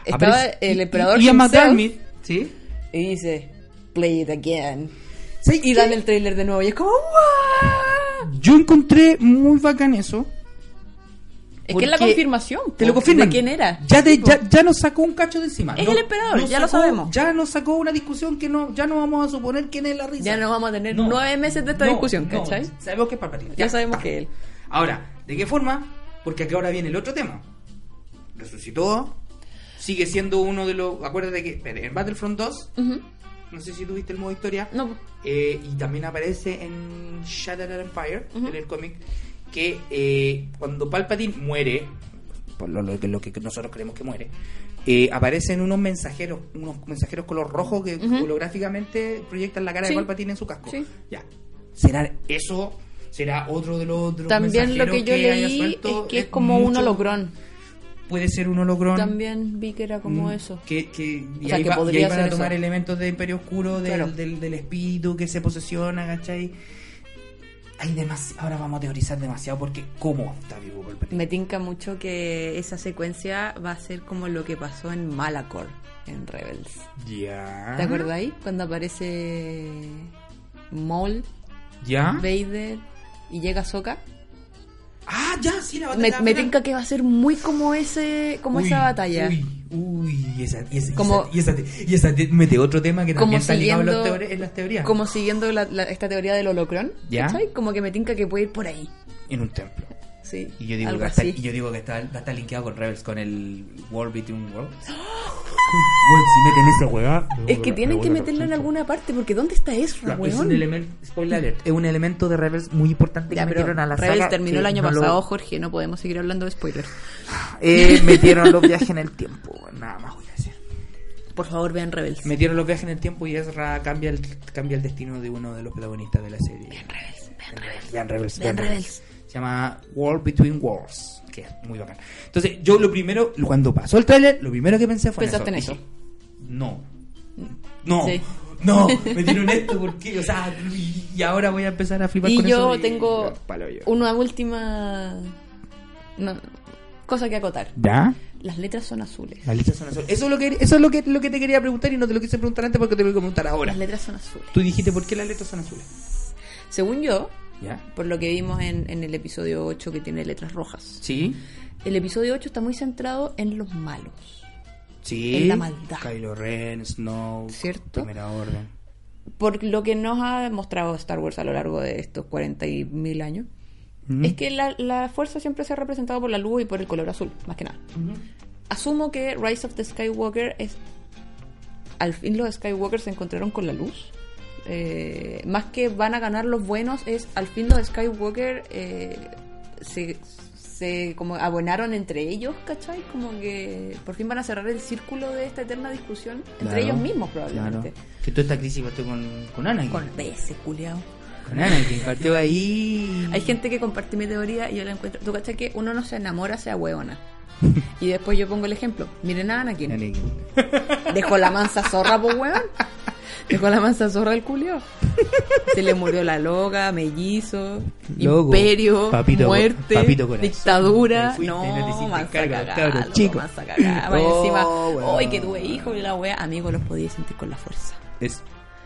[SPEAKER 5] Estaba
[SPEAKER 4] Aparece-
[SPEAKER 5] el
[SPEAKER 4] y-
[SPEAKER 5] emperador
[SPEAKER 4] Y, y a
[SPEAKER 5] himself.
[SPEAKER 4] McDermott, ¿sí?
[SPEAKER 5] y dice, play it again.
[SPEAKER 4] ¿Sabes qué?
[SPEAKER 5] Y dan el trailer de nuevo y es como, ¡guau!
[SPEAKER 4] Yo encontré muy bacán eso.
[SPEAKER 5] Es que es la
[SPEAKER 4] Porque
[SPEAKER 5] confirmación.
[SPEAKER 4] Te lo
[SPEAKER 5] po,
[SPEAKER 4] confirman.
[SPEAKER 5] ¿De quién era?
[SPEAKER 4] Ya, te- ya, ya nos sacó un cacho de encima.
[SPEAKER 5] Es
[SPEAKER 4] No-
[SPEAKER 5] el emperador,
[SPEAKER 4] nos
[SPEAKER 5] ya lo
[SPEAKER 4] sacó-
[SPEAKER 5] sabemos.
[SPEAKER 4] Ya nos sacó una discusión que no, ya no vamos a suponer quién es la risa.
[SPEAKER 5] Ya no vamos a tener
[SPEAKER 4] No,
[SPEAKER 5] nueve meses de esta
[SPEAKER 4] no,
[SPEAKER 5] discusión,
[SPEAKER 4] no.
[SPEAKER 5] ¿cachai?
[SPEAKER 4] Sabemos que es Palpatine.
[SPEAKER 5] Ya sabemos que él.
[SPEAKER 4] Ahora, ¿de qué forma? Porque acá ahora viene el otro tema. Resucitó. Sigue siendo uno de los. Acuérdate que espera, en Battlefront 2,
[SPEAKER 5] Ujú.
[SPEAKER 4] no sé si tuviste el modo historia.
[SPEAKER 5] No, po.
[SPEAKER 4] eh, y también aparece en Shattered Empire,
[SPEAKER 5] Ujú.
[SPEAKER 4] en el cómic, que eh, cuando Palpatine muere, por lo, lo que- lo que nosotros creemos que muere, eh, aparecen unos mensajeros, unos mensajeros color rojo que
[SPEAKER 5] Ujú.
[SPEAKER 4] holográficamente proyectan la cara
[SPEAKER 5] Sí.
[SPEAKER 4] de Palpatine en su casco.
[SPEAKER 5] Sí.
[SPEAKER 4] Ya. ¿Será eso? ¿Será otro de los, de los
[SPEAKER 5] También lo
[SPEAKER 4] mensajeros
[SPEAKER 5] que yo
[SPEAKER 4] haya
[SPEAKER 5] leí es
[SPEAKER 4] suelto?
[SPEAKER 5] que es como un
[SPEAKER 4] mucho-
[SPEAKER 5] hologrón.
[SPEAKER 4] Puede ser un hologrón.
[SPEAKER 5] También vi que era como
[SPEAKER 4] Mm,
[SPEAKER 5] eso.
[SPEAKER 4] Que, que, y
[SPEAKER 5] O sea,
[SPEAKER 4] ahí
[SPEAKER 5] que
[SPEAKER 4] va- y
[SPEAKER 5] podría
[SPEAKER 4] ahí van
[SPEAKER 5] ser
[SPEAKER 4] a tomar
[SPEAKER 5] eso.
[SPEAKER 4] elementos de Imperio Oscuro, del,
[SPEAKER 5] Claro.
[SPEAKER 4] del, del espíritu que se posesiona, ¿cachai? Hay demasi- Ahora vamos a teorizar demasiado porque ¿cómo está vivo Palpatine?
[SPEAKER 5] Me tinca mucho que esa secuencia va a ser como lo que pasó en Malacor, en Rebels.
[SPEAKER 4] Ya.
[SPEAKER 5] ¿Te acordáis? Cuando aparece Maul,
[SPEAKER 4] ¿Ya?
[SPEAKER 5] Vader y llega Sokka.
[SPEAKER 4] Ah, ya, sí, la
[SPEAKER 5] Me,
[SPEAKER 4] batalla.
[SPEAKER 5] me
[SPEAKER 4] final.
[SPEAKER 5] tinca que va a ser muy como ese, como
[SPEAKER 4] Uy,
[SPEAKER 5] esa batalla.
[SPEAKER 4] Uy, uy, y esa, y esa,
[SPEAKER 5] Como-
[SPEAKER 4] y esa, y esa, y esa- mete otro tema que
[SPEAKER 5] Como
[SPEAKER 4] también está ligado en,
[SPEAKER 5] siguiendo,
[SPEAKER 4] los teore- en las teorías.
[SPEAKER 5] como siguiendo la- la- esta teoría del holocron,
[SPEAKER 4] Ya.
[SPEAKER 5] ¿cachai? Como que me tinca que puede ir por ahí.
[SPEAKER 4] En un templo.
[SPEAKER 5] Sí,
[SPEAKER 4] Y yo digo,
[SPEAKER 5] algo
[SPEAKER 4] que está,
[SPEAKER 5] así.
[SPEAKER 4] y yo digo que está, va a estar linkeado con Rebels, con el World Between Worlds. Bueno, si meten esa hueá.
[SPEAKER 5] Es que tienen que meterla en alguna parte, porque ¿dónde está Ezra,
[SPEAKER 4] Claro, es
[SPEAKER 5] Ah, weón?
[SPEAKER 4] un elemento, spoiler alert, es un elemento de Rebels muy importante
[SPEAKER 5] Ya,
[SPEAKER 4] que
[SPEAKER 5] pero
[SPEAKER 4] metieron a la
[SPEAKER 5] Rebels
[SPEAKER 4] saga
[SPEAKER 5] terminó el
[SPEAKER 4] que
[SPEAKER 5] año
[SPEAKER 4] no lo-
[SPEAKER 5] pasado, Jorge, no podemos seguir hablando de spoilers.
[SPEAKER 4] Eh, metieron los viajes en el tiempo, nada más voy a decir.
[SPEAKER 5] Por favor, vean Rebels.
[SPEAKER 4] Metieron los viajes en el tiempo y Ezra cambia el, cambia el destino de uno de los protagonistas de la serie. Vean Rebels, vean Rebels. Vean Rebels,
[SPEAKER 5] Vean Rebels.
[SPEAKER 4] Se llama World Between Worlds, que es muy bacán. Entonces, yo lo primero, cuando pasó el tráiler, lo primero que pensé fue
[SPEAKER 5] ¿Pensaste en
[SPEAKER 4] eso.
[SPEAKER 5] eso? Mm,
[SPEAKER 4] Dije, No. No.
[SPEAKER 5] Sí.
[SPEAKER 4] No, metieron esto porque, o sea, y ahora voy a empezar a flipar
[SPEAKER 5] Y
[SPEAKER 4] con
[SPEAKER 5] yo
[SPEAKER 4] eso.
[SPEAKER 5] tengo
[SPEAKER 4] Palo yo.
[SPEAKER 5] una última no, cosa que acotar.
[SPEAKER 4] ¿Ya?
[SPEAKER 5] Las letras son azules.
[SPEAKER 4] Las listas son azules. Eso es lo que eso es lo que lo que te quería preguntar y no te lo quise preguntar antes porque te lo voy a preguntar ahora.
[SPEAKER 5] Las letras son azules.
[SPEAKER 4] Tú dijiste por qué las letras son azules.
[SPEAKER 5] Según yo,
[SPEAKER 4] ¿Ya?
[SPEAKER 5] por lo que vimos en, en el episodio 8 que tiene letras rojas,
[SPEAKER 4] Sí.
[SPEAKER 5] el episodio 8 está muy centrado en los malos.
[SPEAKER 4] Sí.
[SPEAKER 5] En la maldad.
[SPEAKER 4] Kylo Ren, Snow.
[SPEAKER 5] ¿Cierto?
[SPEAKER 4] Primera Orden.
[SPEAKER 5] Por lo que nos ha mostrado Star Wars a lo largo de estos 40.000 años,
[SPEAKER 4] Mm.
[SPEAKER 5] es que la, la fuerza siempre se ha representado por la luz y por el color azul, más que nada. Asumo que Rise of the Skywalker es. Al fin los Skywalker se encontraron con la luz. Eh, más que van a ganar los buenos, es al fin los Skywalker eh, se, se como abonaron entre ellos, ¿cachai? Como que por fin van a cerrar el círculo de esta eterna discusión entre
[SPEAKER 4] Claro.
[SPEAKER 5] ellos mismos, probablemente.
[SPEAKER 4] Claro. Que toda esta crisis partió con, con Anakin.
[SPEAKER 5] Con
[SPEAKER 4] Con,
[SPEAKER 5] ese culiao.
[SPEAKER 4] Anakin. Partió ahí.
[SPEAKER 5] Hay gente que comparte mi teoría y yo la encuentro. ¿Tú cachai que uno no se enamora, sea hueona? Y después yo pongo el ejemplo. Miren a Anakin.
[SPEAKER 4] Anakin.
[SPEAKER 5] Dejó la mansa zorra, pues weón. Dejó la mansa zorra el culio. Se le murió la loga, mellizo,
[SPEAKER 4] Loco,
[SPEAKER 5] imperio,
[SPEAKER 4] papito-
[SPEAKER 5] muerte,
[SPEAKER 4] papito corazón.
[SPEAKER 5] dictadura.
[SPEAKER 4] Te fuiste, no te
[SPEAKER 5] no,
[SPEAKER 4] hiciste
[SPEAKER 5] mansa
[SPEAKER 4] cargo,
[SPEAKER 5] cagada,
[SPEAKER 4] cabrón,
[SPEAKER 5] loco,
[SPEAKER 4] chico.
[SPEAKER 5] mansa cagada. Más
[SPEAKER 4] Oh,
[SPEAKER 5] encima,
[SPEAKER 4] weón.
[SPEAKER 5] hoy que tuve hijos y la wea, amigo, los podía sentir con la fuerza.
[SPEAKER 4] Es,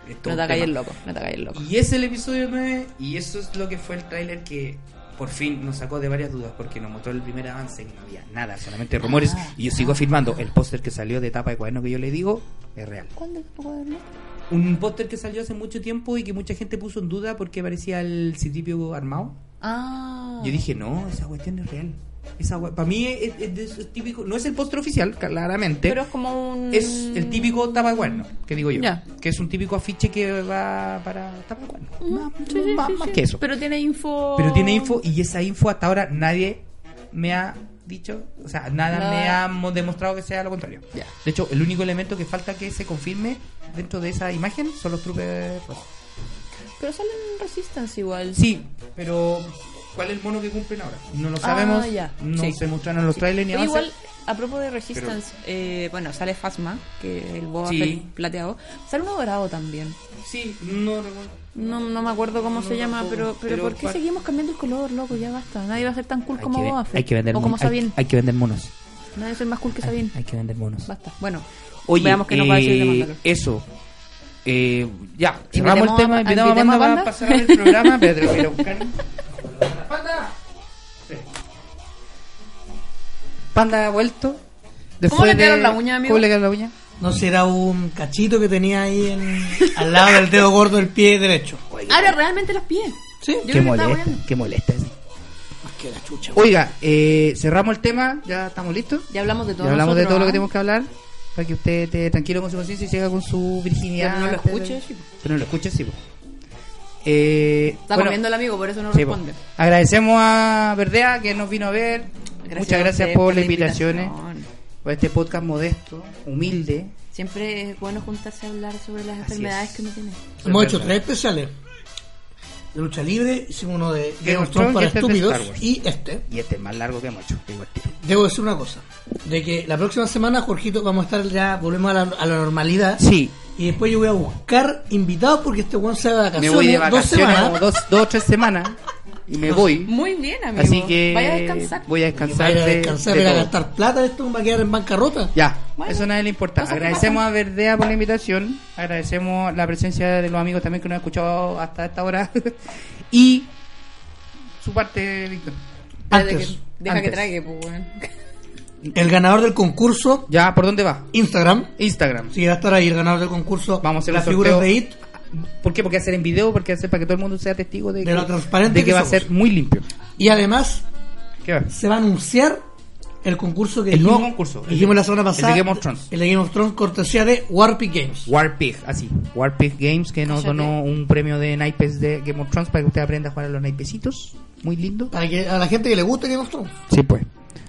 [SPEAKER 4] es todo
[SPEAKER 5] No
[SPEAKER 4] un
[SPEAKER 5] te hagáis
[SPEAKER 4] tema.
[SPEAKER 5] el loco, no te hagáis el loco.
[SPEAKER 4] Y es el episodio 9 y eso es lo que fue el tráiler que por fin nos sacó de varias dudas porque nos mostró el primer avance que no había nada, solamente rumores. y yo sigo afirmando, el póster que salió de tapa de cuaderno que yo le digo es real.
[SPEAKER 5] ¿Cuándo
[SPEAKER 4] Un póster que salió hace mucho tiempo y que mucha gente puso en duda porque parecía el Citripio armado.
[SPEAKER 5] Ah.
[SPEAKER 4] Yo dije, no, esa cuestión es real. Esa para mí es, es de esos típicos- no es el postre oficial, claramente.
[SPEAKER 5] Pero es como un.
[SPEAKER 4] es el típico tapacuerno, que digo yo.
[SPEAKER 5] Ya.
[SPEAKER 4] Que es un típico afiche que va para tapacuerno. Más,
[SPEAKER 5] Sí, sí,
[SPEAKER 4] más-
[SPEAKER 5] sí,
[SPEAKER 4] más
[SPEAKER 5] sí.
[SPEAKER 4] que eso.
[SPEAKER 5] Pero tiene info.
[SPEAKER 4] Pero tiene info y esa info hasta ahora nadie me ha dicho, o sea, nada,
[SPEAKER 5] Nada.
[SPEAKER 4] me ha mo- demostrado que sea lo contrario. De hecho, el único elemento que falta que se confirme dentro de esa imagen son los trupes rojos.
[SPEAKER 5] Pero salen Resistance igual.
[SPEAKER 4] Sí, pero ¿cuál es el mono que cumplen ahora? No lo sabemos,
[SPEAKER 5] Ah, ya.
[SPEAKER 4] no
[SPEAKER 5] Sí.
[SPEAKER 4] se mostraron los trailers ni
[SPEAKER 5] Oye,
[SPEAKER 4] nada.
[SPEAKER 5] igual, a propósito de Resistance, eh, bueno, sale Phasma, que es el boba
[SPEAKER 4] Sí.
[SPEAKER 5] pel- plateado. Sale uno dorado también.
[SPEAKER 4] Sí, no recuerdo.
[SPEAKER 5] No, no me acuerdo cómo se llama, pero, pero,
[SPEAKER 4] pero
[SPEAKER 5] ¿por qué
[SPEAKER 4] cuál-
[SPEAKER 5] seguimos cambiando el color, loco? Ya basta. Nadie va a ser tan cool
[SPEAKER 4] Hay
[SPEAKER 5] como
[SPEAKER 4] que, ve-
[SPEAKER 5] Boba Fett.
[SPEAKER 4] hay que vender
[SPEAKER 5] O como
[SPEAKER 4] monos. Hay,
[SPEAKER 5] Sabine.
[SPEAKER 4] hay que vender monos.
[SPEAKER 5] Nadie es el más cool que Sabine.
[SPEAKER 4] Hay, hay que vender monos.
[SPEAKER 5] Basta. Bueno,
[SPEAKER 4] Oye,
[SPEAKER 5] veamos qué nos va a decir
[SPEAKER 4] eh,
[SPEAKER 5] de Mandalor.
[SPEAKER 4] Eso. Eh, ya, cerramos el
[SPEAKER 5] ¿Invitemos a-
[SPEAKER 4] tema. Invitamos a
[SPEAKER 5] invitemos a
[SPEAKER 4] Panda
[SPEAKER 5] Panda?
[SPEAKER 4] para cerrar el programa. Espérate, lo voy a ir a buscar. ¡Panda! Sí. Panda ha vuelto. Después
[SPEAKER 5] le quedaron
[SPEAKER 4] de-
[SPEAKER 5] las uñas, amigo?
[SPEAKER 4] ¿Cómo le quedaron las uñas?
[SPEAKER 3] No será un cachito que tenía ahí en- al lado del dedo gordo del pie derecho.
[SPEAKER 5] Abre realmente los pies.
[SPEAKER 3] Sí.
[SPEAKER 5] Yo
[SPEAKER 4] Qué
[SPEAKER 5] creo que estaba
[SPEAKER 4] molesta,
[SPEAKER 5] weando.
[SPEAKER 4] qué molesta. es.
[SPEAKER 3] Más que la chucha.
[SPEAKER 4] Oiga, eh, cerramos el tema. Ya estamos listos.
[SPEAKER 5] Ya hablamos de todo.
[SPEAKER 4] Ya hablamos de
[SPEAKER 5] nosotros,
[SPEAKER 4] todo lo que
[SPEAKER 5] ¿ah?
[SPEAKER 4] tenemos que hablar. Para que usted esté tranquilo con su conciencia y siga con su virginidad.
[SPEAKER 5] Pero no lo
[SPEAKER 4] etcétera.
[SPEAKER 5] escuche, sí, po.
[SPEAKER 4] Pero no lo escuche, sí. po. Eh,
[SPEAKER 5] Está
[SPEAKER 4] bueno,
[SPEAKER 5] comiendo el amigo, por eso no
[SPEAKER 4] Sí, po.
[SPEAKER 5] responde.
[SPEAKER 4] Agradecemos a Verdea que nos vino a ver. Muchas
[SPEAKER 5] a
[SPEAKER 4] gracias
[SPEAKER 5] ustedes
[SPEAKER 4] por
[SPEAKER 5] la
[SPEAKER 4] las
[SPEAKER 3] ¿eh?
[SPEAKER 4] invitaciones,
[SPEAKER 5] invitación.
[SPEAKER 4] por este podcast modesto, humilde.
[SPEAKER 5] Siempre es bueno juntarse a hablar sobre las
[SPEAKER 4] Así
[SPEAKER 5] enfermedades
[SPEAKER 4] es.
[SPEAKER 5] que uno tiene.
[SPEAKER 3] Hemos hecho tres especiales. De lucha libre, hicimos uno de
[SPEAKER 4] Game
[SPEAKER 3] Game
[SPEAKER 4] of
[SPEAKER 3] of Thrones
[SPEAKER 4] Thrones
[SPEAKER 3] para
[SPEAKER 4] y este es de
[SPEAKER 3] estúpidos
[SPEAKER 4] Star Wars.
[SPEAKER 3] y este.
[SPEAKER 4] Y este es más largo que hemos hecho. digo al tiro.
[SPEAKER 3] Debo decir una cosa, de que la próxima semana, Jorgito, vamos a estar ya, volvemos a la, a la normalidad.
[SPEAKER 4] Sí,
[SPEAKER 3] Y después yo voy a buscar invitados porque este Juan se va de
[SPEAKER 4] me
[SPEAKER 3] vacaciones.
[SPEAKER 4] voy de
[SPEAKER 3] Dos
[SPEAKER 4] vacaciones como
[SPEAKER 3] semanas.
[SPEAKER 4] dos, dos o tres semanas y me voy.
[SPEAKER 5] Muy bien, amigo.
[SPEAKER 4] Así que
[SPEAKER 5] Vaya a descansar.
[SPEAKER 4] voy a
[SPEAKER 3] Va a
[SPEAKER 4] descansar.
[SPEAKER 3] ir a
[SPEAKER 4] de-
[SPEAKER 3] descansar,
[SPEAKER 4] de
[SPEAKER 3] ir a
[SPEAKER 4] todo.
[SPEAKER 3] gastar plata, esto va a quedar en bancarrota.
[SPEAKER 4] Ya,
[SPEAKER 5] Bueno,
[SPEAKER 4] eso nada le importa.
[SPEAKER 5] cosas que
[SPEAKER 4] Agradecemos a Verdea por la invitación. Agradecemos la presencia de los amigos también que nos han escuchado hasta esta hora. y su parte, Víctor.
[SPEAKER 5] Espérate
[SPEAKER 3] Antes,
[SPEAKER 5] que- deja
[SPEAKER 4] antes.
[SPEAKER 5] que trague, pues, weón.
[SPEAKER 3] el ganador del concurso,
[SPEAKER 4] Ya, ¿por dónde va?
[SPEAKER 3] Instagram,
[SPEAKER 4] Instagram.
[SPEAKER 3] sí, va a estar ahí el ganador del concurso,
[SPEAKER 4] Vamos a hacer
[SPEAKER 3] las
[SPEAKER 4] un
[SPEAKER 3] figuras
[SPEAKER 4] sorteo.
[SPEAKER 3] de IT,
[SPEAKER 4] ¿Por qué? Porque hacer en video, porque hacer para que todo el mundo sea testigo de,
[SPEAKER 3] De lo transparente
[SPEAKER 4] de que,
[SPEAKER 3] que
[SPEAKER 4] va a
[SPEAKER 3] somos.
[SPEAKER 4] ser muy limpio.
[SPEAKER 3] y además
[SPEAKER 4] ¿Qué va?
[SPEAKER 3] se va a anunciar el concurso que
[SPEAKER 4] El nuevo
[SPEAKER 3] hicimos-
[SPEAKER 4] concurso.
[SPEAKER 3] que hicimos la semana
[SPEAKER 4] El de
[SPEAKER 3] pasada.
[SPEAKER 4] Game of Thrones.
[SPEAKER 3] El de Game of Thrones, cortesía de Warpy Games.
[SPEAKER 4] Warpig, así. Warpig Games que nos
[SPEAKER 5] Cállate.
[SPEAKER 4] donó un premio de naipes de Game of Thrones para que usted aprenda a jugar a los naipecitos. Muy lindo.
[SPEAKER 3] Para que a la gente que le guste Game of Thrones.
[SPEAKER 4] Sí, pues.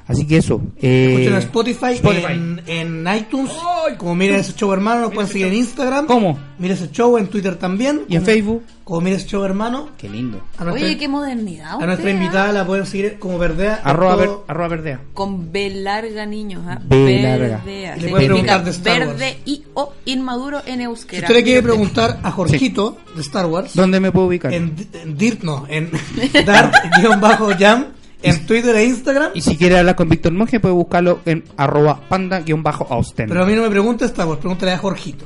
[SPEAKER 4] Así que eso. eh,
[SPEAKER 3] Escuchen en Spotify,
[SPEAKER 4] Spotify.
[SPEAKER 3] En, en iTunes. Como Mira ese show, hermano, nos pueden seguir en Instagram.
[SPEAKER 4] ¿Cómo?
[SPEAKER 3] Mira ese show en Twitter también.
[SPEAKER 4] Y en
[SPEAKER 3] Como-
[SPEAKER 4] Facebook.
[SPEAKER 3] Como Mira ese show, hermano.
[SPEAKER 4] Qué lindo.
[SPEAKER 3] A nuestra,
[SPEAKER 5] Oye, qué modernidad.
[SPEAKER 3] a nuestra
[SPEAKER 5] usted, ¿ah?
[SPEAKER 3] invitada la pueden seguir como Verdea. en
[SPEAKER 4] Arroba, ver-
[SPEAKER 3] todo.
[SPEAKER 4] arroba verdea.
[SPEAKER 5] Con B larga, niños. ¿ah?
[SPEAKER 4] B larga.
[SPEAKER 5] Verdea.
[SPEAKER 3] Y le
[SPEAKER 5] Se
[SPEAKER 3] puede
[SPEAKER 5] significa
[SPEAKER 3] preguntar de Star Wars.
[SPEAKER 5] Verde y o inmaduro en
[SPEAKER 3] Si
[SPEAKER 5] euskera.
[SPEAKER 3] usted le quiere preguntar a Jorgito de Star Wars.
[SPEAKER 4] ¿Dónde me puedo ubicar?
[SPEAKER 3] En, en Dirt, no. En Dart-Jam. En Twitter e Instagram.
[SPEAKER 4] Y si quiere hablar con Víctor Monge, puede buscarlo en arroba panda-austen.
[SPEAKER 3] Pero a mí no me pregunte Star Wars, pregúntale a Jorgito.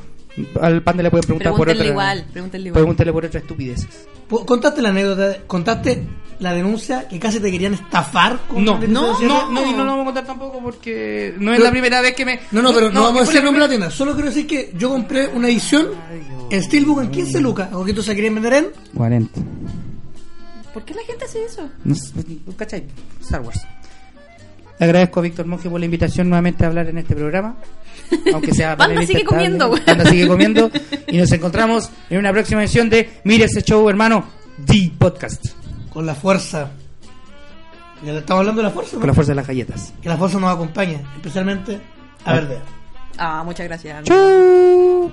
[SPEAKER 4] Al panda le puede preguntar por otra.
[SPEAKER 5] Pregúntenle igual, pregúntenle igual.
[SPEAKER 4] Pregúntale por otra estupidez.
[SPEAKER 3] Pu- Contaste la anécdota, contaste la denuncia que casi te querían estafar con
[SPEAKER 4] No,
[SPEAKER 3] el
[SPEAKER 4] no,
[SPEAKER 3] episodio
[SPEAKER 4] no,
[SPEAKER 3] siete.
[SPEAKER 4] no, y no lo vamos a contar tampoco porque no es
[SPEAKER 3] Pero-
[SPEAKER 4] la primera vez que me.
[SPEAKER 3] No, no, pero no, vamos a
[SPEAKER 4] que fue
[SPEAKER 3] decir el
[SPEAKER 4] la
[SPEAKER 3] nombre de la tienda. Solo quiero decir que yo compré una edición en Steelbook en 15 lucas. ¿A poquito se querían vender en?
[SPEAKER 4] 40.
[SPEAKER 5] ¿Por qué la gente hace eso?
[SPEAKER 4] No sé, ¿tú ¿Cachai? Star Wars. Le agradezco a Víctor Monge por la invitación nuevamente a hablar en este programa. Aunque sea
[SPEAKER 5] Banda
[SPEAKER 4] panelista
[SPEAKER 5] sigue
[SPEAKER 4] estable,
[SPEAKER 5] comiendo, güey.
[SPEAKER 4] Banda sigue comiendo. Y nos encontramos en una próxima edición de Mira ese show, hermano. The Podcast.
[SPEAKER 3] Con la fuerza. Ya le estamos hablando de la fuerza, ¿no?
[SPEAKER 4] Con la fuerza de las galletas.
[SPEAKER 3] Que la fuerza nos acompaña, especialmente a
[SPEAKER 4] Ah.
[SPEAKER 3] Verdea.
[SPEAKER 5] Ah, muchas gracias. amigo.
[SPEAKER 4] Chau.